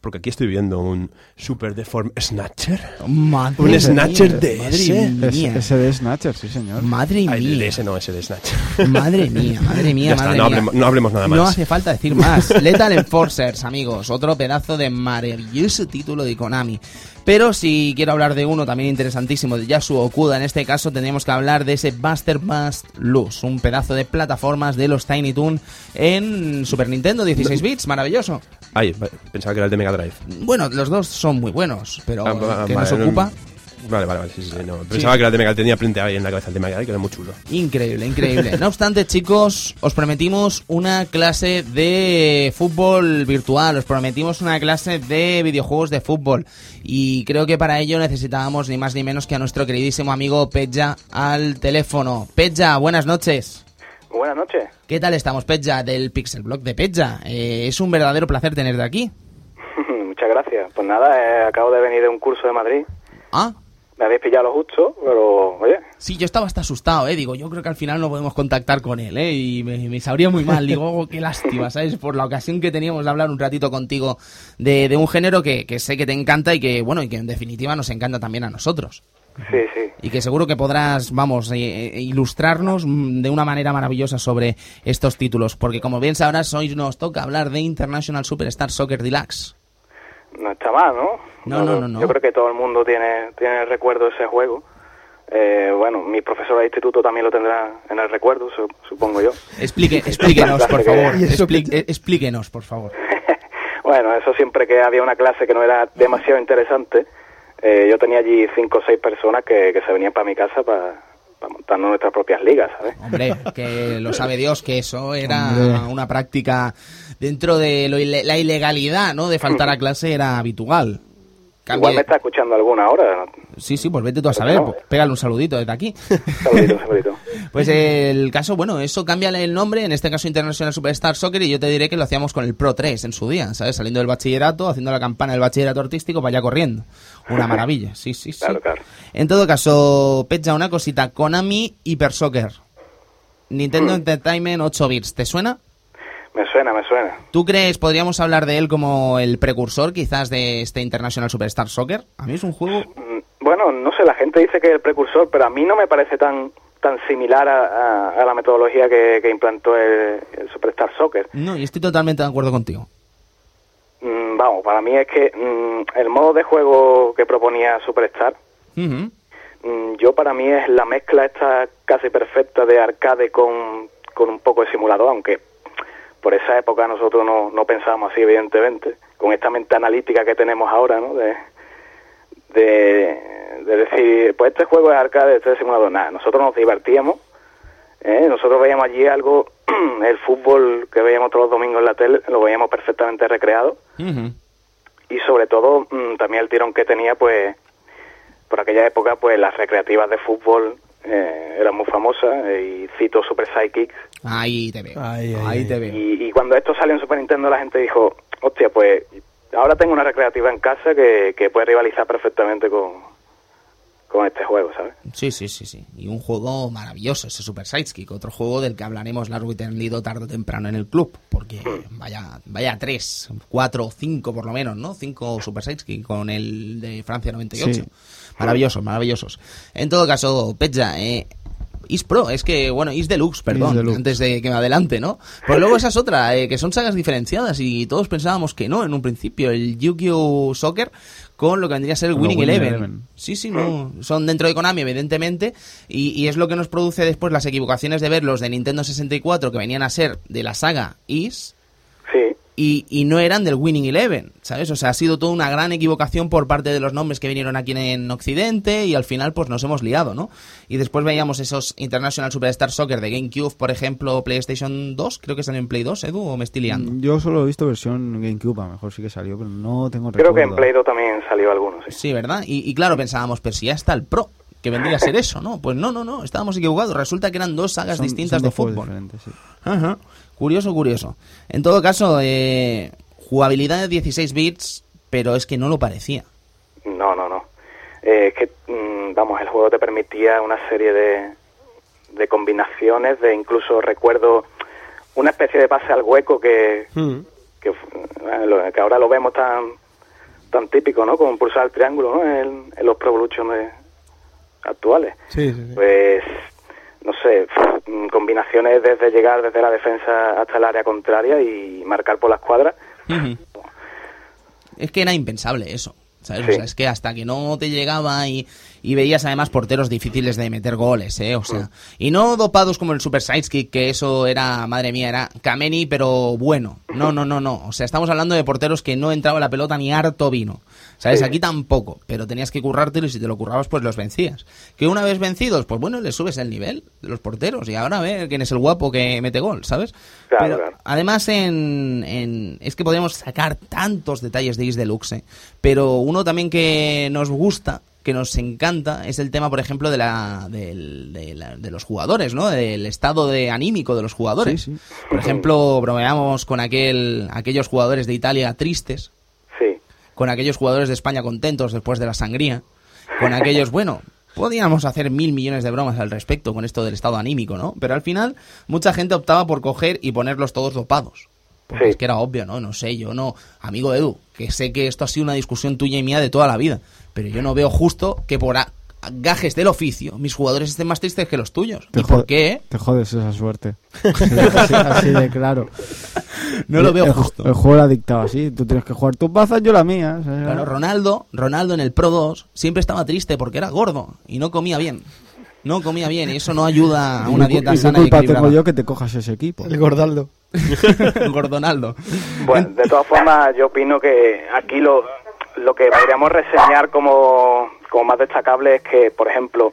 [SPEAKER 3] Porque aquí estoy viendo un Super Deform Snatcher.
[SPEAKER 1] Madre
[SPEAKER 3] Un
[SPEAKER 1] mía,
[SPEAKER 3] Snatcher de
[SPEAKER 1] madre
[SPEAKER 3] ese.
[SPEAKER 4] Es-
[SPEAKER 1] mía.
[SPEAKER 4] ese de Snatcher, sí, señor.
[SPEAKER 1] Madre
[SPEAKER 3] Ah, el
[SPEAKER 1] mía.
[SPEAKER 3] S no, ese de Snatcher.
[SPEAKER 1] Madre mía, madre mía,
[SPEAKER 3] Ya
[SPEAKER 1] madre
[SPEAKER 3] está, no,
[SPEAKER 1] mía.
[SPEAKER 3] hablemos, no hablemos nada más.
[SPEAKER 1] No hace falta decir más. Lethal Enforcers, amigos. Otro pedazo de maravilloso título de Konami. Pero si quiero hablar de uno también interesantísimo, de Yasuo Okuda, en este caso tendríamos que hablar de ese Buster Bust Loose, un pedazo de plataformas de los Tiny Toon en Super Nintendo 16 bits, maravilloso.
[SPEAKER 3] Ay, vale, pensaba que era el de Mega Drive.
[SPEAKER 1] Bueno, los dos son muy buenos, pero
[SPEAKER 3] Ah, ah,
[SPEAKER 1] que nos
[SPEAKER 3] vale, no-
[SPEAKER 1] ocupa.
[SPEAKER 3] Vale, vale, vale. Sí, sí, sí, no. Pensaba que era el de Mega Tenía planteado ahí en la cabeza el de Mega Drive, que era muy chulo.
[SPEAKER 1] Increíble, increíble. No obstante, chicos, os prometimos una clase de fútbol virtual, os prometimos una clase de videojuegos de fútbol. Y creo que para ello necesitábamos ni más ni menos que a nuestro queridísimo amigo Petja al teléfono. Petja, buenas noches.
[SPEAKER 5] Buenas noches.
[SPEAKER 1] ¿Qué tal estamos, Petja, del Pixel Blog de Petja? Eh, es un verdadero placer tenerte aquí.
[SPEAKER 5] Muchas gracias. Pues nada, eh, acabo de venir de un curso de Madrid.
[SPEAKER 1] Ah,
[SPEAKER 5] Me habéis pillado lo justo, pero oye,
[SPEAKER 1] Sí, yo estaba hasta asustado, ¿eh? Digo, yo creo que al final no podemos contactar con él, ¿eh? Y me, me sabría muy mal. Digo, oh, qué lástima, ¿sabes? Por la ocasión que teníamos de hablar un ratito contigo de, de un género que, que sé que te encanta y que, bueno, y que en definitiva nos encanta también a nosotros.
[SPEAKER 5] sí, sí.
[SPEAKER 1] Y que seguro que podrás, vamos, eh, eh, ilustrarnos mm, de una manera maravillosa sobre estos títulos. Porque como bien sabrás, hoy nos toca hablar de International Superstar Soccer Deluxe.
[SPEAKER 5] No está mal, ¿no?
[SPEAKER 1] No, no, no, no.
[SPEAKER 5] Yo creo que todo el mundo tiene, tiene el recuerdo de ese juego. Eh, bueno, mi profesora de instituto también lo tendrá en el recuerdo, su- supongo yo.
[SPEAKER 1] Explique, explíquenos, por favor.
[SPEAKER 2] Y eso que-
[SPEAKER 1] Expli- eh, explíquenos, por favor.
[SPEAKER 5] bueno, eso siempre que había una clase que no era demasiado interesante, eh, yo tenía allí cinco o seis personas que, que se venían para mi casa para, para montarnos nuestras propias ligas, ¿sabes?
[SPEAKER 1] Hombre, que lo sabe Dios que eso era
[SPEAKER 4] Hombre.
[SPEAKER 1] una práctica dentro de lo ile- la ilegalidad, ¿no? De faltar a clase era habitual.
[SPEAKER 5] Igual me
[SPEAKER 1] Cambie-
[SPEAKER 5] está escuchando alguna ahora.
[SPEAKER 1] Sí, sí, pues vete tú a saber,
[SPEAKER 5] No.
[SPEAKER 1] pues pégale un saludito desde aquí.
[SPEAKER 5] Saludito, saludito.
[SPEAKER 1] Pues el caso, bueno, eso cámbiale el nombre, en este caso International Superstar Soccer, y yo te diré que lo hacíamos con el Pro 3 en su día, ¿sabes? Saliendo del bachillerato, haciendo la campana del bachillerato artístico, vaya corriendo. Una maravilla, sí, sí, sí.
[SPEAKER 5] Claro, claro.
[SPEAKER 1] En todo caso, Pecha, una cosita, Konami Hyper Soccer.
[SPEAKER 5] Mm.
[SPEAKER 1] Nintendo Entertainment 8 bits, ¿te suena?
[SPEAKER 5] Me suena, me suena.
[SPEAKER 1] ¿Tú crees, podríamos hablar de él como el precursor quizás de este International Superstar Soccer? A mí es un juego...
[SPEAKER 5] Mm, Bueno, no sé, la gente dice que es el precursor, pero a mí no me parece tan tan similar a, a- a la metodología que, que implantó el, el Superstar Soccer.
[SPEAKER 1] No, y estoy totalmente de acuerdo contigo.
[SPEAKER 5] Mm, vamos, para mí es que mm, el modo de juego que proponía Superstar,
[SPEAKER 1] Ujú.
[SPEAKER 5] mm, yo para mí es la mezcla esta casi perfecta de arcade con, con un poco de simulador, aunque por esa época nosotros no, no pensábamos así, evidentemente, con esta mente analítica que tenemos ahora, ¿no? De, de, de decir, pues este juego es arcade, este es simulador. Nada, nosotros nos divertíamos, ¿eh? nosotros veíamos allí algo, el fútbol que veíamos todos los domingos en la tele, lo veíamos perfectamente recreado
[SPEAKER 1] Ujú.
[SPEAKER 5] y sobre todo mm, también el tirón que tenía pues por aquella época pues las recreativas de fútbol eh, eran muy famosas eh, y cito Super Psychics
[SPEAKER 1] Ahí te veo.
[SPEAKER 2] Ahí, ahí,
[SPEAKER 1] ahí
[SPEAKER 2] ahí.
[SPEAKER 1] te veo.
[SPEAKER 5] y, y cuando esto salió en Super Nintendo la gente dijo hostia pues ahora tengo una recreativa en casa que, que puede rivalizar perfectamente con con este juego ¿sabes?
[SPEAKER 1] Sí, sí, sí, sí. Y un juego maravilloso, ese Super Sidekick, otro juego del que hablaremos largo y tendido tarde o temprano en el club, porque vaya, vaya tres, cuatro o cinco por lo menos, ¿no? Cinco Super Sidekick con el de Francia 98.
[SPEAKER 4] Sí.
[SPEAKER 1] Maravillosos, maravillosos. En todo caso, Petja, eh, Is Pro, es que, bueno, Is Deluxe, perdón,
[SPEAKER 4] Is Deluxe.
[SPEAKER 1] antes de que me adelante, ¿no? Pero luego esa es otra, eh, que son sagas diferenciadas y todos pensábamos que no en un principio, el Yu-Gi-Oh! Soccer con lo que vendría a ser el
[SPEAKER 4] Con lo
[SPEAKER 1] Winning
[SPEAKER 4] Winning
[SPEAKER 1] Eleven.
[SPEAKER 4] Eleven.
[SPEAKER 1] Sí, sí, no. Son dentro de Konami, evidentemente. Y, y es lo que nos produce después las equivocaciones de ver los de Nintendo 64 que venían a ser de la saga Is
[SPEAKER 5] sí
[SPEAKER 1] y, y no eran del Winning Eleven, ¿sabes? O sea, ha sido toda una gran equivocación por parte de los nombres que vinieron aquí en Occidente y al final pues nos hemos liado, ¿no? Y después veíamos esos International Superstar Soccer de GameCube, por ejemplo, PlayStation 2, creo que salió en Play 2, Edu, o me estoy liando.
[SPEAKER 4] Mm, Yo solo he visto versión GameCube, a lo mejor sí que salió, pero no tengo
[SPEAKER 5] creo
[SPEAKER 4] recuerdo.
[SPEAKER 5] que en Play 2 también salió alguno sí.
[SPEAKER 1] Sí, ¿verdad? Y, y claro, pensábamos, pero si ya está el Pro, que vendría a ser eso, ¿no? Pues no, no, no, estábamos equivocados. Resulta que eran dos sagas
[SPEAKER 4] Son-
[SPEAKER 1] distintas
[SPEAKER 4] son
[SPEAKER 1] de
[SPEAKER 4] dos juegos
[SPEAKER 1] fútbol.
[SPEAKER 4] diferentes, sí.
[SPEAKER 1] Ajá. Curioso, curioso. En todo caso, eh, jugabilidad de 16 bits, pero es que no lo parecía.
[SPEAKER 5] No, no, no. Eh, es que, mm, vamos, el juego te permitía una serie de, de combinaciones, de incluso recuerdo una especie de pase al hueco que,
[SPEAKER 2] Mm.
[SPEAKER 5] que, fu- eh, lo- que ahora lo vemos tan tan típico, ¿no? Con pulsar el triángulo, ¿no? En, en los Pro Evolution de- actuales.
[SPEAKER 2] Sí, sí, sí.
[SPEAKER 5] Pues, no sé, pf, mm, combinaciones desde llegar desde la defensa hasta el área contraria y marcar por la escuadra.
[SPEAKER 1] Es que era impensable eso. ¿sabes?
[SPEAKER 5] Sí.
[SPEAKER 1] O sea, es que hasta que no te llegaba y, y veías además porteros difíciles de meter goles, ¿eh? O
[SPEAKER 5] Mm.
[SPEAKER 1] sea, y no dopados como el Super Sidekick, que eso era, madre mía, era Kameni, pero bueno. No, no, no, no. O sea, estamos hablando de porteros que no entraba la pelota ni harto vino. ¿Sabes?
[SPEAKER 5] Sí.
[SPEAKER 1] Aquí tampoco, pero tenías que currártelo y si te lo currabas, pues los vencías. Que una vez vencidos, pues bueno, le subes el nivel de los porteros y ahora a ver quién es el guapo que mete gol, ¿sabes?
[SPEAKER 5] Claro,
[SPEAKER 1] Pero,
[SPEAKER 5] claro.
[SPEAKER 1] Además, en, en- es que podríamos sacar tantos detalles de Is Deluxe, ¿eh? pero uno también que nos gusta, que nos encanta, es el tema, por ejemplo, de, la, del- de, la- de los jugadores, ¿no? Del estado de anímico de los jugadores.
[SPEAKER 4] Sí, sí.
[SPEAKER 1] Por ejemplo, bromeamos con aquel, aquellos jugadores de Italia tristes,
[SPEAKER 5] Sí,
[SPEAKER 1] con aquellos jugadores de España contentos después de la sangría, con aquellos, bueno, podíamos hacer mil millones de bromas al respecto con esto del estado anímico, ¿no? Pero al final mucha gente optaba por coger y ponerlos todos dopados. Porque
[SPEAKER 5] Sí.
[SPEAKER 1] es que era obvio, ¿no? No sé, yo no, amigo Edu, que sé que esto ha sido una discusión tuya y mía de toda la vida, pero yo no veo justo que por a- gajes del oficio mis jugadores estén más tristes que los tuyos. ¿Y por
[SPEAKER 4] jode-
[SPEAKER 1] qué? eh?
[SPEAKER 4] Te jodes esa suerte. así, así de claro.
[SPEAKER 1] No lo veo
[SPEAKER 4] El-
[SPEAKER 1] justo.
[SPEAKER 4] El, juego era dictado así. Tú tienes que jugar tus bazas, yo la mía. ¿sabes?
[SPEAKER 1] Claro, Ronaldo, Ronaldo en el Pro 2 siempre estaba triste porque era gordo y no comía bien. No comía bien y eso no ayuda a
[SPEAKER 4] Y
[SPEAKER 1] Ah, una
[SPEAKER 4] mi cu-
[SPEAKER 1] dieta
[SPEAKER 4] y
[SPEAKER 1] sana y
[SPEAKER 4] Mi culpa tengo
[SPEAKER 1] equilibrada.
[SPEAKER 4] yo que te cojas ese equipo.
[SPEAKER 2] El Gordaldo.
[SPEAKER 1] Gordonaldo.
[SPEAKER 5] Bueno, de todas formas, yo opino que aquí lo, lo que podríamos reseñar como, como más destacable es que, por ejemplo,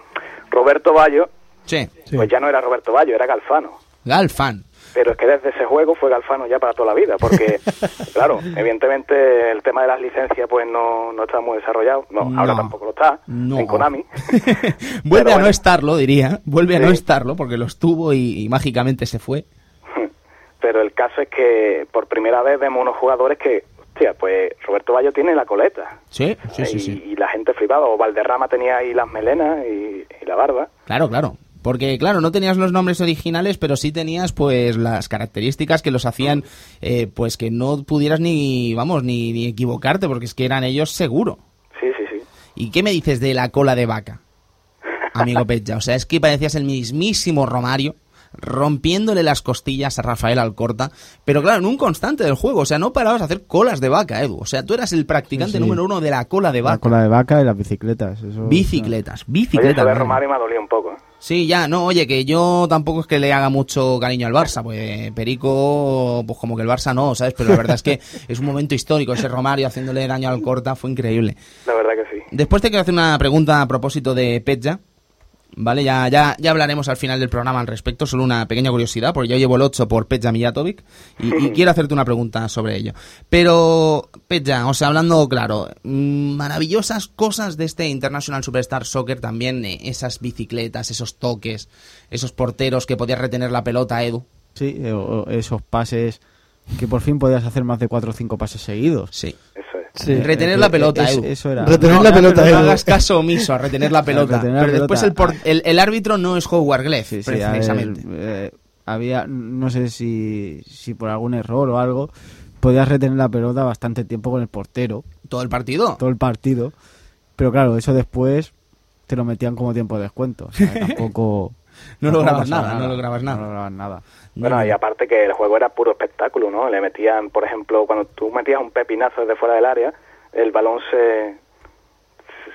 [SPEAKER 5] Roberto Bayo,
[SPEAKER 1] Che,
[SPEAKER 2] Sí.
[SPEAKER 5] pues ya no era Roberto Bayo, era Galfano.
[SPEAKER 1] Galfan.
[SPEAKER 5] Pero es que desde ese juego fue Galfano ya para toda la vida, porque, claro, evidentemente el tema de las licencias pues no, no está muy desarrollado. No,
[SPEAKER 1] No.
[SPEAKER 5] ahora tampoco lo está
[SPEAKER 1] No.
[SPEAKER 5] en Konami.
[SPEAKER 1] Vuelve a no
[SPEAKER 5] bueno.
[SPEAKER 1] estarlo, diría. Vuelve a no
[SPEAKER 5] Sí.
[SPEAKER 1] estarlo porque los tuvo y, y mágicamente se fue.
[SPEAKER 5] Pero el caso es que por primera vez vemos unos jugadores que, hostia, pues Roberto Bayo tiene la coleta.
[SPEAKER 1] Sí, sí,
[SPEAKER 5] y,
[SPEAKER 1] sí, sí.
[SPEAKER 5] y la gente flipaba. O Valderrama tenía ahí las melenas y, y la barba.
[SPEAKER 1] Claro, claro. Porque, claro, no tenías los nombres originales, pero sí tenías, pues, las características que los hacían, eh, pues, que no pudieras ni, vamos, ni, ni equivocarte, porque es que eran ellos seguro.
[SPEAKER 5] Sí, sí, sí.
[SPEAKER 1] ¿Y qué me dices de la cola de vaca? Amigo Pecha, o sea, es que parecías el mismísimo Romario rompiéndole las costillas a Rafael Alcorta, pero claro, en un constante del juego, o sea, no parabas de hacer colas de vaca, Edu, o sea, tú eras el practicante
[SPEAKER 4] Sí, sí.
[SPEAKER 1] número uno de la cola de
[SPEAKER 4] La
[SPEAKER 1] vaca.
[SPEAKER 4] cola de vaca y las bicicletas. Eso,
[SPEAKER 1] Bicicletas,
[SPEAKER 5] Oye,
[SPEAKER 1] bicicletas.
[SPEAKER 5] eso de
[SPEAKER 1] madre.
[SPEAKER 5] Romario me ha dolido un poco. ¿eh?
[SPEAKER 1] Sí, ya, no, oye, que yo tampoco es que le haga mucho cariño al Barça, pues Perico, pues como que el Barça no, ¿sabes? Pero la verdad es que es un momento histórico, ese Romario haciéndole daño al Corta fue increíble.
[SPEAKER 5] La verdad que sí.
[SPEAKER 1] Después te quiero hacer una pregunta a propósito de Petja. Vale, ya, ya, ya hablaremos al final del programa al respecto, solo una pequeña curiosidad, porque yo llevo el 8 por Petja Mijatovic y, y quiero hacerte una pregunta sobre ello. Pero, Petja, o sea, hablando claro, mm, maravillosas cosas de este International Superstar Soccer también, eh, esas bicicletas, esos toques, esos porteros que podías retener la pelota, Edu.
[SPEAKER 4] Sí, eh, o- o esos pases que por fin podías hacer más de cuatro o cinco pases seguidos.
[SPEAKER 1] Sí.
[SPEAKER 5] Eso es.
[SPEAKER 2] Sí.
[SPEAKER 1] Retener la
[SPEAKER 4] Eh,
[SPEAKER 1] pelota,
[SPEAKER 4] eh, es-
[SPEAKER 1] Edu.
[SPEAKER 4] Eso era.
[SPEAKER 2] Retener- la
[SPEAKER 1] no,
[SPEAKER 2] pelota,
[SPEAKER 1] no,
[SPEAKER 2] Edu.
[SPEAKER 1] hagas caso omiso a retener la pelota.
[SPEAKER 4] retener la
[SPEAKER 1] pero después el,
[SPEAKER 4] pelota.
[SPEAKER 1] por- el, el árbitro no es Howard Gleff,
[SPEAKER 4] Sí, sí, a ver,
[SPEAKER 1] precisamente.
[SPEAKER 4] eh, había, no sé si, si por algún error o algo, podías retener la pelota bastante tiempo con el portero,
[SPEAKER 1] Todo el partido.
[SPEAKER 4] todo el partido. Pero claro, eso después te lo metían como tiempo de descuento. o sea, tampoco.
[SPEAKER 1] No
[SPEAKER 4] tampoco
[SPEAKER 1] lograbas
[SPEAKER 4] pasaba
[SPEAKER 1] nada, no lograbas nada.
[SPEAKER 4] No lograbas nada.
[SPEAKER 5] Bueno, y aparte que el juego era puro espectáculo, ¿no? Le metían, por ejemplo, cuando tú metías un pepinazo desde fuera del área, el balón se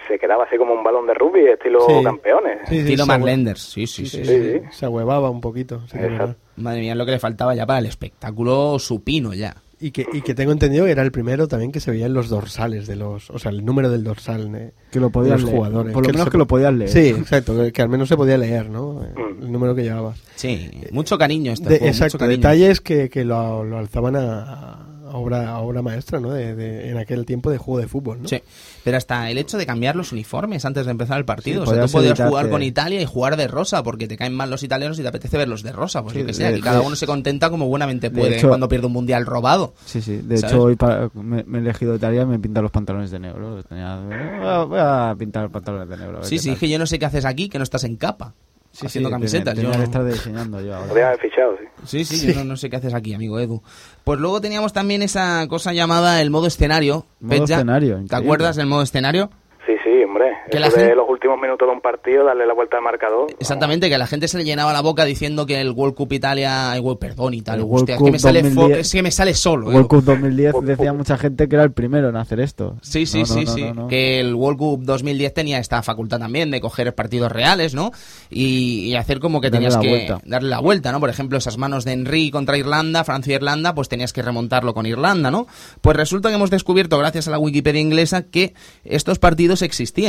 [SPEAKER 5] se quedaba así como un balón de rugby, estilo
[SPEAKER 2] Sí.
[SPEAKER 5] campeones.
[SPEAKER 2] Sí, sí,
[SPEAKER 1] Estilo
[SPEAKER 2] se
[SPEAKER 1] Mark
[SPEAKER 2] ahue-
[SPEAKER 1] Lenders, sí, sí, sí.
[SPEAKER 2] Sí,
[SPEAKER 1] sí.
[SPEAKER 2] sí, Se ahuevaba un poquito. sí que es
[SPEAKER 5] Exacto.
[SPEAKER 2] verdad.
[SPEAKER 1] Madre mía, lo que le faltaba ya para el espectáculo supino ya.
[SPEAKER 2] Y que, y que tengo entendido que era el primero también que se veía en los dorsales de los. O sea, el número del dorsal ¿eh? de
[SPEAKER 4] Que lo podías
[SPEAKER 2] de los
[SPEAKER 4] leer,
[SPEAKER 2] jugadores.
[SPEAKER 4] por lo menos
[SPEAKER 2] se
[SPEAKER 4] que lo podías leer.
[SPEAKER 2] Sí, exacto. Que, que al menos se podía leer, ¿no? El número que llevabas.
[SPEAKER 1] Sí,
[SPEAKER 4] Eh,
[SPEAKER 1] mucho cariño este
[SPEAKER 2] De-
[SPEAKER 1] juego, mucho
[SPEAKER 2] exacto.
[SPEAKER 1] cariño.
[SPEAKER 2] Detalles que, que lo, lo alzaban a, a obra, a obra maestra, ¿no? De, de- en aquel tiempo de juego de fútbol, ¿no?
[SPEAKER 1] Sí. Pero hasta el hecho de cambiar los uniformes antes de empezar el partido.
[SPEAKER 4] Sí,
[SPEAKER 1] o sea,
[SPEAKER 4] podías
[SPEAKER 1] tú podías
[SPEAKER 4] evitarte-
[SPEAKER 1] jugar con Italia y jugar de rosa porque te caen mal los italianos y te apetece verlos de rosa. Pues
[SPEAKER 4] Sí,
[SPEAKER 1] yo que
[SPEAKER 4] de-
[SPEAKER 1] sé, aquí
[SPEAKER 4] de-
[SPEAKER 1] cada uno se contenta como buenamente
[SPEAKER 4] de
[SPEAKER 1] puede
[SPEAKER 4] hecho-
[SPEAKER 1] cuando pierde un mundial robado.
[SPEAKER 4] Sí, sí. De
[SPEAKER 1] ¿Sabes?
[SPEAKER 4] hecho, hoy pa- me, me he elegido de tarea y me he pintado los pantalones de negro. Los tenía- voy, a, voy a pintar los pantalones de negro. a ver
[SPEAKER 1] Sí,
[SPEAKER 4] qué
[SPEAKER 1] sí,
[SPEAKER 4] tal.
[SPEAKER 1] es que yo no sé qué haces aquí, que no estás en capa.
[SPEAKER 4] Sí,
[SPEAKER 1] haciendo
[SPEAKER 4] sí,
[SPEAKER 1] camisetas. yo
[SPEAKER 4] Tenía, tenía que
[SPEAKER 1] no-
[SPEAKER 4] estar diseñando yo
[SPEAKER 5] Podrían
[SPEAKER 4] ahora.
[SPEAKER 5] haber fichado, sí.
[SPEAKER 1] Sí, sí, yo no, no sé qué haces aquí, amigo Edu. Pues luego teníamos también esa cosa llamada el modo escenario.
[SPEAKER 4] Modo
[SPEAKER 1] Petja.
[SPEAKER 4] escenario,
[SPEAKER 1] ¿Te
[SPEAKER 4] increíble.
[SPEAKER 1] acuerdas del modo escenario?
[SPEAKER 5] Sí, sí, sí, hombre.
[SPEAKER 1] Que
[SPEAKER 5] Eso
[SPEAKER 1] la
[SPEAKER 5] de
[SPEAKER 1] gente-
[SPEAKER 5] los últimos minutos de un partido, darle la vuelta al marcador.
[SPEAKER 1] Exactamente, que a la gente se le llenaba la boca diciendo que el World Cup Italia, el World- perdón, Italia,
[SPEAKER 4] El World
[SPEAKER 1] hostia, es
[SPEAKER 4] Cup
[SPEAKER 1] que me sale fo-
[SPEAKER 4] 2010.
[SPEAKER 1] es que me sale solo. eh.
[SPEAKER 4] World Cup 2010 decía mucha gente que era el primero en hacer esto.
[SPEAKER 1] Sí, sí,
[SPEAKER 4] No, no,
[SPEAKER 1] sí,
[SPEAKER 4] no,
[SPEAKER 1] sí.
[SPEAKER 4] no, no.
[SPEAKER 1] Que el World Cup 2010 tenía esta facultad también de coger partidos reales, ¿no? Y, y hacer como que
[SPEAKER 4] Darle
[SPEAKER 1] tenías
[SPEAKER 4] la
[SPEAKER 1] que
[SPEAKER 4] vuelta.
[SPEAKER 1] darle la vuelta, ¿no? Por ejemplo, esas manos de Henry contra Irlanda, Francia e Irlanda, pues tenías que remontarlo con Irlanda, ¿no? Pues resulta que hemos descubierto, gracias a la Wikipedia inglesa, que estos partidos existían.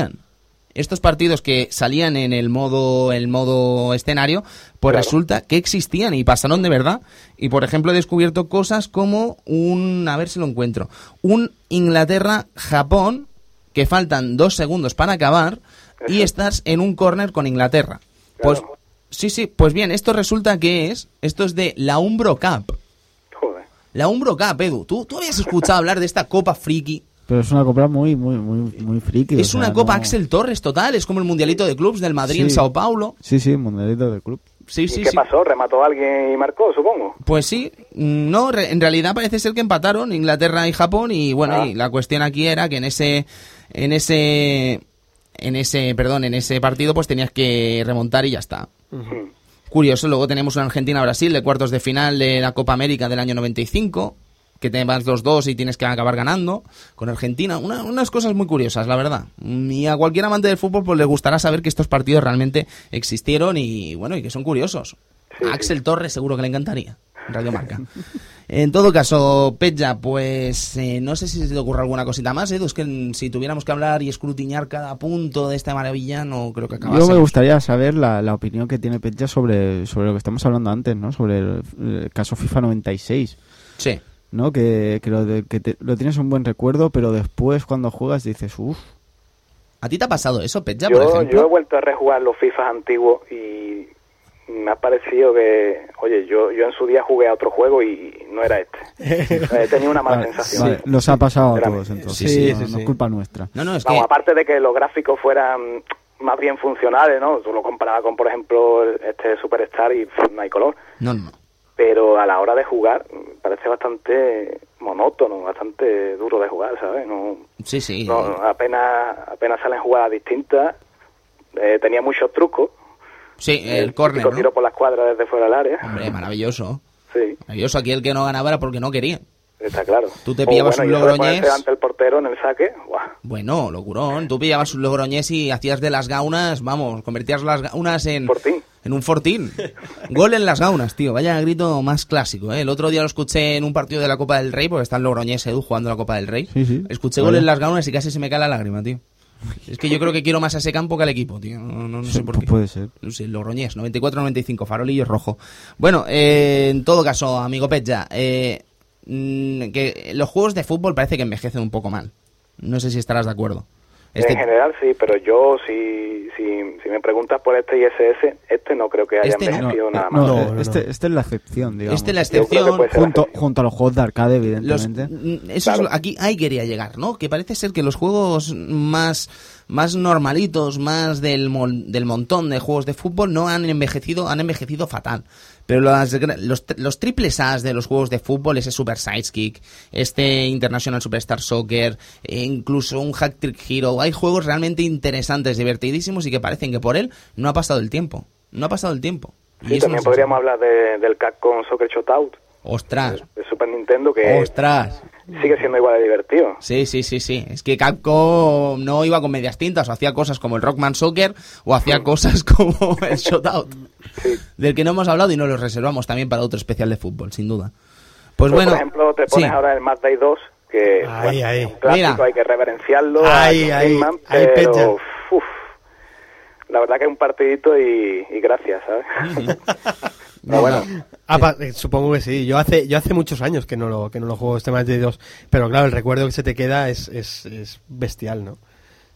[SPEAKER 1] Estos partidos que salían en el modo, el modo escenario, pues
[SPEAKER 5] Claro.
[SPEAKER 1] resulta que existían y pasaron de verdad. Y por ejemplo he descubierto cosas como un, a ver si lo encuentro, un Inglaterra-Japón, que faltan dos segundos para acabar, y estás en un córner con Inglaterra. Pues,
[SPEAKER 5] Claro.
[SPEAKER 1] sí, sí, pues bien, esto resulta que es, esto es de la Umbro Cup.
[SPEAKER 5] Joder.
[SPEAKER 1] La Umbro Cup, Edu, ¿tú, tú habías escuchado hablar de esta copa friki?
[SPEAKER 4] Pero es una copa muy, muy, muy, muy friki.
[SPEAKER 1] Es
[SPEAKER 4] o sea,
[SPEAKER 1] una copa
[SPEAKER 4] no-
[SPEAKER 1] Axel Torres total, es como el mundialito de clubs del Madrid en
[SPEAKER 4] Sí.
[SPEAKER 1] Sao Paulo.
[SPEAKER 4] Sí, sí, mundialito del club.
[SPEAKER 1] Sí,
[SPEAKER 5] ¿Y
[SPEAKER 1] sí,
[SPEAKER 5] qué
[SPEAKER 1] sí.
[SPEAKER 5] pasó? ¿Remató a alguien y marcó, supongo?
[SPEAKER 1] Pues sí, mm, no, re- en realidad parece ser que empataron Inglaterra y Japón y bueno,
[SPEAKER 5] Ah.
[SPEAKER 1] y la cuestión aquí era que en ese en ese en ese, perdón, en ese partido pues tenías que remontar y ya está.
[SPEAKER 5] Mm.
[SPEAKER 1] Curioso, luego tenemos una Argentina-Brasil de cuartos de final de la Copa América del año 95, que te vas 2-2 y tienes que acabar ganando con Argentina. Una- unas cosas muy curiosas, la verdad. Mm, Y a cualquier amante del fútbol pues le gustará saber que estos partidos realmente existieron y bueno, y que son curiosos.
[SPEAKER 5] Sí,
[SPEAKER 1] a Axel Torres seguro que le encantaría. Radio Marca. En todo caso, Petja, pues eh, no sé si se te ocurre alguna cosita más, Edu. Es que mm, si tuviéramos que hablar y escrutinar cada punto de esta maravilla, no creo que acabase.
[SPEAKER 4] Yo me gustaría saber la, la opinión que tiene Pecha sobre, sobre lo que estamos hablando antes, ¿no? Sobre el, el caso FIFA 96,
[SPEAKER 1] Sí.
[SPEAKER 4] ¿no? Que, que, lo, de- que te- lo tienes un buen recuerdo, pero después cuando juegas dices, uff,
[SPEAKER 1] ¿A ti te ha pasado eso, Petja, por
[SPEAKER 5] Yo,
[SPEAKER 1] ejemplo?
[SPEAKER 5] yo he vuelto a rejugar los FIFAs antiguos y me ha parecido que, oye, yo, yo en su día jugué a otro juego y no era este. Eh, Tenía una
[SPEAKER 4] Ah,
[SPEAKER 5] mala sensación.
[SPEAKER 4] vale, los ha pasado a
[SPEAKER 5] Espérame.
[SPEAKER 4] todos entonces.
[SPEAKER 2] Sí, sí,
[SPEAKER 4] no,
[SPEAKER 2] sí,
[SPEAKER 4] no
[SPEAKER 2] sí.
[SPEAKER 4] es culpa nuestra.
[SPEAKER 1] No, no, es que...
[SPEAKER 5] Vamos, aparte de que los gráficos fueran más bien funcionales, ¿no? Tú lo comparabas con, por ejemplo, el- este Superstar y pff, no hay color.
[SPEAKER 1] No, no, no.
[SPEAKER 5] Pero a la hora de jugar mm, parece bastante monótono, bastante duro de jugar, ¿sabes? No,
[SPEAKER 1] Sí, sí.
[SPEAKER 5] no, no, apenas, apenas salen jugadas distintas. Eh, tenía muchos trucos.
[SPEAKER 1] sí, el
[SPEAKER 5] típico
[SPEAKER 1] córner, ¿no?
[SPEAKER 5] tiro por la escuadra desde fuera del área.
[SPEAKER 1] Hombre, maravilloso.
[SPEAKER 5] Sí,
[SPEAKER 1] Maravilloso. Aquí el que no ganaba era porque no quería.
[SPEAKER 5] está claro.
[SPEAKER 1] Tú te pillabas
[SPEAKER 5] O,
[SPEAKER 1] un
[SPEAKER 5] bueno, y eso de
[SPEAKER 1] Logroñés.
[SPEAKER 5] ponerse delante del portero en el saque, ¡guau!
[SPEAKER 1] Bueno, locurón. Tú pillabas un logroñés y hacías de las gaunas, vamos, convertías las gaunas en...
[SPEAKER 5] Fortín.
[SPEAKER 1] En un fortín. Gol en las gaunas, tío. Vaya grito más clásico, ¿eh? El otro día lo escuché en un partido de la Copa del Rey, porque está el Logroñés Edu jugando la Copa del Rey.
[SPEAKER 4] Sí, sí.
[SPEAKER 1] Escuché
[SPEAKER 4] Vaya.
[SPEAKER 1] gol en las gaunas y casi se me cae la lágrima, tío. Es que yo creo que quiero más a ese campo que al equipo, tío. No, no- no sé por
[SPEAKER 4] Pu-
[SPEAKER 1] qué.
[SPEAKER 4] pues Puede ser.
[SPEAKER 1] Sí, Logroñés, 94-95, farolillo rojo. Bueno, eh, en todo caso, amigo Petja, eh, mm, que los juegos de fútbol parece que envejecen un poco mal. No sé si estarás de acuerdo. Este-
[SPEAKER 5] En general sí, pero yo si, si, si me preguntas por este ISS, este no creo que haya
[SPEAKER 1] Este no,
[SPEAKER 5] envejecido
[SPEAKER 4] Eh,
[SPEAKER 5] nada
[SPEAKER 4] no,
[SPEAKER 5] más.
[SPEAKER 2] No,
[SPEAKER 4] eh,
[SPEAKER 2] no, no.
[SPEAKER 4] este, este es la excepción, digamos.
[SPEAKER 1] este es la
[SPEAKER 5] Yo creo que
[SPEAKER 1] excepción.
[SPEAKER 5] puede ser la
[SPEAKER 4] junto,
[SPEAKER 5] excepción.
[SPEAKER 4] junto a los juegos de arcade,
[SPEAKER 1] Los-
[SPEAKER 4] evidentemente.
[SPEAKER 1] mm, eso es
[SPEAKER 5] Claro.
[SPEAKER 1] lo- aquí ahí quería llegar, ¿no? Que parece ser que los juegos más, más normalitos, más del, mon- del montón de juegos de fútbol no han envejecido, han envejecido fatal. Pero las gra- los, tri- los triples A's de los juegos de fútbol, ese Super Sidekick, este International Superstar Soccer, e incluso un Hack Trick Hero, hay juegos realmente interesantes, divertidísimos y que parecen que por él no ha pasado el tiempo. No ha pasado el tiempo. Y
[SPEAKER 5] Sí,
[SPEAKER 1] eso
[SPEAKER 5] también
[SPEAKER 1] nos-
[SPEAKER 5] podríamos hablar de- del Capcom Soccer Shootout
[SPEAKER 1] Ostras,
[SPEAKER 5] de Super Nintendo que
[SPEAKER 1] ostras.
[SPEAKER 5] sigue siendo igual de divertido.
[SPEAKER 1] Sí, pues sí, sí, sí. Es que Capcom no iba con medias tintas, o hacía cosas como el Rockman Soccer o hacía cosas como el Shootout, del que no hemos hablado y nos lo reservamos también para otro especial de fútbol, sin duda. Pues
[SPEAKER 5] Pero,
[SPEAKER 1] bueno,
[SPEAKER 5] por ejemplo, te pones
[SPEAKER 1] sí.
[SPEAKER 5] ahora el Mad Day 2 que
[SPEAKER 2] Ay,
[SPEAKER 5] bueno,
[SPEAKER 2] ay.
[SPEAKER 5] es un clásico,
[SPEAKER 1] Mira.
[SPEAKER 5] hay que reverenciarlo.
[SPEAKER 2] Ay,
[SPEAKER 5] hay un
[SPEAKER 2] ay,
[SPEAKER 5] Hitman,
[SPEAKER 2] ay, Pecha.
[SPEAKER 5] pero uf, la verdad que es un partidito y, y gracias, ¿sabes? pero bueno,
[SPEAKER 2] Ah, pa- eh, supongo que sí. Yo hace, yo hace muchos años que no lo, que no lo juego este Match Day 2. Pero claro, el recuerdo que se te queda es, es, es bestial, ¿no?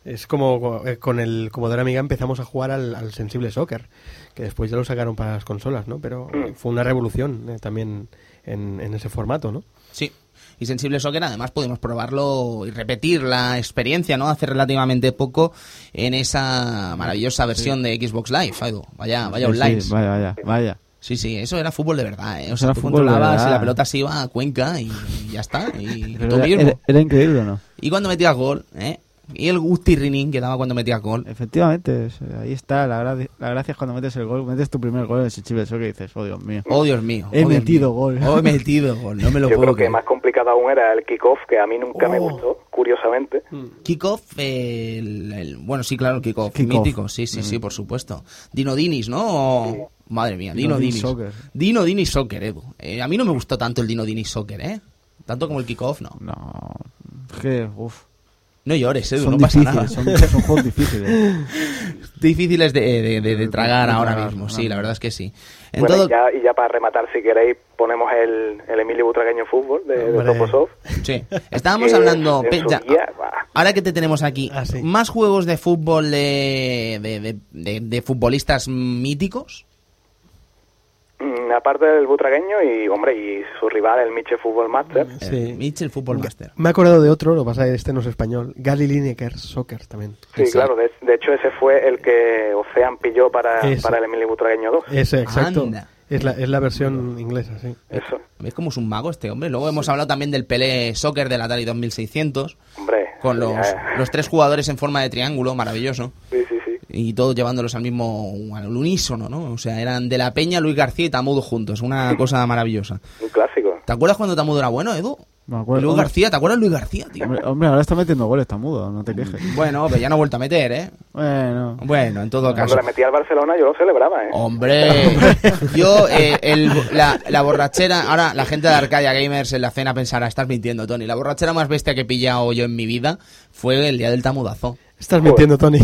[SPEAKER 2] Es como co- eh, con el Comodoro Amiga empezamos a jugar al, al sensible soccer, que después ya lo sacaron para las consolas, ¿no? Pero eh, fue una revolución eh, también en, en ese formato, ¿no?
[SPEAKER 1] Sí. Y Sensible Soccer, además, pudimos probarlo y repetir la experiencia, ¿no? Hace relativamente poco en esa maravillosa versión de Xbox Live, Edu. Vaya, vaya
[SPEAKER 4] Sí,
[SPEAKER 1] online.
[SPEAKER 4] sí, vaya, vaya, vaya.
[SPEAKER 1] Sí, sí, eso era fútbol de verdad, ¿eh? O
[SPEAKER 4] Eso
[SPEAKER 1] sea,
[SPEAKER 4] era
[SPEAKER 1] tú
[SPEAKER 4] fútbol de
[SPEAKER 1] controlabas y
[SPEAKER 4] verdad.
[SPEAKER 1] la pelota se iba a Cuenca y ya está. Y
[SPEAKER 4] Pero
[SPEAKER 1] tú
[SPEAKER 4] era,
[SPEAKER 1] mismo.
[SPEAKER 4] era- era increíble o no?
[SPEAKER 1] Y cuando metías gol, ¿eh? Y el gustirrinín que daba cuando metía gol.
[SPEAKER 4] Efectivamente, es- ahí está. La, gra- la gracia es cuando metes el gol, metes tu primer gol en ese chiveso que dices, oh Dios mío.
[SPEAKER 1] Oh, Dios mío.
[SPEAKER 4] He
[SPEAKER 1] oh, Dios
[SPEAKER 4] metido
[SPEAKER 1] mío.
[SPEAKER 4] gol.
[SPEAKER 1] Oh, he metido gol. No me lo
[SPEAKER 6] Yo
[SPEAKER 1] puedo
[SPEAKER 6] creo que
[SPEAKER 1] creer.
[SPEAKER 6] más complicado aún era el kickoff, que a mí nunca me
[SPEAKER 1] Oh.
[SPEAKER 6] gustó, curiosamente.
[SPEAKER 1] Kickoff, eh, el- el- bueno, sí, claro, el kickoff.
[SPEAKER 4] Kickoff.
[SPEAKER 1] Mítico, sí, sí, sí, por supuesto. Dino Dinis, ¿no? O- Madre mía, Dino,
[SPEAKER 4] Dino Dinis
[SPEAKER 1] Dinis.
[SPEAKER 4] Soccer.
[SPEAKER 1] Dino Dinis Soccer, Edu. Eh, a mí no me gustó tanto el Dino Dinis Soccer, ¿eh? Tanto como el kickoff, no.
[SPEAKER 4] No, es que, uff.
[SPEAKER 1] No llores, Edu,
[SPEAKER 4] Son
[SPEAKER 1] no pasa nada.
[SPEAKER 4] difíciles, son, son juegos difíciles.
[SPEAKER 1] Difíciles de, de- de- de tragar
[SPEAKER 4] De
[SPEAKER 1] ahora
[SPEAKER 4] tragar,
[SPEAKER 1] mismo,
[SPEAKER 4] ahora
[SPEAKER 1] sí, la
[SPEAKER 4] mismo.
[SPEAKER 1] verdad es que sí. En
[SPEAKER 6] Bueno,
[SPEAKER 1] todo-
[SPEAKER 6] y, ya, y ya para rematar, si queréis, ponemos el, el Emilio Butragueño Fútbol de, de
[SPEAKER 2] Hombre.
[SPEAKER 6] Toposov.
[SPEAKER 1] Sí, estábamos
[SPEAKER 6] Eh,
[SPEAKER 1] hablando,
[SPEAKER 6] en
[SPEAKER 1] Pe-
[SPEAKER 6] su
[SPEAKER 1] ya,
[SPEAKER 6] día, bah.
[SPEAKER 1] ahora que te tenemos aquí,
[SPEAKER 2] Ah, sí.
[SPEAKER 1] más juegos de fútbol de, de- de- de- de futbolistas míticos.
[SPEAKER 6] Mm, Aparte del Butragueño y, hombre, y su rival, el Miche Fútbol Master.
[SPEAKER 2] Sí.
[SPEAKER 1] Eh, Mitchell Football Master.
[SPEAKER 2] Me he acordado de otro, lo que pasa es que este no es español. Gary Lineker, Soccer también.
[SPEAKER 6] Sí,
[SPEAKER 1] Sí.
[SPEAKER 6] claro, de, de hecho ese fue el que Ocean pilló para,
[SPEAKER 2] Eso.
[SPEAKER 6] para el Emilio Butragueño 2.
[SPEAKER 1] Eh,
[SPEAKER 2] Ese, exacto.
[SPEAKER 1] Anda.
[SPEAKER 2] Es la, es la versión inglesa, sí.
[SPEAKER 5] Eh,
[SPEAKER 6] Eso,
[SPEAKER 1] ¿Ves cómo es un mago este hombre? Luego hemos hablado también del Pelé Soccer del Atari 2600,
[SPEAKER 6] hombre.
[SPEAKER 1] con los,
[SPEAKER 6] ya-
[SPEAKER 1] los tres jugadores en forma de triángulo, maravilloso,
[SPEAKER 6] Sí, sí, sí.
[SPEAKER 1] y todos llevándolos al mismo, al unísono, ¿no? O sea, eran de la Peña, Luis García y Tamudo juntos, una cosa maravillosa.
[SPEAKER 6] Un clásico.
[SPEAKER 1] ¿Te acuerdas cuando Tamudo era bueno, Edu?
[SPEAKER 4] Me acuerdo.
[SPEAKER 1] Luis García, ¿te acuerdas de Luis García, tío?
[SPEAKER 4] Hombre, hombre, ahora está metiendo goles, está mudo, no te quejes.
[SPEAKER 1] Bueno, pero ya no ha vuelto a meter, ¿eh?
[SPEAKER 4] Bueno,
[SPEAKER 1] Bueno, en todo
[SPEAKER 6] Cuando
[SPEAKER 1] caso.
[SPEAKER 6] le metí al Barcelona yo lo celebraba, ¿eh?
[SPEAKER 1] Oh. Hombre, yo, eh, el- la, la borrachera, ahora la gente de Arcadia Gamers en la cena pensará, estás mintiendo, Tony. La borrachera más bestia que he pillado yo en mi vida fue el día del tamudazo.
[SPEAKER 2] Estás mintiendo, Tony.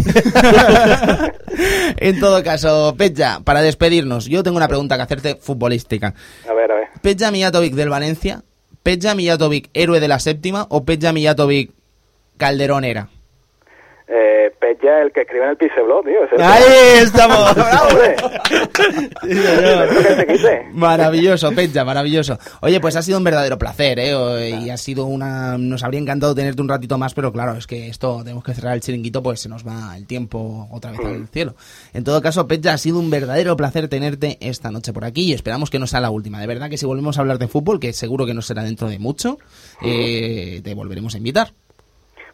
[SPEAKER 1] En todo caso, Pecha, para despedirnos, yo tengo una pregunta que hacerte futbolística.
[SPEAKER 6] A ver, a ver.
[SPEAKER 1] ¿Pecha Mijatovic del Valencia? ¿Pecha Mijatovic héroe de la séptima? ¿O Pecha Mijatovic Calderón era?
[SPEAKER 6] Eh, Peña, el que escribe en el Piseblog, tío. Ese
[SPEAKER 1] estamos!
[SPEAKER 6] ¡Hombre! Eso que se quite.
[SPEAKER 1] Maravilloso, Pecha, maravilloso. Oye, pues ha sido un verdadero placer, ¿eh? O- Y ha sido una. Nos habría encantado tenerte un ratito más, pero claro, es que esto tenemos que cerrar el chiringuito, pues se nos va el tiempo otra vez al cielo. En todo caso, Pecha, ha sido un verdadero placer tenerte esta noche por aquí y esperamos que no sea la última. De verdad que si volvemos a hablar de fútbol, que seguro que no será dentro de mucho, eh, te volveremos a invitar.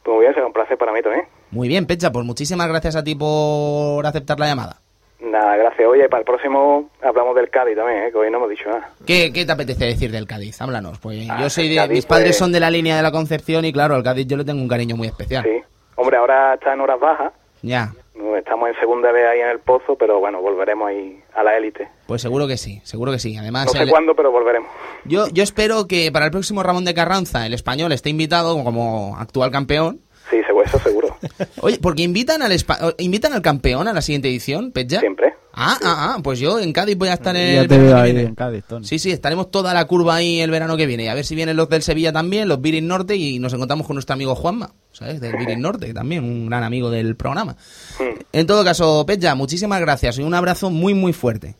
[SPEAKER 6] Pues muy bien, será un placer para mí también.
[SPEAKER 1] Muy bien, Pecha, pues muchísimas gracias a ti por aceptar la llamada.
[SPEAKER 6] Nada, gracias. Oye, para el próximo hablamos del Cádiz también, ¿eh? que hoy no hemos dicho nada.
[SPEAKER 1] ¿Qué, qué te apetece decir del Cádiz? Háblanos. Pues
[SPEAKER 6] Ah,
[SPEAKER 1] yo soy de.
[SPEAKER 6] Cádiz,
[SPEAKER 1] mis padres
[SPEAKER 6] pues-
[SPEAKER 1] son de la línea de la Concepción y, claro, al Cádiz yo le tengo un cariño muy especial.
[SPEAKER 6] Sí. Hombre, ahora está en horas bajas.
[SPEAKER 1] Ya.
[SPEAKER 6] No, Estamos en segunda vez ahí en el pozo, pero bueno, volveremos ahí a la élite.
[SPEAKER 1] Pues seguro que sí, seguro que sí. Además,
[SPEAKER 6] No sé
[SPEAKER 1] el-
[SPEAKER 6] cuándo, pero volveremos.
[SPEAKER 1] yo, yo espero que para el próximo Ramón de Carranza el español esté invitado como actual campeón.
[SPEAKER 6] Sí, seguro, eso seguro.
[SPEAKER 1] Oye, porque invitan al espa- o- invitan al campeón a la siguiente edición, Petja.
[SPEAKER 6] Siempre.
[SPEAKER 1] Ah, ah, ah, pues yo en Cádiz voy a estar en
[SPEAKER 4] ya
[SPEAKER 1] el
[SPEAKER 4] te
[SPEAKER 1] verano
[SPEAKER 4] veo
[SPEAKER 1] que
[SPEAKER 4] ahí
[SPEAKER 1] viene.
[SPEAKER 4] en Cádiz, Tony.
[SPEAKER 1] Sí, sí, estaremos toda la curva ahí el verano que viene. Y a ver si vienen los del Sevilla también, los Virin Norte, y nos encontramos con nuestro amigo Juanma, ¿sabes? Del Virin Norte, también un gran amigo del programa. En todo caso, Pecha, muchísimas gracias y un abrazo muy, muy fuerte.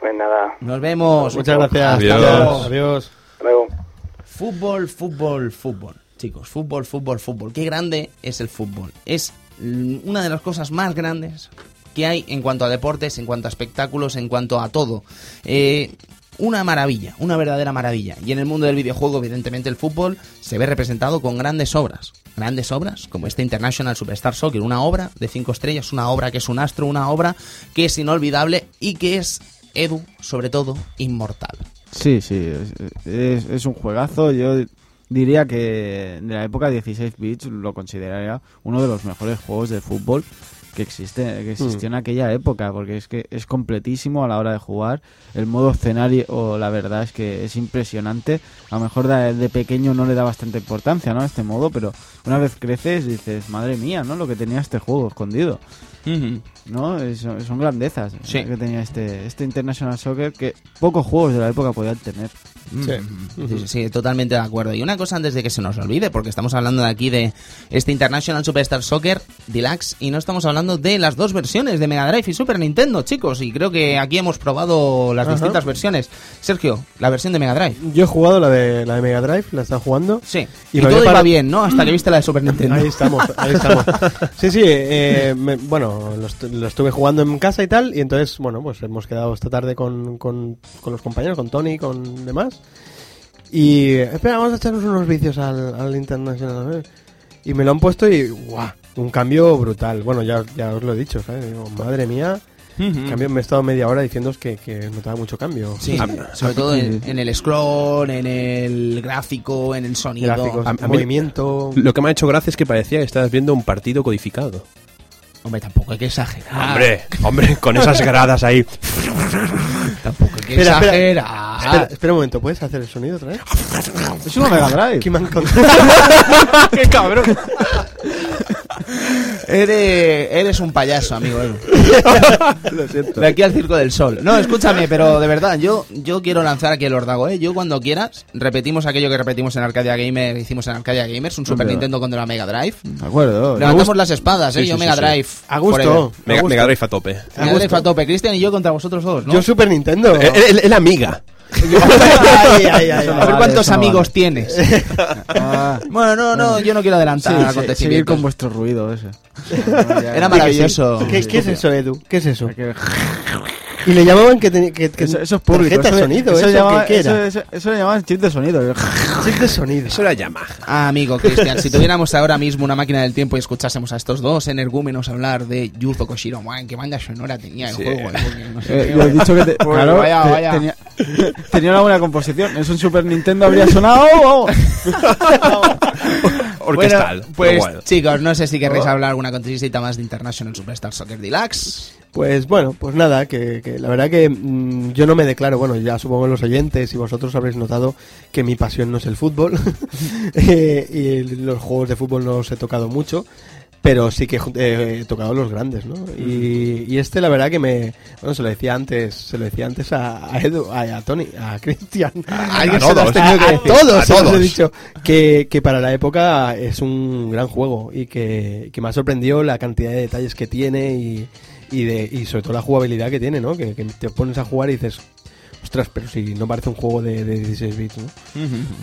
[SPEAKER 6] Pues nada,
[SPEAKER 1] Nos vemos.
[SPEAKER 2] Muchas gracias.
[SPEAKER 1] Hasta
[SPEAKER 3] Adiós.
[SPEAKER 1] luego.
[SPEAKER 2] Adiós.
[SPEAKER 6] hasta luego.
[SPEAKER 1] Fútbol, fútbol, fútbol. Chicos, fútbol, fútbol, fútbol. Qué grande es el fútbol. Es mm, una de las cosas más grandes que hay en cuanto a deportes, en cuanto a espectáculos, en cuanto a todo. Eh, una maravilla, una verdadera maravilla. Y en el mundo del videojuego, evidentemente, el fútbol se ve representado con grandes obras. Grandes obras, como este International Superstar Soccer, una obra de cinco estrellas, una obra que es un astro, una obra que es inolvidable y que es, Edu, sobre todo, inmortal.
[SPEAKER 4] Sí, sí, es, es- es un juegazo. Yo diría que de la época 16 bits lo consideraría uno de los mejores juegos de fútbol que existe que existió
[SPEAKER 1] Hmm.
[SPEAKER 4] en aquella época, porque es que es completísimo a la hora de jugar. El modo escenario, o la verdad es que es impresionante. A lo mejor de, de pequeño no le da bastante importancia, ¿no? A este modo, pero una vez creces dices, madre mía, ¿no? Lo que tenía este juego escondido. ¿no? Es- Son, grandezas
[SPEAKER 1] Sí.
[SPEAKER 4] que tenía este, este International Soccer que pocos juegos de la época podían tener.
[SPEAKER 1] Sí. Sí, sí, totalmente de acuerdo. Y una cosa antes de que se nos olvide, porque estamos hablando de aquí de este International Superstar Soccer Deluxe y no estamos hablando de las dos versiones de Mega Drive y Super Nintendo, chicos. Y creo que aquí hemos probado las
[SPEAKER 2] Ajá.
[SPEAKER 1] distintas versiones. Sergio, la versión de Mega Drive.
[SPEAKER 2] Yo he jugado la de, la de Mega Drive, la he estado jugando.
[SPEAKER 1] Sí.
[SPEAKER 2] Y
[SPEAKER 1] Y,
[SPEAKER 2] me
[SPEAKER 1] todo
[SPEAKER 2] había
[SPEAKER 1] iba
[SPEAKER 2] pare-
[SPEAKER 1] bien, ¿no? Hasta que viste la de Super Nintendo.
[SPEAKER 2] Ahí estamos, ahí estamos. Sí, sí, eh, me- bueno, lo, estu- lo estuve jugando en casa y tal, y entonces, bueno, pues hemos quedado esta tarde con, con, con los compañeros, con Tony, con demás. Y, eh, espera, vamos a echarnos unos vicios al, al International. ¿eh? Y me lo han puesto y, guau, Un cambio brutal. Bueno, ya, ya os lo he dicho, ¿sabes? Digo, madre mía. Cambio, me he estado media hora diciéndoos que, que notaba mucho cambio.
[SPEAKER 1] Sí, sobre todo en, en el scroll, en el gráfico, en el sonido. Ah,
[SPEAKER 2] Gráficos,
[SPEAKER 3] a mí-
[SPEAKER 2] movimiento.
[SPEAKER 3] Lo que me ha hecho gracia es que parecía que estabas viendo un partido codificado.
[SPEAKER 1] Hombre, tampoco hay que exagerar.
[SPEAKER 3] Hombre, hombre, con esas gradas ahí.
[SPEAKER 1] Tampoco hay que
[SPEAKER 2] Espera, espera.
[SPEAKER 1] exagerar.
[SPEAKER 3] Ah.
[SPEAKER 2] Espera, espera un momento, ¿puedes hacer el sonido otra vez?
[SPEAKER 4] Es una Mega Drive.
[SPEAKER 2] Aquí me han contado.
[SPEAKER 3] ¡Qué cabrón!
[SPEAKER 1] Eres, eres un payaso, amigo. Edu. De aquí al Circo del Sol. No, escúchame, pero de verdad, yo, yo quiero lanzar aquí el ordago, ¿eh? Yo cuando quieras, repetimos aquello que repetimos en Arcadia Gamer, hicimos en Arcadia Gamers, un Super
[SPEAKER 4] Hombre.
[SPEAKER 1] Nintendo contra la Mega Drive.
[SPEAKER 4] De acuerdo.
[SPEAKER 1] Levantamos las espadas, ¿eh?
[SPEAKER 3] Sí, sí,
[SPEAKER 1] yo
[SPEAKER 3] sí,
[SPEAKER 1] Mega
[SPEAKER 3] sí.
[SPEAKER 1] Drive.
[SPEAKER 2] A gusto.
[SPEAKER 1] forever.
[SPEAKER 2] Me
[SPEAKER 3] Mega,
[SPEAKER 2] gusta.
[SPEAKER 3] Mega Drive a tope.
[SPEAKER 1] Mega Drive a tope. Cristian y yo contra vosotros dos, ¿no?
[SPEAKER 2] Yo Super Nintendo.
[SPEAKER 3] Él- Eh, él- él es la amiga.
[SPEAKER 2] Ay, ay, ay,
[SPEAKER 4] Eso
[SPEAKER 1] A
[SPEAKER 4] no
[SPEAKER 1] ver
[SPEAKER 4] vale,
[SPEAKER 1] cuántos
[SPEAKER 4] eso no
[SPEAKER 1] amigos
[SPEAKER 4] vale.
[SPEAKER 1] tienes.
[SPEAKER 4] Ah,
[SPEAKER 1] Bueno, no, no, yo no quiero
[SPEAKER 4] sí,
[SPEAKER 1] adelantar
[SPEAKER 4] sí, seguir
[SPEAKER 1] acontecimientos.
[SPEAKER 4] con vuestro ruido ese.
[SPEAKER 1] Era maravilloso.
[SPEAKER 2] ¿Qué, qué es eso, Edu? ¿Qué es eso?
[SPEAKER 4] Que-
[SPEAKER 2] Y le llamaban que tenía que, que
[SPEAKER 4] Eso, eso es público.
[SPEAKER 2] tarjeta
[SPEAKER 4] Eso,
[SPEAKER 2] de
[SPEAKER 4] le-
[SPEAKER 2] sonido,
[SPEAKER 4] eso
[SPEAKER 2] eso,
[SPEAKER 4] llamaba-
[SPEAKER 2] ¿qué, qué
[SPEAKER 4] eso-
[SPEAKER 2] era?
[SPEAKER 4] eso- eso le llamaban chip de sonido. el
[SPEAKER 2] Chip de sonido.
[SPEAKER 3] Eso era Yamaha.
[SPEAKER 1] Ah, amigo Cristian, si tuviéramos ahora mismo una máquina del tiempo y escuchásemos a estos dos energúmenos hablar de Yuzo Koshiro, man, qué banda sonora tenía el
[SPEAKER 3] Sí.
[SPEAKER 1] juego. eh, porque no sé
[SPEAKER 4] Eh,
[SPEAKER 1] qué,
[SPEAKER 4] yo he
[SPEAKER 1] bueno.
[SPEAKER 4] dicho que te-
[SPEAKER 1] Bueno,
[SPEAKER 4] claro,
[SPEAKER 1] vaya,
[SPEAKER 4] te-
[SPEAKER 1] vaya.
[SPEAKER 4] Tenía, tenía una buena composición. Es un Super Nintendo, habría sonado. oh, vamos.
[SPEAKER 3] Orquestal.
[SPEAKER 1] Bueno, pues
[SPEAKER 3] pero bueno. Oh.
[SPEAKER 1] chicos, no sé si querréis hablar alguna cosita más de International Superstar Soccer Deluxe.
[SPEAKER 2] Pues bueno, pues nada, que, que la verdad que mm, yo no me declaro, bueno, ya supongo los oyentes y vosotros habréis notado que mi pasión no es el fútbol Eh, y los juegos de fútbol no los he tocado mucho, pero sí que ju- eh, he tocado los grandes, ¿no? Y, y este la verdad que me, bueno, se lo decía antes, se lo decía antes a, a Edu, a, a Tony, a Cristian,
[SPEAKER 3] a
[SPEAKER 2] alguien se lo has
[SPEAKER 3] todos.
[SPEAKER 2] tenido que
[SPEAKER 3] A
[SPEAKER 2] decir.
[SPEAKER 3] todos,
[SPEAKER 2] A se los he
[SPEAKER 3] todos.
[SPEAKER 2] dicho que, que para la época es un gran juego y que, que me ha sorprendido la cantidad de detalles que tiene y, y, de, y sobre todo la jugabilidad que tiene, ¿no? Que, que te pones a jugar y dices, ostras, pero si no parece un juego de, de 16 bits, ¿no?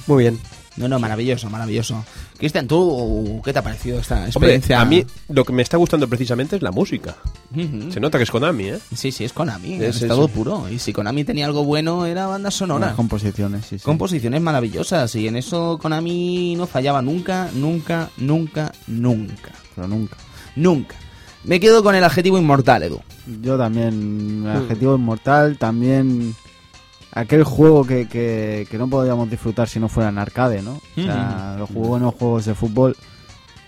[SPEAKER 2] Muy bien.
[SPEAKER 1] No, no, maravilloso, maravilloso. Cristian, ¿tú qué te ha parecido esta experiencia?
[SPEAKER 3] Hombre, a mí lo que me está gustando precisamente es la música.
[SPEAKER 1] Ujú.
[SPEAKER 3] Se nota que es Konami, ¿eh?
[SPEAKER 1] Sí, sí, es Konami,
[SPEAKER 3] Es
[SPEAKER 1] es
[SPEAKER 3] eso.
[SPEAKER 1] estado puro. Y si Konami tenía algo bueno, era banda sonora.
[SPEAKER 4] Las composiciones, sí, sí.
[SPEAKER 1] Composiciones maravillosas y en eso Konami no fallaba nunca, nunca, nunca, nunca.
[SPEAKER 4] Pero nunca.
[SPEAKER 1] Nunca. Me quedo con el adjetivo inmortal, Edu.
[SPEAKER 4] Yo también,
[SPEAKER 1] Mm.
[SPEAKER 4] el adjetivo inmortal, también aquel juego que, que, que no podíamos disfrutar si no fuera en arcade, ¿no? O sea,
[SPEAKER 1] Mm.
[SPEAKER 4] los buenos juegos de fútbol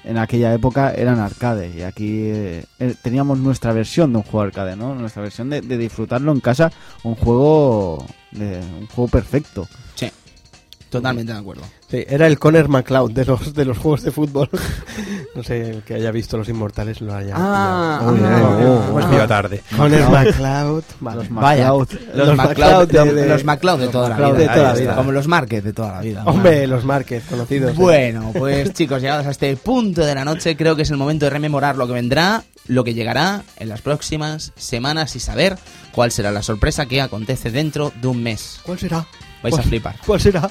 [SPEAKER 4] en aquella época eran arcade y aquí eh, eh, teníamos nuestra versión de un juego arcade, ¿no? Nuestra versión de, de disfrutarlo en casa, un juego de, un juego perfecto.
[SPEAKER 1] Sí. Totalmente de acuerdo.
[SPEAKER 2] Sí, era el Conor McLeod de los, de los juegos de fútbol. no sé, el que haya visto Los Inmortales lo haya...
[SPEAKER 1] Ah,
[SPEAKER 2] lo- Uy,
[SPEAKER 1] ah,
[SPEAKER 2] eh,
[SPEAKER 1] ah,
[SPEAKER 2] pues
[SPEAKER 3] Pues
[SPEAKER 1] ah.
[SPEAKER 2] mira,
[SPEAKER 3] llega tarde.
[SPEAKER 2] Conor McLeod, vale,
[SPEAKER 4] Los
[SPEAKER 2] vaya.
[SPEAKER 4] McLeod.
[SPEAKER 2] Los, McLeod de, de-
[SPEAKER 1] los MacLeod de toda la
[SPEAKER 2] MacLeod
[SPEAKER 1] vida.
[SPEAKER 2] de toda la
[SPEAKER 1] Ahí
[SPEAKER 2] vida.
[SPEAKER 1] está. Como los Márquez de toda la vida.
[SPEAKER 2] Hombre, los Márquez, conocidos. ¿eh?
[SPEAKER 1] Bueno, pues chicos, llegados a este punto de la noche, creo que es el momento de rememorar lo que vendrá, lo que llegará en las próximas semanas y saber cuál será la sorpresa que acontece dentro de un mes.
[SPEAKER 2] ¿Cuál será?
[SPEAKER 1] Vais a
[SPEAKER 2] ¿Cuál-
[SPEAKER 1] flipar.
[SPEAKER 2] ¿Cuál será?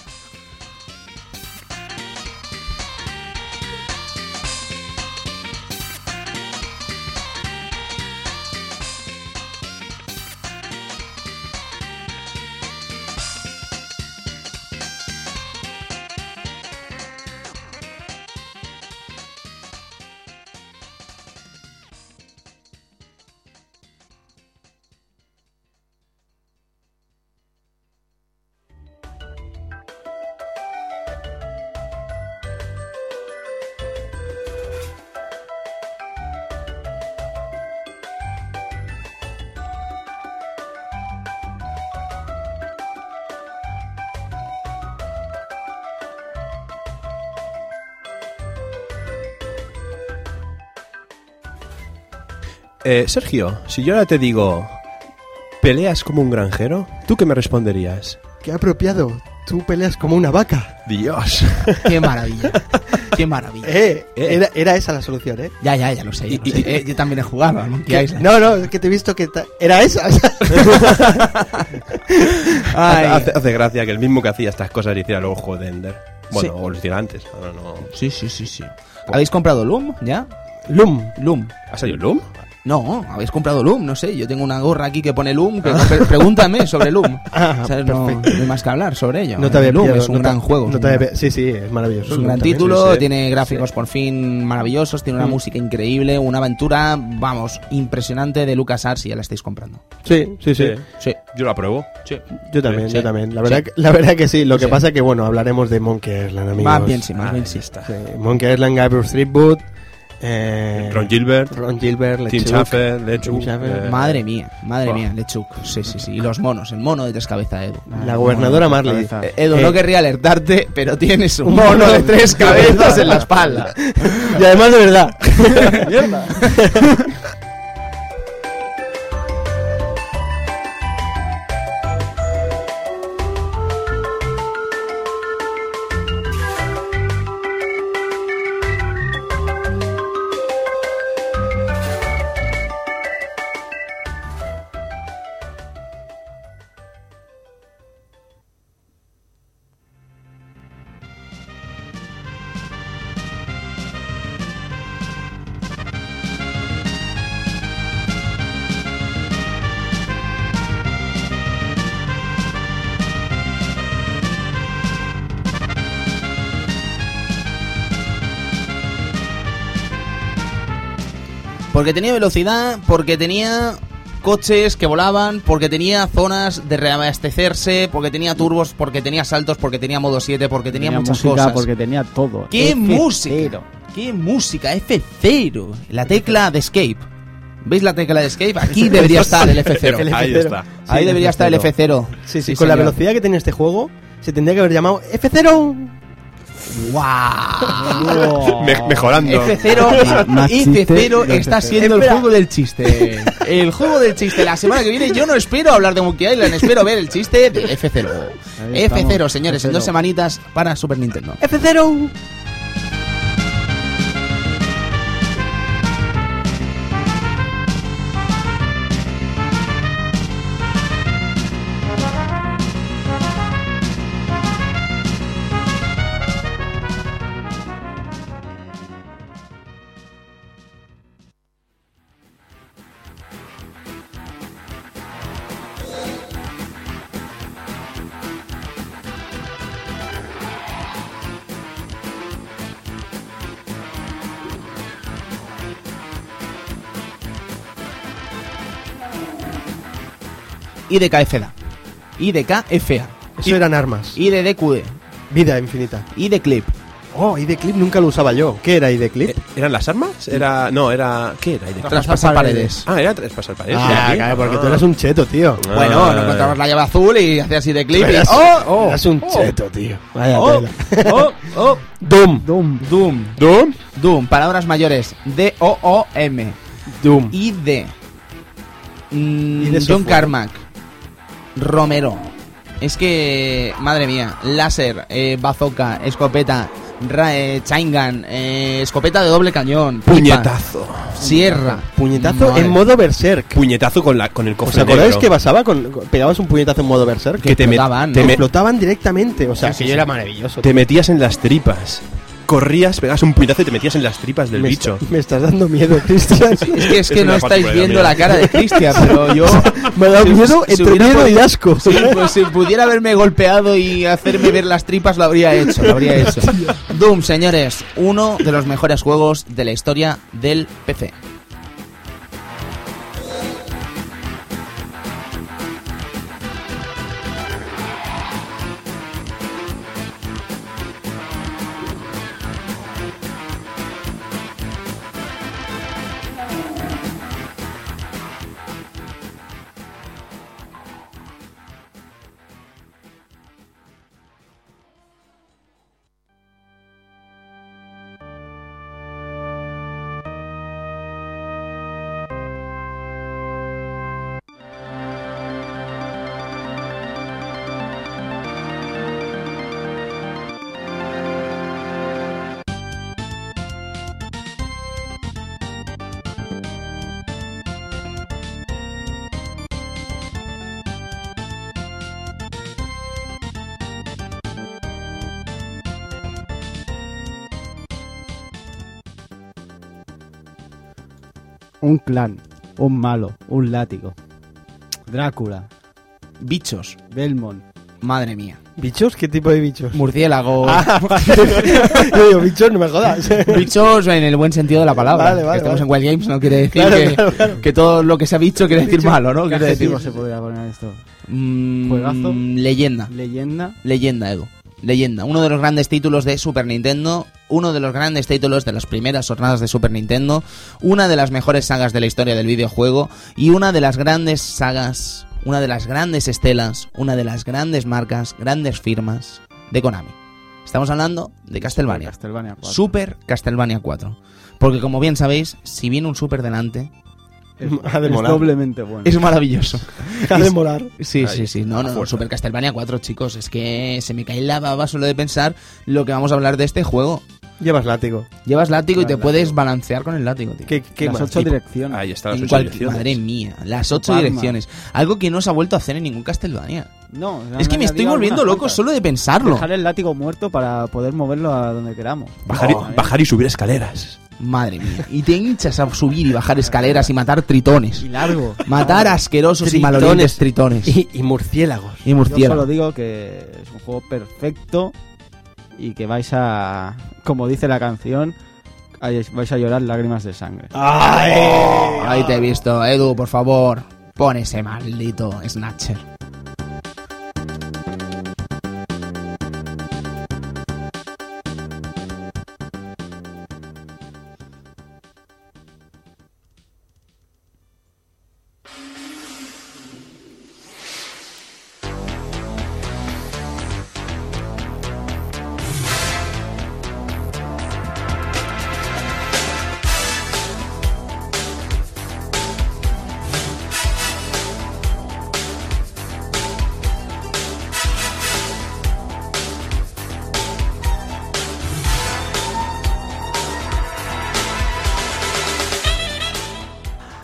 [SPEAKER 3] Eh, Sergio, si yo ahora te digo, ¿peleas como un granjero? ¿Tú qué me responderías?
[SPEAKER 2] Qué apropiado. Tú peleas como una vaca.
[SPEAKER 3] Dios.
[SPEAKER 1] Qué maravilla. Qué maravilla.
[SPEAKER 2] Eh,
[SPEAKER 3] Eh.
[SPEAKER 2] Era, era esa la solución, ¿eh?
[SPEAKER 1] Ya, ya, ya lo sé. ya lo
[SPEAKER 3] Y-
[SPEAKER 1] sé.
[SPEAKER 3] y-
[SPEAKER 1] Eh, yo también he jugado a Monkey
[SPEAKER 2] Que-
[SPEAKER 1] Island.
[SPEAKER 2] no, no, es que te he visto que ta- era esa.
[SPEAKER 1] Ay.
[SPEAKER 3] Hace, hace gracia que el mismo que hacía estas cosas hiciera luego el juego de Ender. Bueno,
[SPEAKER 1] Sí.
[SPEAKER 3] o los tirantes. No, no, no.
[SPEAKER 1] Sí, sí, sí, sí. ¿Habéis comprado Loom ya?
[SPEAKER 2] Loom.
[SPEAKER 1] Loom.
[SPEAKER 3] ¿Ha salido Loom?
[SPEAKER 1] No, habéis comprado Loom, no sé. Yo tengo una gorra aquí que pone Loom. Pero pre- pregúntame sobre Loom.
[SPEAKER 2] Ah,
[SPEAKER 1] O sea, no,
[SPEAKER 2] perfecto.
[SPEAKER 1] no hay más que hablar sobre ello.
[SPEAKER 2] No te había
[SPEAKER 1] Loom
[SPEAKER 2] pillado,
[SPEAKER 1] es un
[SPEAKER 2] no te-
[SPEAKER 1] gran juego.
[SPEAKER 2] no
[SPEAKER 1] es
[SPEAKER 2] te
[SPEAKER 1] un
[SPEAKER 2] había
[SPEAKER 1] gran-
[SPEAKER 2] pi- sí, sí, es maravilloso.
[SPEAKER 1] es un gran
[SPEAKER 2] También,
[SPEAKER 1] título,
[SPEAKER 2] sí, sí.
[SPEAKER 1] tiene gráficos
[SPEAKER 2] Sí.
[SPEAKER 1] por fin maravillosos, tiene una
[SPEAKER 2] Mm.
[SPEAKER 1] música increíble, una aventura, vamos, impresionante de Lucas si ya la estáis comprando.
[SPEAKER 2] Sí, sí, sí.
[SPEAKER 3] Sí.
[SPEAKER 1] Sí.
[SPEAKER 3] Yo lo apruebo.
[SPEAKER 2] Yo también,
[SPEAKER 1] Sí.
[SPEAKER 2] yo también. La verdad, que, la verdad que sí. Lo que
[SPEAKER 1] Sí.
[SPEAKER 2] pasa que, bueno, hablaremos de Monkey Island, amigos.
[SPEAKER 1] Más bien sí, más bien sí.
[SPEAKER 2] Sí, Monkey Island, Gabriel Threepwood, eh,
[SPEAKER 3] Ron Gilbert,
[SPEAKER 2] Ron Gilbert,
[SPEAKER 3] Tim
[SPEAKER 2] LeChuck.
[SPEAKER 3] Schafer, Lechu.
[SPEAKER 2] Tim Schafer.
[SPEAKER 3] eh,
[SPEAKER 1] Madre mía, madre
[SPEAKER 3] Buah.
[SPEAKER 1] mía, Lechuk. Sí, sí, sí. Y los monos, el mono de tres cabezas, Edu.
[SPEAKER 2] La gobernadora Marley.
[SPEAKER 4] Cabeza.
[SPEAKER 1] Eh, Edu,
[SPEAKER 2] Eh,
[SPEAKER 1] no querría alertarte, pero tienes un
[SPEAKER 2] Un
[SPEAKER 1] mono
[SPEAKER 2] mono
[SPEAKER 1] de tres cabezas en la espalda.
[SPEAKER 2] Y además de verdad.
[SPEAKER 1] Porque tenía velocidad, porque tenía coches que volaban, porque tenía zonas de reabastecerse, porque tenía turbos, porque tenía saltos, porque tenía modo 7, porque tenía, muchas
[SPEAKER 4] música,
[SPEAKER 1] cosas.
[SPEAKER 4] porque tenía todo.
[SPEAKER 1] ¡Qué
[SPEAKER 4] F0.
[SPEAKER 1] música! ¡Qué música! F0. La tecla de escape. ¿Veis la tecla de escape? Aquí debería estar el F0.
[SPEAKER 3] Ahí está.
[SPEAKER 1] Ahí
[SPEAKER 4] Sí,
[SPEAKER 1] debería estar el F0.
[SPEAKER 2] Sí, sí, con la velocidad que tiene este juego, se tendría que haber llamado F0.
[SPEAKER 1] ¡Wow!
[SPEAKER 4] Wow.
[SPEAKER 3] Me- mejorando.
[SPEAKER 1] F0
[SPEAKER 4] Más
[SPEAKER 1] y
[SPEAKER 4] chiste
[SPEAKER 1] F0
[SPEAKER 4] de
[SPEAKER 1] está
[SPEAKER 4] F0.
[SPEAKER 1] siendo el
[SPEAKER 2] Espera.
[SPEAKER 1] juego del chiste. El juego del chiste. La semana que viene yo no espero hablar de Monkey Island, espero ver el chiste de F0.
[SPEAKER 4] Ahí estamos,
[SPEAKER 1] F0, señores, en
[SPEAKER 4] F0.
[SPEAKER 1] dos semanitas para Super Nintendo.
[SPEAKER 2] F0.
[SPEAKER 1] Y de KFA. Y de KFA.
[SPEAKER 2] Eso eran armas.
[SPEAKER 1] Y de DQD.
[SPEAKER 2] Vida infinita.
[SPEAKER 1] Y de Clip.
[SPEAKER 2] Oh, ID Clip nunca lo usaba yo. ¿Qué era ID Clip?
[SPEAKER 3] Eh, ¿Eran las armas? Era. No, era. ¿Qué era?
[SPEAKER 1] Traspasar paredes.
[SPEAKER 3] Ah, era traspasar paredes.
[SPEAKER 2] Ah,
[SPEAKER 3] Sí.
[SPEAKER 2] claro, porque
[SPEAKER 3] Ah.
[SPEAKER 2] tú eras un cheto, tío.
[SPEAKER 3] Ah.
[SPEAKER 1] Bueno, no encontramos la llave azul y hacía así de Clip. y-
[SPEAKER 2] Eras,
[SPEAKER 1] ¡Oh!
[SPEAKER 2] eras un cheto, tío. Vaya
[SPEAKER 3] ¡Oh!
[SPEAKER 2] tela.
[SPEAKER 3] ¡Oh! ¡Oh!
[SPEAKER 2] Doom.
[SPEAKER 4] Doom.
[SPEAKER 1] Doom.
[SPEAKER 3] ¿Doom?
[SPEAKER 1] Doom. Palabras mayores. D-O-O-M.
[SPEAKER 2] Doom.
[SPEAKER 1] y de, mm,
[SPEAKER 2] Y de
[SPEAKER 1] John
[SPEAKER 2] software.
[SPEAKER 1] Carmack, Romero. Es que, madre mía, láser, eh, bazooka, escopeta, ra, eh, chain gun, eh, escopeta de doble cañón, pipa,
[SPEAKER 3] Puñetazo.
[SPEAKER 1] sierra,
[SPEAKER 2] Puñetazo
[SPEAKER 1] Madre.
[SPEAKER 2] en modo berserk.
[SPEAKER 3] Puñetazo con, la, con el
[SPEAKER 2] ¿Os
[SPEAKER 3] cofre.
[SPEAKER 2] acordáis
[SPEAKER 3] negro.
[SPEAKER 2] que basaba con. con- pegabas un puñetazo en modo berserk?
[SPEAKER 3] Que te, met-
[SPEAKER 1] explotaban,
[SPEAKER 3] te
[SPEAKER 1] ¿no?
[SPEAKER 2] me
[SPEAKER 3] me-
[SPEAKER 2] explotaban directamente. O sea,
[SPEAKER 1] Sí, sí,
[SPEAKER 2] que yo
[SPEAKER 1] sí.
[SPEAKER 2] era maravilloso.
[SPEAKER 3] te metías en las tripas. Corrías, pegabas un puñetazo y te metías en las tripas del
[SPEAKER 2] me
[SPEAKER 3] bicho.
[SPEAKER 2] está- me estás dando miedo, Cristian.
[SPEAKER 1] Es que, es
[SPEAKER 3] Es
[SPEAKER 1] que no
[SPEAKER 3] una
[SPEAKER 1] estáis
[SPEAKER 3] patrulla,
[SPEAKER 1] viendo
[SPEAKER 3] mira.
[SPEAKER 1] la cara de Cristian, pero yo...
[SPEAKER 2] Me ha dado
[SPEAKER 1] Si-
[SPEAKER 2] miedo
[SPEAKER 1] si
[SPEAKER 2] entre
[SPEAKER 1] hubiera
[SPEAKER 2] miedo y
[SPEAKER 1] podido-
[SPEAKER 2] asco.
[SPEAKER 1] Sí, pues si pudiera haberme golpeado y hacerme ver las tripas, lo habría hecho, lo habría hecho. Doom, señores, uno de los mejores juegos de la historia del PC.
[SPEAKER 4] Un clan. Un malo, un látigo. Drácula,
[SPEAKER 1] Bichos.
[SPEAKER 4] Belmont.
[SPEAKER 1] Madre mía.
[SPEAKER 2] ¿Bichos? ¿Qué tipo de bichos?
[SPEAKER 1] Murciélago.
[SPEAKER 2] Yo digo, bichos, no me jodas.
[SPEAKER 1] Bichos en el buen sentido de la palabra.
[SPEAKER 2] Vale, vale,
[SPEAKER 1] Que estamos
[SPEAKER 2] vale.
[SPEAKER 1] en Wild Games no quiere decir
[SPEAKER 2] Claro,
[SPEAKER 1] que,
[SPEAKER 2] claro, claro.
[SPEAKER 1] que todo lo que se ha dicho quiere decir malo, ¿no?
[SPEAKER 4] ¿Qué
[SPEAKER 1] Quiere decir
[SPEAKER 4] adjetivo se podría poner esto?
[SPEAKER 1] Mm,
[SPEAKER 4] Juegazo.
[SPEAKER 1] leyenda.
[SPEAKER 4] Leyenda.
[SPEAKER 1] Leyenda, Edu. Leyenda. Uno de los grandes títulos de Super Nintendo. Uno de los grandes títulos de las primeras jornadas de Super Nintendo. Una de las mejores sagas de la historia del videojuego. Y una de las grandes sagas. Una de las grandes estelas. Una de las grandes marcas. Grandes firmas de Konami. Estamos hablando de Castlevania.
[SPEAKER 4] Castlevania 4.
[SPEAKER 1] Super Castlevania 4. Porque como bien sabéis, si viene un Super delante,
[SPEAKER 4] Es,
[SPEAKER 2] Ha de
[SPEAKER 4] es
[SPEAKER 2] molar.
[SPEAKER 4] doblemente bueno.
[SPEAKER 1] es maravilloso.
[SPEAKER 2] Ha de molar.
[SPEAKER 1] Sí,
[SPEAKER 3] Ahí,
[SPEAKER 1] sí, sí. No,
[SPEAKER 3] a
[SPEAKER 1] no,
[SPEAKER 3] fuerza.
[SPEAKER 1] Super Castlevania 4, chicos. Es que se me cae la baba solo de pensar lo que vamos a hablar de este juego.
[SPEAKER 2] Llevas látigo.
[SPEAKER 1] Llevas látigo y te
[SPEAKER 4] Llevas
[SPEAKER 1] puedes balancear con el látigo, tío.
[SPEAKER 2] ¿Qué, qué
[SPEAKER 4] Las
[SPEAKER 2] más?
[SPEAKER 4] ocho
[SPEAKER 2] Y-
[SPEAKER 4] direcciones.
[SPEAKER 3] Ahí está las
[SPEAKER 1] En
[SPEAKER 3] ocho
[SPEAKER 1] cual-
[SPEAKER 3] direcciones.
[SPEAKER 1] Madre mía, las ocho
[SPEAKER 4] Palma.
[SPEAKER 1] direcciones. Algo que no se ha vuelto a hacer en ningún Castlevania.
[SPEAKER 4] No,
[SPEAKER 1] es que me estoy volviendo loco solo de pensarlo.
[SPEAKER 4] Dejar el látigo muerto para poder moverlo a donde queramos.
[SPEAKER 3] Bajar,
[SPEAKER 4] No,
[SPEAKER 1] eh.
[SPEAKER 3] y, bajar y subir escaleras.
[SPEAKER 1] Madre mía. Y te hinchas a subir y bajar escaleras y matar tritones.
[SPEAKER 4] Y largo.
[SPEAKER 1] Matar asquerosos y malolientes tritones.
[SPEAKER 2] Y, y murciélagos.
[SPEAKER 1] Y
[SPEAKER 4] Yo solo
[SPEAKER 1] murciélagos.
[SPEAKER 4] digo que es un juego perfecto y que vais a, como dice la canción, ahí vais a llorar lágrimas de sangre.
[SPEAKER 1] Ah. Ahí te he visto, Edu, por favor. Pon ese maldito Snatcher.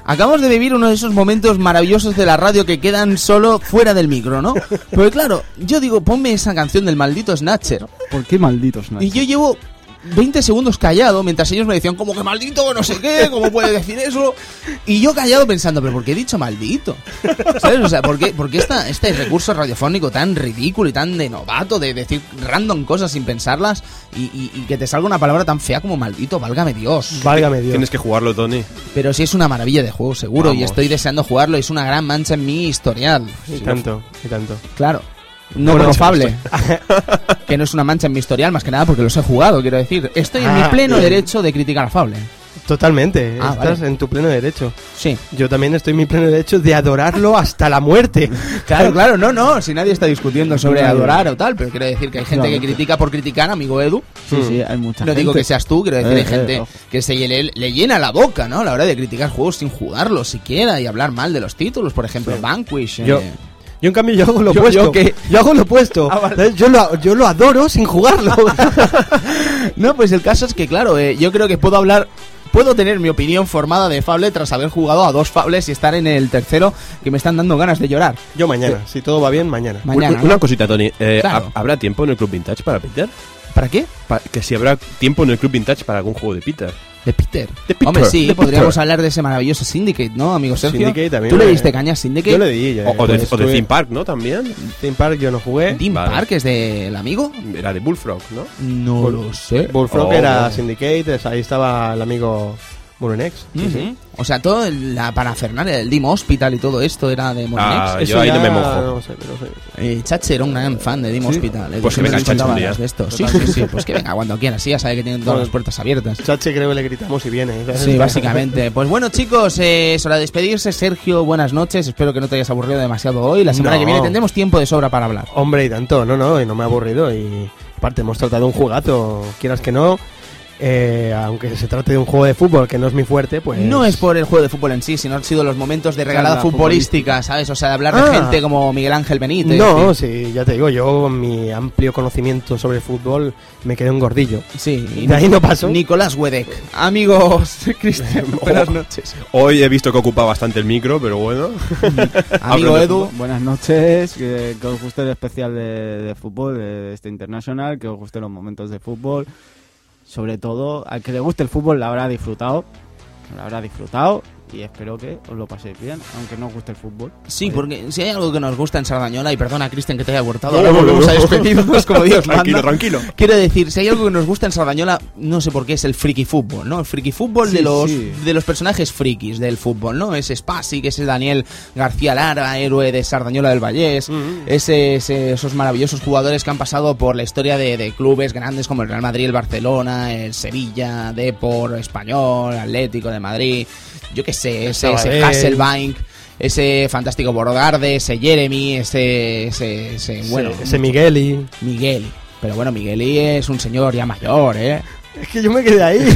[SPEAKER 1] Acabamos de vivir uno de esos momentos maravillosos de la radio que quedan solo fuera del micro, ¿no? Porque claro, yo digo, ponme esa canción del maldito Snatcher.
[SPEAKER 4] ¿Por qué malditos no?
[SPEAKER 1] Y yo llevo 20 segundos callado mientras ellos me decían, como que maldito, no sé qué, cómo puede decir eso. Y yo callado pensando, pero ¿por qué he dicho maldito? ¿Sabes? O sea, ¿por qué, por qué esta- este recurso radiofónico tan ridículo y tan de novato de decir random cosas sin pensarlas y, y- y que te salga una palabra tan fea como maldito, válgame Dios?
[SPEAKER 2] Válgame Dios.
[SPEAKER 3] Tienes que jugarlo, Tony.
[SPEAKER 1] Pero sí es una maravilla de juego, seguro, y
[SPEAKER 3] Vamos.
[SPEAKER 1] estoy deseando jugarlo. Es una gran mancha en mi historial.
[SPEAKER 2] Y tanto, y tanto.
[SPEAKER 1] Claro. No
[SPEAKER 2] Bueno,
[SPEAKER 1] probable. que no es una mancha en mi historial, más que nada porque los he jugado, quiero decir. Estoy en mi
[SPEAKER 2] Ah,
[SPEAKER 1] pleno
[SPEAKER 2] bien.
[SPEAKER 1] derecho de criticar a Fable.
[SPEAKER 2] Totalmente.
[SPEAKER 1] Ah,
[SPEAKER 2] estás
[SPEAKER 1] vale.
[SPEAKER 2] en tu pleno derecho.
[SPEAKER 1] Sí.
[SPEAKER 2] Yo también estoy en mi pleno derecho de adorarlo hasta la muerte.
[SPEAKER 1] Claro, claro, no, no. Si nadie está discutiendo sobre
[SPEAKER 4] Claro.
[SPEAKER 1] adorar o tal, pero quiero decir que hay gente que critica por criticar, amigo Edu.
[SPEAKER 4] Sí, sí, hay mucha
[SPEAKER 1] No
[SPEAKER 4] gente.
[SPEAKER 1] digo que seas tú, quiero decir,
[SPEAKER 4] Eh,
[SPEAKER 1] hay
[SPEAKER 4] eh,
[SPEAKER 1] gente
[SPEAKER 4] ojo.
[SPEAKER 1] que se le, le llena la boca, ¿no? A la hora de criticar juegos sin jugarlos siquiera y hablar mal de los títulos, por ejemplo, Vanquish. eh,
[SPEAKER 2] Yo, yo en cambio, yo hago lo
[SPEAKER 1] Yo-
[SPEAKER 2] opuesto.
[SPEAKER 1] yo qué.
[SPEAKER 2] Yo hago lo opuesto.
[SPEAKER 1] Ah, vale.
[SPEAKER 2] ¿Sabes? yo, lo, yo lo adoro sin jugarlo.
[SPEAKER 1] No, pues el caso es que, claro, eh, yo creo que puedo hablar. Puedo tener mi opinión formada de Fable tras haber jugado a dos Fables y estar en el tercero, que me están dando ganas de llorar.
[SPEAKER 2] yo mañana. Si todo va bien, mañana.
[SPEAKER 1] Mañana.
[SPEAKER 3] Una cosita, Tony. Eh,
[SPEAKER 1] Claro.
[SPEAKER 3] ¿hab- ¿Habrá tiempo en el Club Vintage para Peter?
[SPEAKER 1] ¿no? ¿Para qué?
[SPEAKER 3] Pa- que si habrá tiempo en el Club Vintage para algún juego de Peter.
[SPEAKER 1] De Peter.
[SPEAKER 3] De Peter,
[SPEAKER 1] Hombre, sí,
[SPEAKER 3] de
[SPEAKER 1] podríamos
[SPEAKER 3] Peter.
[SPEAKER 1] hablar de ese maravilloso Syndicate, ¿no, amigo Sergio?
[SPEAKER 2] Syndicate también,
[SPEAKER 1] ¿Tú le
[SPEAKER 2] eh.
[SPEAKER 1] diste caña a Syndicate?
[SPEAKER 2] Yo le di. ya.
[SPEAKER 3] O, o de,
[SPEAKER 2] Pues
[SPEAKER 3] o de
[SPEAKER 2] estuve-
[SPEAKER 3] Theme Park, ¿no? También.
[SPEAKER 2] Theme Park yo no jugué.
[SPEAKER 1] ¿Dean
[SPEAKER 3] ¿eh? Vale.
[SPEAKER 1] Park es del amigo?
[SPEAKER 3] Era de Bullfrog, ¿no?
[SPEAKER 1] No lo sé.
[SPEAKER 2] Bullfrog
[SPEAKER 3] Oh.
[SPEAKER 2] era Syndicate, ahí estaba el amigo Muronex. Sí, sí.
[SPEAKER 1] Ujú. O sea, toda la parafernalia del Dim Hospital y todo esto era de Monex.
[SPEAKER 3] Ah, yo ahí no me mojo.
[SPEAKER 2] sé, pero sí.
[SPEAKER 1] Eh, Chache era un gran fan de Dim Hospital. eh,
[SPEAKER 3] Pues que
[SPEAKER 1] siempre
[SPEAKER 3] venga,
[SPEAKER 1] nos
[SPEAKER 3] Chache
[SPEAKER 1] contaba
[SPEAKER 3] un día.
[SPEAKER 1] las de esto. Sí, sí, sí. Pues que venga cuando quiera. Sí, ya sabe que tienen todas
[SPEAKER 2] Bueno.
[SPEAKER 1] las puertas abiertas.
[SPEAKER 2] Chache creo que le gritamos y viene. ¿eh? ¿sabes?
[SPEAKER 1] Sí, básicamente. Pues bueno, chicos, eh, es hora de despedirse. Sergio, buenas noches. Espero que no te hayas aburrido demasiado hoy. La semana
[SPEAKER 2] No.
[SPEAKER 1] que viene tendremos tiempo de sobra para hablar.
[SPEAKER 2] Hombre, y tanto, no, no, y no me ha aburrido. Y aparte, hemos tratado un jugazo, quieras que no. eh, aunque se trate de un juego de fútbol que no es mi fuerte, pues.
[SPEAKER 1] No es por el juego de fútbol en sí, sino han sido los momentos de regalada
[SPEAKER 4] Charla
[SPEAKER 1] futbolística, ¿sabes? O sea, de hablar de
[SPEAKER 2] Ah.
[SPEAKER 1] gente como Miguel Ángel Benítez.
[SPEAKER 2] No,
[SPEAKER 1] y-
[SPEAKER 2] sí, ya te digo, yo mi amplio conocimiento sobre el fútbol me quedé un gordillo.
[SPEAKER 1] Sí, y
[SPEAKER 2] De ahí no pasó.
[SPEAKER 1] Nicolás Wedek. Amigos, Cristian, buenas noches.
[SPEAKER 3] Hoy he visto que ocupa bastante el micro, pero bueno.
[SPEAKER 1] Amigo
[SPEAKER 3] Hablando de
[SPEAKER 1] Edu,
[SPEAKER 4] Buenas noches, que, que os guste el especial de, de fútbol, de, de este internacional, que os gusten los momentos de fútbol. Sobre todo, al que le guste el fútbol la habrá disfrutado. La habrá disfrutado. y espero que os lo paséis bien, aunque no os guste el fútbol.
[SPEAKER 1] Sí,
[SPEAKER 4] Oye,
[SPEAKER 1] porque si hay algo que nos gusta en Sardañola, y perdona, Cristian, que te haya abortado, ahora volvemos a despedirnos como Dios manda.
[SPEAKER 3] Tranquilo, tranquilo.
[SPEAKER 1] Quiero decir, si hay algo que nos gusta en Sardañola, no sé por qué, es el friki fútbol, ¿no? El friki fútbol de,
[SPEAKER 4] Sí,
[SPEAKER 1] los,
[SPEAKER 4] sí.
[SPEAKER 1] de los personajes frikis del fútbol, ¿no? Ese Spassi, que ese Daniel García Lara, héroe de Sardañola del Vallés, ese, ese- esos maravillosos jugadores que han pasado por la historia de, de clubes grandes como el Real Madrid, el Barcelona, el Sevilla, Depor, Español, Atlético de Madrid, yo qué sé, ese, ese
[SPEAKER 2] Sabadell.
[SPEAKER 1] Hasselbank. Ese fantástico Borodarde, ese Jeremy, ese. ese, ese- bueno,
[SPEAKER 2] ese Miguel y.
[SPEAKER 1] Miguel. Pero bueno, Miguel y es un señor ya mayor, ¿eh?
[SPEAKER 2] Es que yo me quedé ahí.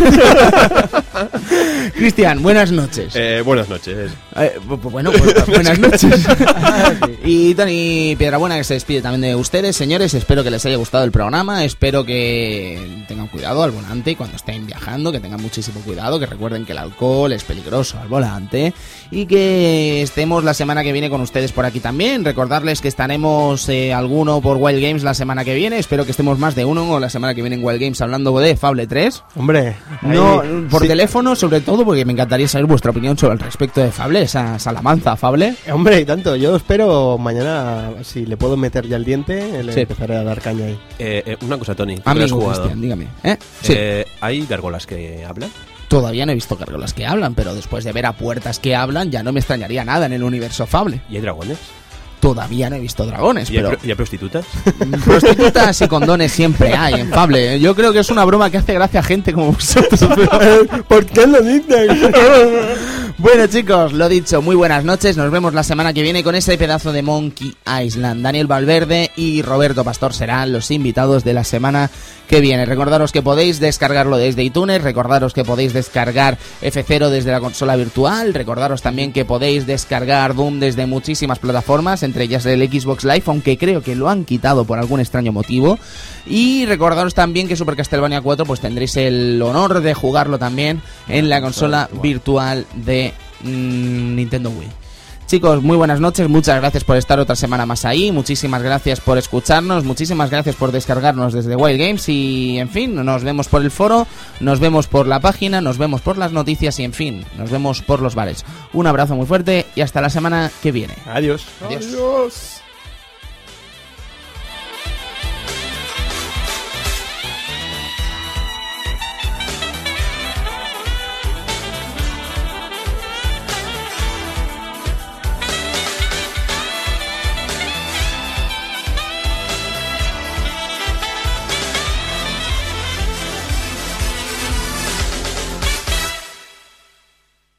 [SPEAKER 1] Cristian, buenas noches.
[SPEAKER 3] Eh, buenas noches.
[SPEAKER 1] Eh, bu- bu- bueno, pues, buenas noches. y Tony Piedrabuena que se despide también de ustedes, señores. Espero que les haya gustado el programa. Espero que tengan cuidado al volante cuando estén viajando, que tengan muchísimo cuidado, que recuerden que el alcohol es peligroso al volante y que estemos la semana que viene con ustedes por aquí también. Recordarles que estaremos eh, alguno por Wild Games la semana que viene. Espero que estemos más de uno o la semana que viene en Wild Games hablando de Fable 3.
[SPEAKER 2] Hombre.
[SPEAKER 1] No,
[SPEAKER 2] ahí-
[SPEAKER 1] por
[SPEAKER 2] sí.
[SPEAKER 1] teléfono sobre todo, porque me encantaría saber vuestra opinión sobre el respecto de Fable, esa salamanza Fable.
[SPEAKER 2] Hombre, y tanto. Yo espero mañana, si le puedo meter ya el diente, le
[SPEAKER 1] Sí.
[SPEAKER 2] empezaré a dar caña ahí.
[SPEAKER 3] Eh, eh, una cosa, Tony. ¿tú que has
[SPEAKER 1] Amigo
[SPEAKER 3] jugado?
[SPEAKER 1] Cristian, dígame. ¿Eh? Sí,
[SPEAKER 3] Eh, ¿Hay gárgolas que hablan?
[SPEAKER 1] todavía no he visto cargolas que hablan, pero después de ver a puertas que hablan, ya no me extrañaría nada en el universo Fable.
[SPEAKER 3] ¿Y hay dragones?
[SPEAKER 1] Todavía no he visto dragones,
[SPEAKER 3] ¿Y hay,
[SPEAKER 1] pero
[SPEAKER 3] pro- y hay prostitutas?
[SPEAKER 1] prostitutas y condones siempre hay en Fable. ¿eh? Yo creo que es una broma que hace gracia a gente como vosotros.
[SPEAKER 2] ¿Por qué lo dicen?
[SPEAKER 1] Bueno chicos, lo dicho, muy buenas noches, nos vemos la semana que viene con ese pedazo de Monkey Island. Daniel Valverde y Roberto Pastor serán los invitados de la semana que viene. Recordaros que podéis descargarlo desde iTunes, recordaros que podéis descargar F0 desde la consola virtual, recordaros también que podéis descargar Doom desde muchísimas plataformas, entre ellas el Xbox Live, aunque creo que lo han quitado por algún extraño motivo. Y recordaros también que Super Castlevania 4 pues tendréis el honor de jugarlo también en la consola virtual de mm, Nintendo Wii. Chicos, muy buenas noches, muchas gracias por estar otra semana más ahí, muchísimas gracias por escucharnos, muchísimas gracias por descargarnos desde Wild Games y, en fin, nos vemos por el foro, nos vemos por la página, nos vemos por las noticias y, en fin, nos vemos por los bares. Un abrazo muy fuerte y hasta la semana que viene.
[SPEAKER 2] Adiós.
[SPEAKER 1] Adiós.
[SPEAKER 3] Dios.